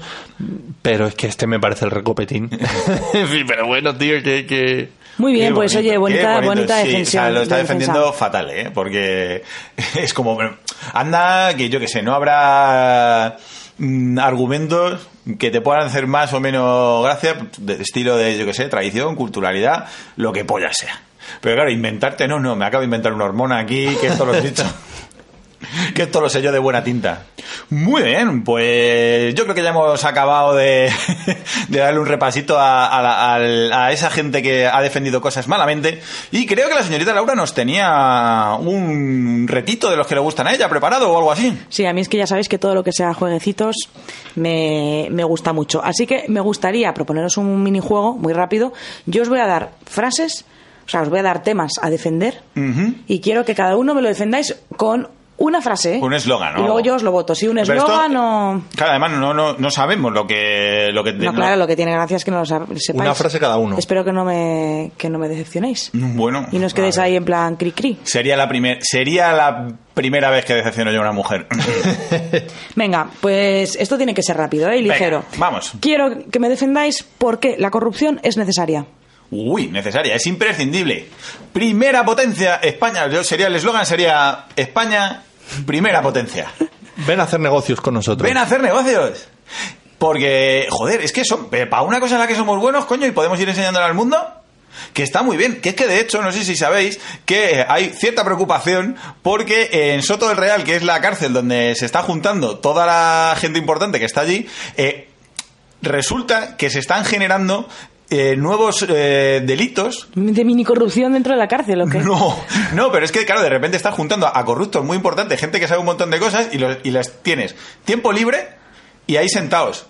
Speaker 5: pero es que este me parece el recopetín. En fin, pero bueno, tío, que... que...
Speaker 4: Muy bien,
Speaker 3: Qué
Speaker 4: pues
Speaker 3: bonito,
Speaker 4: oye,
Speaker 3: qué
Speaker 4: bonita,
Speaker 3: bonito,
Speaker 4: bonita
Speaker 3: sí, o
Speaker 4: defensión.
Speaker 3: sea, lo está
Speaker 4: defensa.
Speaker 3: defendiendo fatal, ¿eh? Porque es como, bueno, anda, que yo qué sé, no habrá mm, argumentos que te puedan hacer más o menos gracia, de estilo de, yo qué sé, tradición, culturalidad, lo que polla sea. Pero claro, inventarte, no, no, me acabo de inventar una hormona aquí, que esto lo he dicho. Que esto lo sé yo de buena tinta. Muy bien, pues yo creo que ya hemos acabado de, de darle un repasito a, a la- al- a esa gente que ha defendido cosas malamente. Y creo que la señorita Laura nos tenía un retito de los que le gustan a ella preparado o algo así.
Speaker 4: Sí, a mí es que ya sabéis que todo lo que sea jueguecitos me, me gusta mucho. Así que me gustaría proponeros un minijuego muy rápido. Yo os voy a dar frases, o sea, os voy a dar temas a defender
Speaker 3: Ujú.
Speaker 4: y quiero que cada uno me lo defendáis con una frase. ¿eh?
Speaker 3: Un eslogan, ¿no?
Speaker 4: Y luego yo os lo voto. Si un
Speaker 3: Pero esto-
Speaker 4: eslogan o...
Speaker 3: Claro, además no, no, no sabemos lo que... Lo que
Speaker 4: No, claro, lo que tiene gracia es que no lo sab- sepáis.
Speaker 5: Una frase cada uno.
Speaker 4: Espero que no me, que no me decepcionéis.
Speaker 3: Bueno.
Speaker 4: Y no os quedéis ahí en plan cri cri.
Speaker 3: Sería la, primer, sería la primera vez que decepciono yo a una mujer.
Speaker 4: Venga, pues esto tiene que ser rápido ¿eh? y
Speaker 3: Venga,
Speaker 4: ligero.
Speaker 3: vamos.
Speaker 4: Quiero que me defendáis porque la corrupción es necesaria.
Speaker 3: Uy, necesaria, es imprescindible. Primera potencia, España. Yo sería el eslogan sería España, primera potencia.
Speaker 5: Ven a hacer negocios con nosotros.
Speaker 3: Ven a hacer negocios. Porque, joder, es que son, para una cosa en la que somos buenos, coño, y podemos ir enseñándola al mundo, que está muy bien. Que es que, de hecho, no sé si sabéis que eh, hay cierta preocupación porque eh, en Soto del Real, que es la cárcel donde se está juntando toda la gente importante que está allí, eh, resulta que se están generando eh, nuevos eh, delitos
Speaker 4: ¿De mini corrupción dentro de la cárcel o qué?
Speaker 3: no, no, pero es que, claro, de repente estás juntando a, a corruptos muy importantes, gente que sabe un montón de cosas y, los, y las tienes tiempo libre y ahí sentados,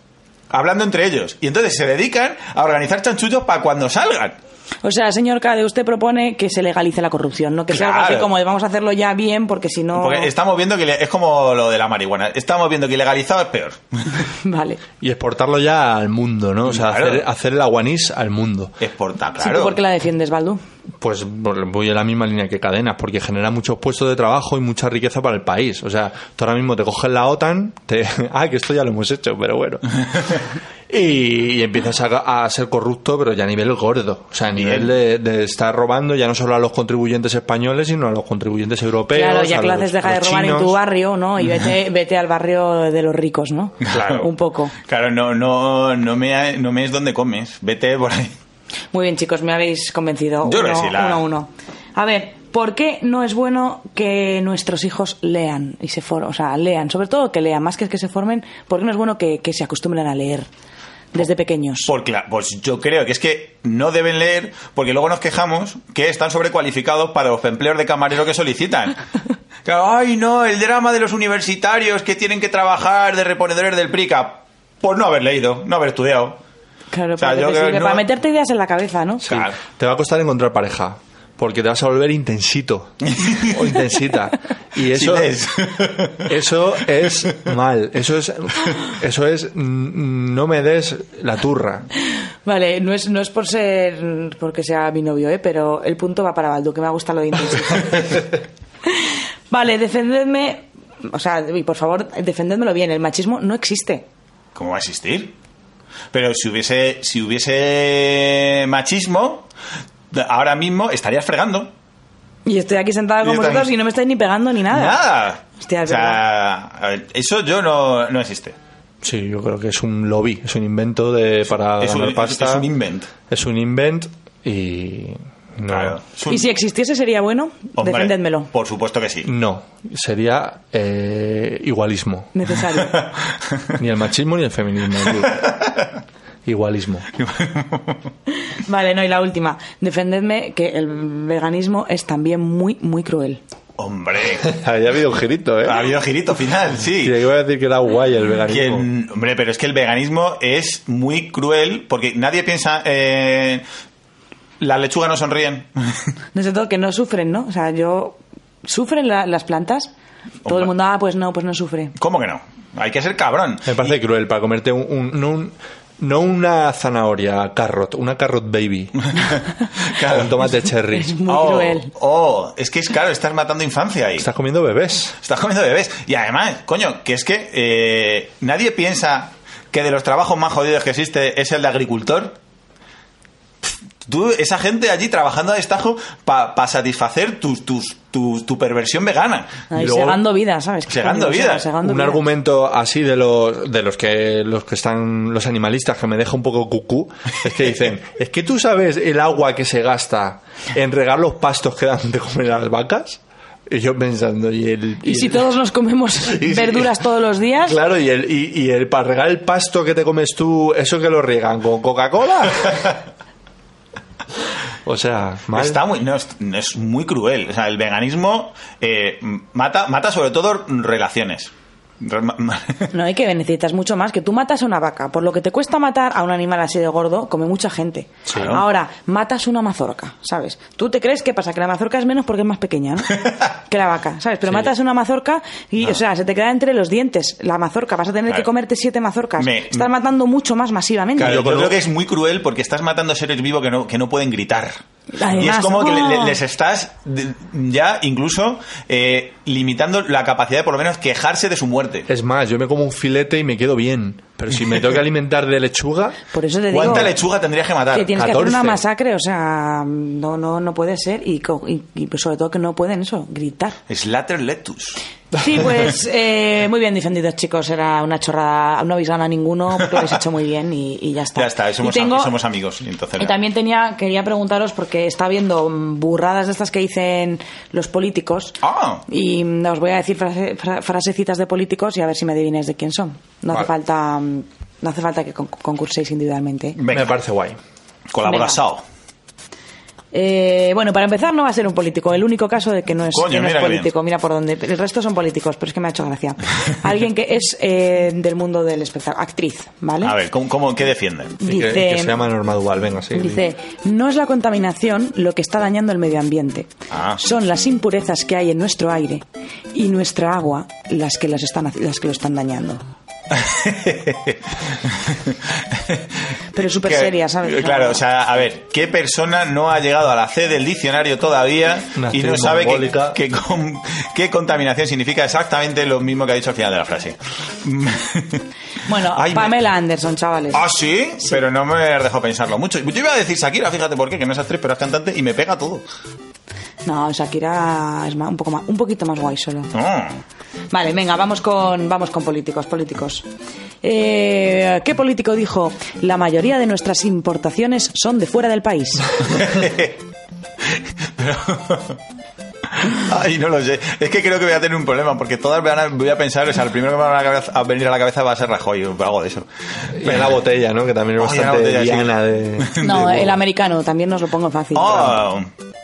Speaker 3: hablando entre ellos. Y entonces se dedican a organizar chanchullos para cuando salgan.
Speaker 4: O sea, señor Cade, usted propone que se legalice la corrupción, no que sea algo
Speaker 3: Claro.
Speaker 4: así como de vamos a hacerlo ya bien porque si no...
Speaker 3: Porque estamos viendo que le- es como lo de la marihuana, estamos viendo que ilegalizado es peor.
Speaker 4: Vale.
Speaker 5: Y exportarlo ya al mundo, ¿no? O sea,
Speaker 3: Claro.
Speaker 5: hacer, hacer el aguanís al mundo.
Speaker 3: Exportar,
Speaker 4: Sí, ¿tú
Speaker 3: claro.
Speaker 4: por qué la defiendes, Baldu?
Speaker 5: Pues bueno, voy en la misma línea que cadenas, porque genera muchos puestos de trabajo y mucha riqueza para el país. O sea, tú ahora mismo te coges la OTAN, te... ah, que esto ya lo hemos hecho, pero bueno. Y, y empiezas a, a ser corrupto, pero ya a nivel gordo. O sea, a nivel de, de estar robando ya no solo a los contribuyentes españoles, sino a los contribuyentes europeos.
Speaker 4: claro, ya
Speaker 5: a
Speaker 4: que lo haces
Speaker 5: los-
Speaker 4: deja de
Speaker 5: los
Speaker 4: robar en tu
Speaker 5: chinos.
Speaker 4: barrio, ¿no? Y vete, vete al barrio de los ricos, ¿no?
Speaker 3: Claro.
Speaker 4: Un poco.
Speaker 3: Claro, no, no, no, me, no me es donde comes, vete por ahí.
Speaker 4: Muy bien, chicos, me habéis convencido.
Speaker 3: Yo creo
Speaker 4: uno,
Speaker 3: que sí, la-
Speaker 4: uno a uno. A ver, ¿por qué no es bueno que nuestros hijos lean y se for... o sea, lean, sobre todo que lean, más que que se formen, ¿por qué no es bueno que, que se acostumbren a leer? desde pequeños.
Speaker 3: Por cla- pues yo creo que es que no deben leer, porque luego nos quejamos que están sobrecualificados para los empleos de camarero que solicitan. Claro, Ay, no, el drama de los universitarios que tienen que trabajar de reponedores del PRICA por no haber leído, no haber estudiado.
Speaker 4: Claro,
Speaker 3: O sea,
Speaker 4: pero
Speaker 3: yo
Speaker 4: te
Speaker 3: creo
Speaker 4: sirve
Speaker 3: que
Speaker 4: para
Speaker 3: no-
Speaker 4: meterte ideas en la cabeza, ¿no?
Speaker 5: Sí. Te va a costar encontrar pareja. Porque te vas a volver intensito. o intensita. Y eso.
Speaker 3: Inés.
Speaker 5: Eso es mal. Eso es. Eso es. mm, No me des la turra.
Speaker 4: Vale, no es, no es por ser porque sea mi novio, ¿eh? pero el punto va para Baldu, que me ha gustado lo de intensidad. vale, defendedme, o sea, y por favor, defendedmelo bien, el machismo no existe.
Speaker 3: ¿Cómo va a existir? Pero si hubiese, si hubiese machismo, ahora mismo estarías fregando.
Speaker 4: Y estoy aquí sentada
Speaker 3: Y
Speaker 4: con vosotros
Speaker 3: estamos-
Speaker 4: y no me estáis ni pegando ni
Speaker 5: Ah.
Speaker 4: nada.
Speaker 3: Nada.
Speaker 4: Hostia,
Speaker 3: o
Speaker 4: es
Speaker 3: sea, a ver, eso yo no, no existe.
Speaker 5: Sí, yo creo que es un lobby. Es un invento de, para
Speaker 3: Es un,
Speaker 5: ganar pasta.
Speaker 3: es un invent.
Speaker 5: Es un invent y. No.
Speaker 3: Claro. Es un-
Speaker 4: Y si existiese sería bueno,
Speaker 3: Hombre,
Speaker 4: defendedmelo.
Speaker 3: Por supuesto que sí.
Speaker 5: No. Sería eh, igualismo.
Speaker 4: Necesario.
Speaker 5: Ni el machismo ni el feminismo. tío. Igualismo.
Speaker 4: vale, no, y la última. Defendedme que el veganismo es también muy, muy cruel.
Speaker 3: Hombre,
Speaker 5: Había habido un girito, ¿eh?
Speaker 3: ha habido girito final, sí.
Speaker 5: Yo iba a decir que era guay el veganismo.
Speaker 3: Quien- hombre, pero es que el veganismo es muy cruel porque nadie piensa. eh, las lechugas no sonríen.
Speaker 4: No sé, todo que no sufren, ¿no? O sea, yo... ¿Sufren la- las plantas? Todo
Speaker 3: Hombre.
Speaker 4: el mundo, ah, pues no, pues no sufre.
Speaker 3: ¿Cómo que no? Hay que ser cabrón.
Speaker 5: Me parece cruel para comerte un, un- no, un- no una zanahoria carrot, una carrot baby.
Speaker 3: Claro.
Speaker 5: Un tomate
Speaker 4: Es
Speaker 5: cherry.
Speaker 4: muy
Speaker 3: Oh,
Speaker 4: cruel.
Speaker 3: Oh, es que es claro, estás matando infancia ahí.
Speaker 5: Estás comiendo bebés.
Speaker 3: Estás comiendo bebés. Y además, coño, que es que eh, nadie piensa que de los trabajos más jodidos que existe es el de agricultor. Pff, Tú, esa gente allí trabajando a destajo para satisfacer tus, tus, tus- tu perversión vegana.
Speaker 4: Ay,
Speaker 5: Y luego-
Speaker 4: segando vida, ¿sabes? ¿Qué
Speaker 3: Segando
Speaker 4: coño?
Speaker 3: vida.
Speaker 4: O sea, segando
Speaker 5: Un
Speaker 4: vida.
Speaker 5: argumento así de los, de los que los que están los animalistas que me deja un poco cucú es que dicen es que tú sabes el agua que se gasta en regar los pastos que dan de comer a las vacas y yo pensando y el
Speaker 4: Y si
Speaker 5: el-
Speaker 4: todos nos comemos
Speaker 5: Y si-
Speaker 4: verduras todos los días,
Speaker 5: Claro, y el, y, y el para regar el pasto que te comes tú, eso que lo riegan con Coca-Cola. o sea, mal.
Speaker 3: Está muy, no, es, no, es muy cruel. O sea, el veganismo eh, mata, mata sobre todo relaciones. Re- ma- ma-
Speaker 4: no hay que necesitas mucho más. Que tú matas a una vaca, por lo que te cuesta matar a un animal así de gordo, come mucha gente.
Speaker 3: Sí.
Speaker 4: Ahora, matas una mazorca, ¿sabes? Tú te crees que pasa que la mazorca es menos porque es más pequeña, ¿no? que la vaca, ¿sabes? Pero matas una mazorca y, o sea, se te queda entre los dientes la mazorca. Vas a tener
Speaker 3: Ah. Claro.
Speaker 4: que comerte siete mazorcas.
Speaker 3: Me-
Speaker 4: Estás matando mucho más masivamente.
Speaker 3: Claro, yo
Speaker 5: con
Speaker 3: creo
Speaker 5: un-
Speaker 3: que es muy cruel porque estás matando seres vivos que no, que no pueden gritar.
Speaker 4: Además,
Speaker 3: y es como que le- le-
Speaker 4: ¡oh!
Speaker 3: les estás de- ya incluso eh, limitando la capacidad de por lo menos quejarse de su muerte.
Speaker 5: Es más, yo me como un filete y me quedo bien. Pero si me tengo que alimentar de lechuga,
Speaker 4: Por eso te digo...
Speaker 3: ¿Cuánta lechuga tendrías que matar?
Speaker 4: que tienes que
Speaker 5: 14.
Speaker 4: hacer una masacre, o sea, no, no, no puede ser y, co- y- y, pues, sobre todo que no pueden eso, gritar.
Speaker 3: Slater Letus.
Speaker 4: Sí, pues eh, muy bien defendidos chicos, era una chorrada, no habéis ganado ninguno, porque lo habéis hecho muy bien y, y ya está.
Speaker 3: Ya está, somos,
Speaker 4: Ah, y tengo-
Speaker 3: am- somos amigos. y Entonces,
Speaker 4: y también tenía, quería preguntaros porque está viendo mm, burradas de estas que dicen los políticos
Speaker 3: Ah.
Speaker 4: y mm, os voy a decir frase- fra- frasecitas de políticos y a ver si me adivináis de quién son. No
Speaker 5: Vale.
Speaker 4: hace falta, mm, no hace falta que con- concurséis individualmente. ¿eh?
Speaker 3: Venga,
Speaker 5: me parece guay.
Speaker 3: colaboración.
Speaker 4: Eh, bueno, para empezar no va a ser un político. El único caso de que no es,
Speaker 3: Coño,
Speaker 4: que no es
Speaker 3: mira qué
Speaker 4: político. Mira por dónde. El resto son políticos, pero es que me ha hecho gracia. Alguien que es eh, del mundo del espectáculo. Actriz, ¿vale?
Speaker 3: A ver, ¿cómo, cómo, qué defienden?
Speaker 5: Y que-
Speaker 4: Dice,
Speaker 5: Que, se llama Norma Duval, venga, sí.
Speaker 4: dice, no es la contaminación lo que está dañando el medio ambiente.
Speaker 3: Ah.
Speaker 4: Son las impurezas que hay en nuestro aire y nuestra agua las que, las están, haci- las que lo están dañando. Pero es súper
Speaker 3: Que- eh,
Speaker 4: seria, ¿sabes?
Speaker 3: Claro, o sea, a ver, ¿qué persona no ha llegado a la C del diccionario todavía
Speaker 5: Una
Speaker 3: y no
Speaker 5: actriz
Speaker 3: sabe qué
Speaker 5: mongólica.
Speaker 3: qué con- qué contaminación significa exactamente lo mismo que ha dicho al final de la frase?
Speaker 4: Bueno,
Speaker 3: Ay, me-
Speaker 4: Pamela Anderson, chavales.
Speaker 3: ¿Ah, sí? Pero no me dejó pensarlo mucho. Yo iba a decir Shakira, fíjate por qué, que no es actriz, pero es cantante y me pega todo.
Speaker 4: No, Shakira es ma- un, poco más, un poquito más guay solo.
Speaker 3: Mm.
Speaker 4: Vale, venga, vamos con, vamos con políticos, políticos. Eh, ¿Qué político dijo? La mayoría de nuestras importaciones son de fuera del país.
Speaker 3: Pero- Ay, no lo sé. Es que creo que voy a tener un problema, porque todas van a- voy a pensar, o sea, el primero que me va a, la cabeza- a venir a la cabeza va a ser Rajoy o algo de eso.
Speaker 5: Y en la botella, ¿no? Que también
Speaker 3: Ay,
Speaker 5: es
Speaker 3: Ah, en la
Speaker 5: bastante
Speaker 3: botella, sí.
Speaker 5: diana de
Speaker 4: No, el americano, también nos lo pongo fácil.
Speaker 3: Oh,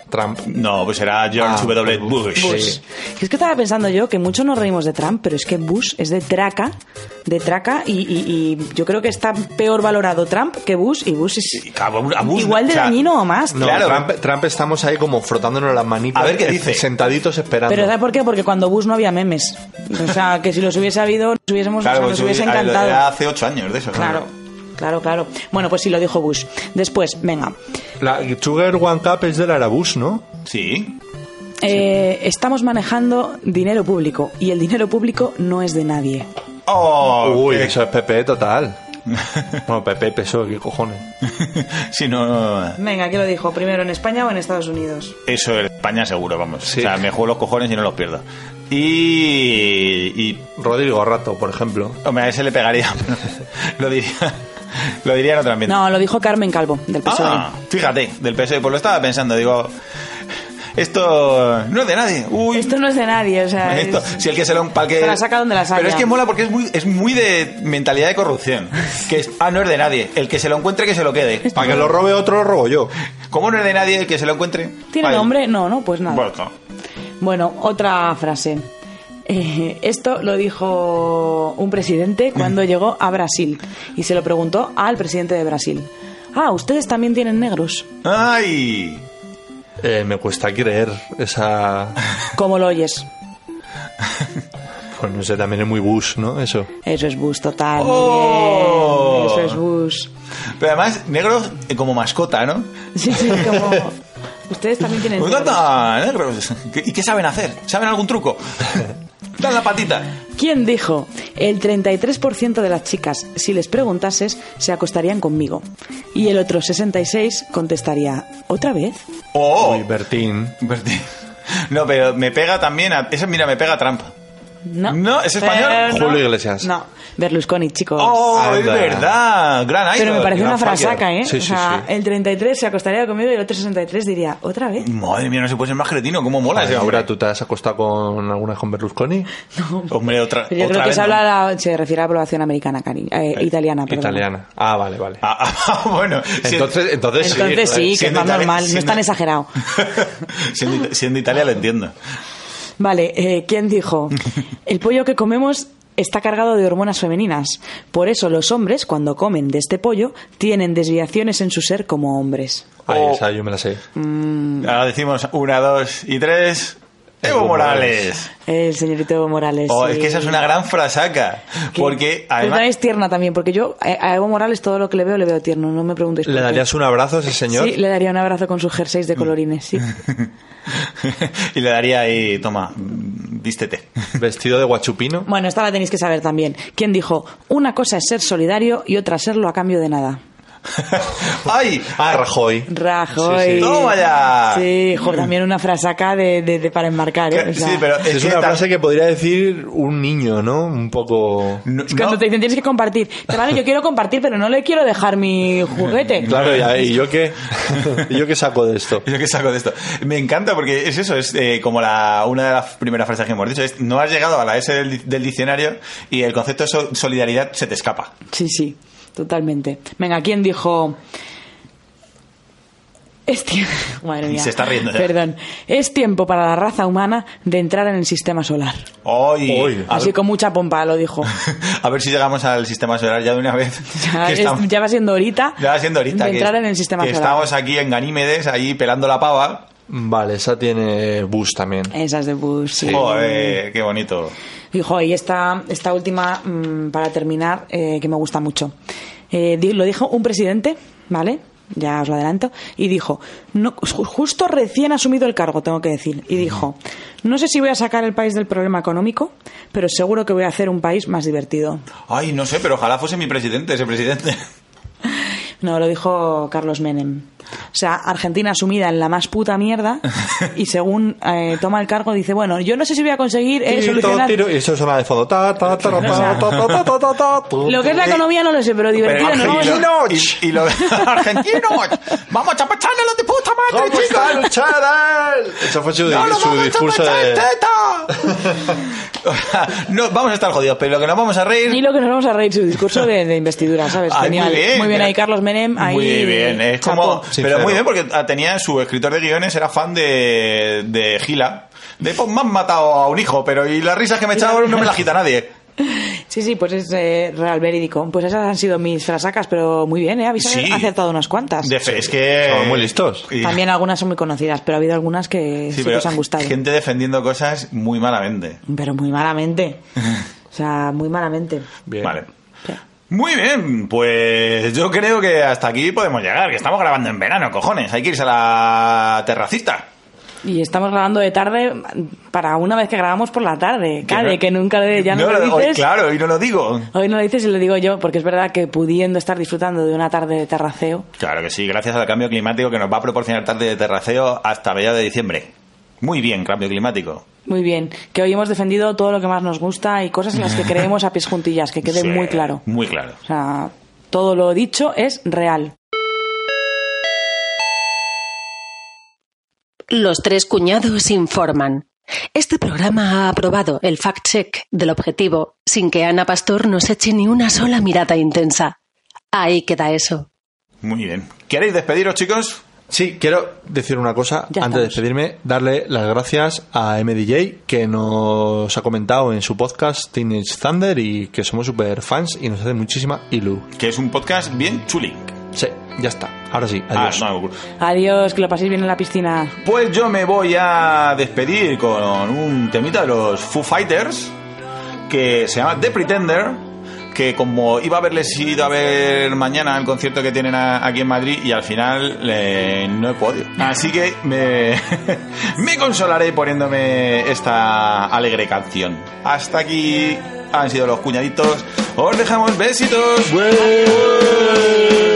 Speaker 5: Trump.
Speaker 3: no, pues será George
Speaker 5: Ah,
Speaker 3: W. Bush.
Speaker 5: Bush.
Speaker 3: Sí.
Speaker 4: Y es que estaba pensando yo que mucho nos reímos de Trump, pero es que Bush es de traca, de traca, y, y- y yo creo que está peor valorado Trump que Bush, y Bush
Speaker 3: Y
Speaker 4: es
Speaker 3: cabrón, a Bush,
Speaker 4: igual de
Speaker 3: o sea,
Speaker 4: dañino o más.
Speaker 5: No,
Speaker 3: Claro.
Speaker 5: Trump, Trump estamos ahí como frotándonos las manitas.
Speaker 3: A ver qué dice.
Speaker 5: Sentaditos esperando.
Speaker 4: Pero ¿sabes por qué? Porque cuando Bush no había memes. O sea, que si los hubiese habido, nos, hubiésemos, o
Speaker 3: Claro,
Speaker 4: sea,
Speaker 3: pues
Speaker 4: nos hubiese
Speaker 3: era-
Speaker 4: encantado.
Speaker 3: Era hace ocho años de eso. ¿no?
Speaker 4: Claro, claro, claro. Bueno, pues sí, lo dijo Bush. Después, venga.
Speaker 5: La Sugar One Cup es del Arabus, ¿no?
Speaker 3: Sí.
Speaker 4: Eh, estamos manejando dinero público y el dinero público no es de nadie.
Speaker 3: Oh,
Speaker 5: Uy,
Speaker 3: qué-
Speaker 5: eso es PP total. bueno, PP, PSOE, qué cojones.
Speaker 3: Si no,
Speaker 4: Venga, ¿qué lo dijo? ¿Primero en España o en Estados Unidos?
Speaker 3: eso en España seguro, vamos.
Speaker 5: Sí.
Speaker 3: O sea, me juego los cojones y no los pierdo. Y, y
Speaker 5: Rodrigo Rato, por ejemplo.
Speaker 3: hombre, a ese le pegaría. pero lo diría, lo diría en otro ambiente.
Speaker 4: No, lo dijo Carmen Calvo, del PSOE.
Speaker 3: Ah, fíjate, del PSOE. Pues lo estaba pensando, digo, esto no es de nadie. Uy,
Speaker 4: Esto no es de nadie, o sea...
Speaker 3: esto,
Speaker 4: es-
Speaker 3: si el que se lo empalque.
Speaker 4: Se la saca donde la saca.
Speaker 3: Pero es que mola porque es muy, es muy de mentalidad de corrupción. Que es, ah, no es de nadie. El que se lo encuentre, que se lo quede.
Speaker 5: Para que lo robe otro, lo robo yo.
Speaker 3: ¿Cómo no es de nadie el que se lo encuentre?
Speaker 4: ¿Tiene
Speaker 3: Vale.
Speaker 4: nombre? No, no, pues nada.
Speaker 3: Bueno,
Speaker 4: Bueno,
Speaker 3: no.
Speaker 4: otra frase. Eh, esto lo dijo un presidente
Speaker 3: Mm.
Speaker 4: cuando llegó a Brasil y se lo preguntó al presidente de Brasil. Ah, ustedes también tienen negros.
Speaker 3: ¡Ay!
Speaker 5: Eh, me cuesta creer esa...
Speaker 4: ¿Cómo lo oyes?
Speaker 5: Pues no sé, también es muy Bush, ¿no? Eso.
Speaker 4: Eso es Bush, total. muy
Speaker 3: ¡Oh!
Speaker 4: bien. Eso es Bush.
Speaker 3: Pero además, negros eh, como mascota, ¿no?
Speaker 4: Sí, sí, como. Ustedes también tienen.
Speaker 3: Pues
Speaker 4: negros.
Speaker 3: tata, negros. ¿Qué- ¿Y qué saben hacer? ¿Saben algún truco? Dan la patita.
Speaker 4: ¿Quién dijo? El 33% de las chicas, si les preguntases, se acostarían conmigo. Y el otro 66% contestaría, ¿otra vez?
Speaker 3: ¡Oh!
Speaker 5: Uy, Bertín.
Speaker 3: Bertín. No, pero me pega también a... Esa, mira, me pega a Trump.
Speaker 4: No.
Speaker 3: No, ¿es español?
Speaker 4: Pero no.
Speaker 5: Julio Iglesias.
Speaker 4: No, Berlusconi, chicos.
Speaker 3: ¡Oh,
Speaker 5: Anda.
Speaker 3: es verdad! Gran
Speaker 4: Pero me
Speaker 3: idol.
Speaker 4: parece
Speaker 5: gran
Speaker 4: una frasaca,
Speaker 5: fucker.
Speaker 4: ¿eh?
Speaker 5: Sí,
Speaker 4: o
Speaker 5: sí,
Speaker 4: sea,
Speaker 5: sí.
Speaker 4: el 33 se acostaría conmigo y el otro 63 diría, ¿otra vez?
Speaker 3: Madre mía, no se puede ser más cretino. ¿Cómo mola ese hombre?
Speaker 5: Ahora tú te has acostado con alguna con Berlusconi.
Speaker 3: Hombre, otra,
Speaker 4: Pero yo
Speaker 3: otra
Speaker 4: creo que
Speaker 3: vez,
Speaker 4: se,
Speaker 3: ¿no?
Speaker 4: habla a la- se refiere a la población americana, cari- eh, italiana, perdón.
Speaker 5: Italiana. Ah, vale, vale.
Speaker 3: Ah, ah, bueno. si-
Speaker 5: Entonces, entonces,
Speaker 4: Entonces sí, que es
Speaker 3: siendo
Speaker 4: más
Speaker 3: itali-
Speaker 4: normal, no es
Speaker 3: siendo-
Speaker 4: tan exagerado.
Speaker 3: siendo, Ita- siendo Italia lo entiendo.
Speaker 4: Vale, eh, ¿quién dijo? El pollo que comemos está cargado de hormonas femeninas. Por eso los hombres, cuando comen de este pollo, tienen desviaciones en su ser como hombres.
Speaker 5: Ahí,
Speaker 3: Oh.
Speaker 5: esa yo me la sé.
Speaker 3: Ahora decimos una, dos y tres. Evo
Speaker 5: Evo
Speaker 3: Morales.
Speaker 4: El señorito Evo Morales.
Speaker 3: Oh,
Speaker 4: sí. Pues
Speaker 3: es que esa es una gran frasaca.
Speaker 4: Que-
Speaker 3: Porque
Speaker 4: pero
Speaker 3: además.
Speaker 4: también es tierna también, porque yo eh, a Evo Morales todo lo que le veo le veo tierno, no me preguntéis por
Speaker 5: ¿Le
Speaker 4: qué.
Speaker 5: darías un abrazo a ese señor?
Speaker 4: Sí, le daría un abrazo con sus jerseys de colorines, sí.
Speaker 3: y le daría ahí, toma, mm, vístete.
Speaker 5: Vestido de guachupino.
Speaker 4: Bueno, esta la tenéis que saber también. ¿Quién dijo? Una cosa es ser solidario y otra serlo a cambio de nada.
Speaker 3: ¡Ay!
Speaker 5: Ah, Rajoy.
Speaker 4: Rajoy.
Speaker 5: Sí, sí.
Speaker 3: ¡Toma ya!
Speaker 4: Sí, jo, también una frase acá de, de- de- para enmarcar, ¿eh? O sea,
Speaker 3: sí, pero es,
Speaker 5: Es,
Speaker 3: que
Speaker 5: una
Speaker 3: tam-
Speaker 5: frase que podría decir un niño, ¿no? Un poco...
Speaker 3: no-
Speaker 4: es cuando
Speaker 3: no-
Speaker 4: te dicen tienes que compartir. Te, Vale, yo quiero compartir, pero no le quiero dejar mi juguete.
Speaker 5: Claro, ya, ¿y yo qué? ¿Y yo qué saco de esto?
Speaker 3: Yo qué saco de esto. Me encanta porque es eso, es eh, como la, una de las primeras frases que hemos dicho, es no has llegado a la S del, del diccionario y el concepto de so- solidaridad se te escapa.
Speaker 4: Sí, sí, totalmente. Venga, ¿quién dijo? Es tiempo... Madre mía.
Speaker 3: Se está riendo ya.
Speaker 4: Perdón. Es tiempo para la raza humana de entrar en el sistema solar.
Speaker 3: Hoy,
Speaker 5: Hoy.
Speaker 3: A,
Speaker 4: Así
Speaker 3: ver,
Speaker 4: con mucha pompa lo dijo.
Speaker 3: a ver si llegamos al sistema solar ya de una vez.
Speaker 4: O sea,
Speaker 3: que
Speaker 4: es-
Speaker 3: estamos-
Speaker 4: ya va siendo ahorita.
Speaker 3: ya va siendo ahorita.
Speaker 4: De
Speaker 3: que-
Speaker 4: entrar en el sistema
Speaker 3: que
Speaker 4: solar.
Speaker 3: Estamos aquí en Ganímedes, ahí pelando la pava.
Speaker 5: Vale, esa tiene bus también.
Speaker 4: Esas de Bush. sí.
Speaker 3: Joder, qué bonito.
Speaker 4: Hijo, y esta, esta última, mm, para terminar, eh, que me gusta mucho. Eh, di- lo dijo un presidente, ¿vale? Ya os lo adelanto. Y dijo, no, ju- justo recién asumido el cargo, tengo que decir. Y dijo, no sé si voy a sacar el país del problema económico, pero seguro que voy a hacer un país más divertido.
Speaker 3: Ay, no sé, pero ojalá fuese mi presidente, ese presidente.
Speaker 4: No, lo dijo Carlos Menem. O sea, Argentina sumida en la más puta mierda y según eh, toma el cargo dice, bueno, yo no sé si voy a conseguir eh,
Speaker 5: Tiro,
Speaker 4: solucionar...
Speaker 5: tiro, y eso se va de fondo. Ta, ta, ta, ra, ta, ta, ta, ta, ta, ta, tu,
Speaker 4: Lo que es la
Speaker 5: tu.
Speaker 4: economía no lo sé, pero
Speaker 3: Pero
Speaker 4: divertido no.
Speaker 3: Argentina-
Speaker 5: Argentinos.
Speaker 3: Y, y lo- ¡Argentinos! ¡Vamos a chapacharnos los de puta madre,
Speaker 5: ¿Cómo está
Speaker 3: chicos!
Speaker 5: el chaval? Eso fue su,
Speaker 3: ¡No lo
Speaker 5: su
Speaker 3: vamos a
Speaker 5: discurso
Speaker 3: chapachar,
Speaker 5: de...
Speaker 3: teta! no, vamos a estar jodidos, pero lo que nos vamos a reír...
Speaker 4: Ni lo que nos vamos a reír su discurso de, de investidura, ¿sabes?
Speaker 3: Ay,
Speaker 4: Genial.
Speaker 3: muy bien, mira.
Speaker 4: ahí Carlos Menem. Ahí,
Speaker 3: Muy bien, es
Speaker 4: chapó.
Speaker 3: como...
Speaker 5: Sí,
Speaker 3: pero
Speaker 5: pero-
Speaker 3: muy bien, porque ah, tenía su escritor de guiones, era fan de, de Gila. De, pues me han matado a un hijo, pero y las risas que me echaban no me las quita nadie.
Speaker 4: Sí, sí, pues es eh, real verídico. Pues esas han sido mis frasacas, pero muy bien, ¿eh? Habéis
Speaker 3: Sí.
Speaker 4: acertado unas cuantas.
Speaker 3: De fe, es que...
Speaker 5: Son muy listos.
Speaker 3: Y-
Speaker 4: También algunas son muy conocidas, pero ha habido algunas que sí, que
Speaker 3: pero
Speaker 4: os han gustado.
Speaker 3: gente defendiendo cosas muy malamente.
Speaker 4: Pero muy malamente. O sea, muy malamente.
Speaker 5: Bien.
Speaker 3: Vale. Muy bien, pues yo creo que hasta aquí podemos llegar, que estamos grabando en verano, cojones, hay que irse a la terracita.
Speaker 4: Y estamos grabando de tarde para una vez que grabamos por la tarde.
Speaker 3: Que
Speaker 4: Cade,
Speaker 3: no-
Speaker 4: que nunca le- ya no,
Speaker 3: No,
Speaker 4: lo
Speaker 3: hoy-
Speaker 4: dices.
Speaker 3: claro, y no lo digo.
Speaker 4: Hoy no lo dices y lo digo yo, porque es verdad que pudiendo estar disfrutando de una tarde de terraceo,
Speaker 3: Claro que sí, gracias al cambio climático que nos va a proporcionar tarde de terraceo hasta mediados de diciembre. Muy bien, cambio climático.
Speaker 4: Muy bien, que hoy hemos defendido todo lo que más nos gusta y cosas en las que creemos a pies juntillas, que quede
Speaker 3: Sí,
Speaker 4: muy claro.
Speaker 3: Muy claro.
Speaker 4: O sea, todo lo dicho es real.
Speaker 7: Los tres cuñados informan. Este programa ha aprobado el fact-check del objetivo sin que Ana Pastor nos eche ni una sola mirada intensa. Ahí queda eso.
Speaker 3: Muy bien. ¿Queréis despediros, chicos?
Speaker 5: Sí, quiero decir una cosa
Speaker 4: Ya
Speaker 5: antes
Speaker 4: estamos.
Speaker 5: de despedirme, darle las gracias a MDJ que nos ha comentado en su podcast Teenage Thunder y que somos super fans y nos hace muchísima ilu.
Speaker 3: Que es un podcast bien chuli.
Speaker 5: Sí, ya está. Ahora sí, adiós.
Speaker 3: Ah, no.
Speaker 4: Adiós, que lo paséis bien en la piscina.
Speaker 3: Pues yo me voy a despedir con un temita de los Foo Fighters que se llama The Pretender que como iba a haberles ido a ver mañana el concierto que tienen a- aquí en Madrid y al final eh, no he podido. Así que me, me consolaré poniéndome esta alegre canción. Hasta aquí han sido los cuñaditos. Os dejamos besitos.
Speaker 5: Güey.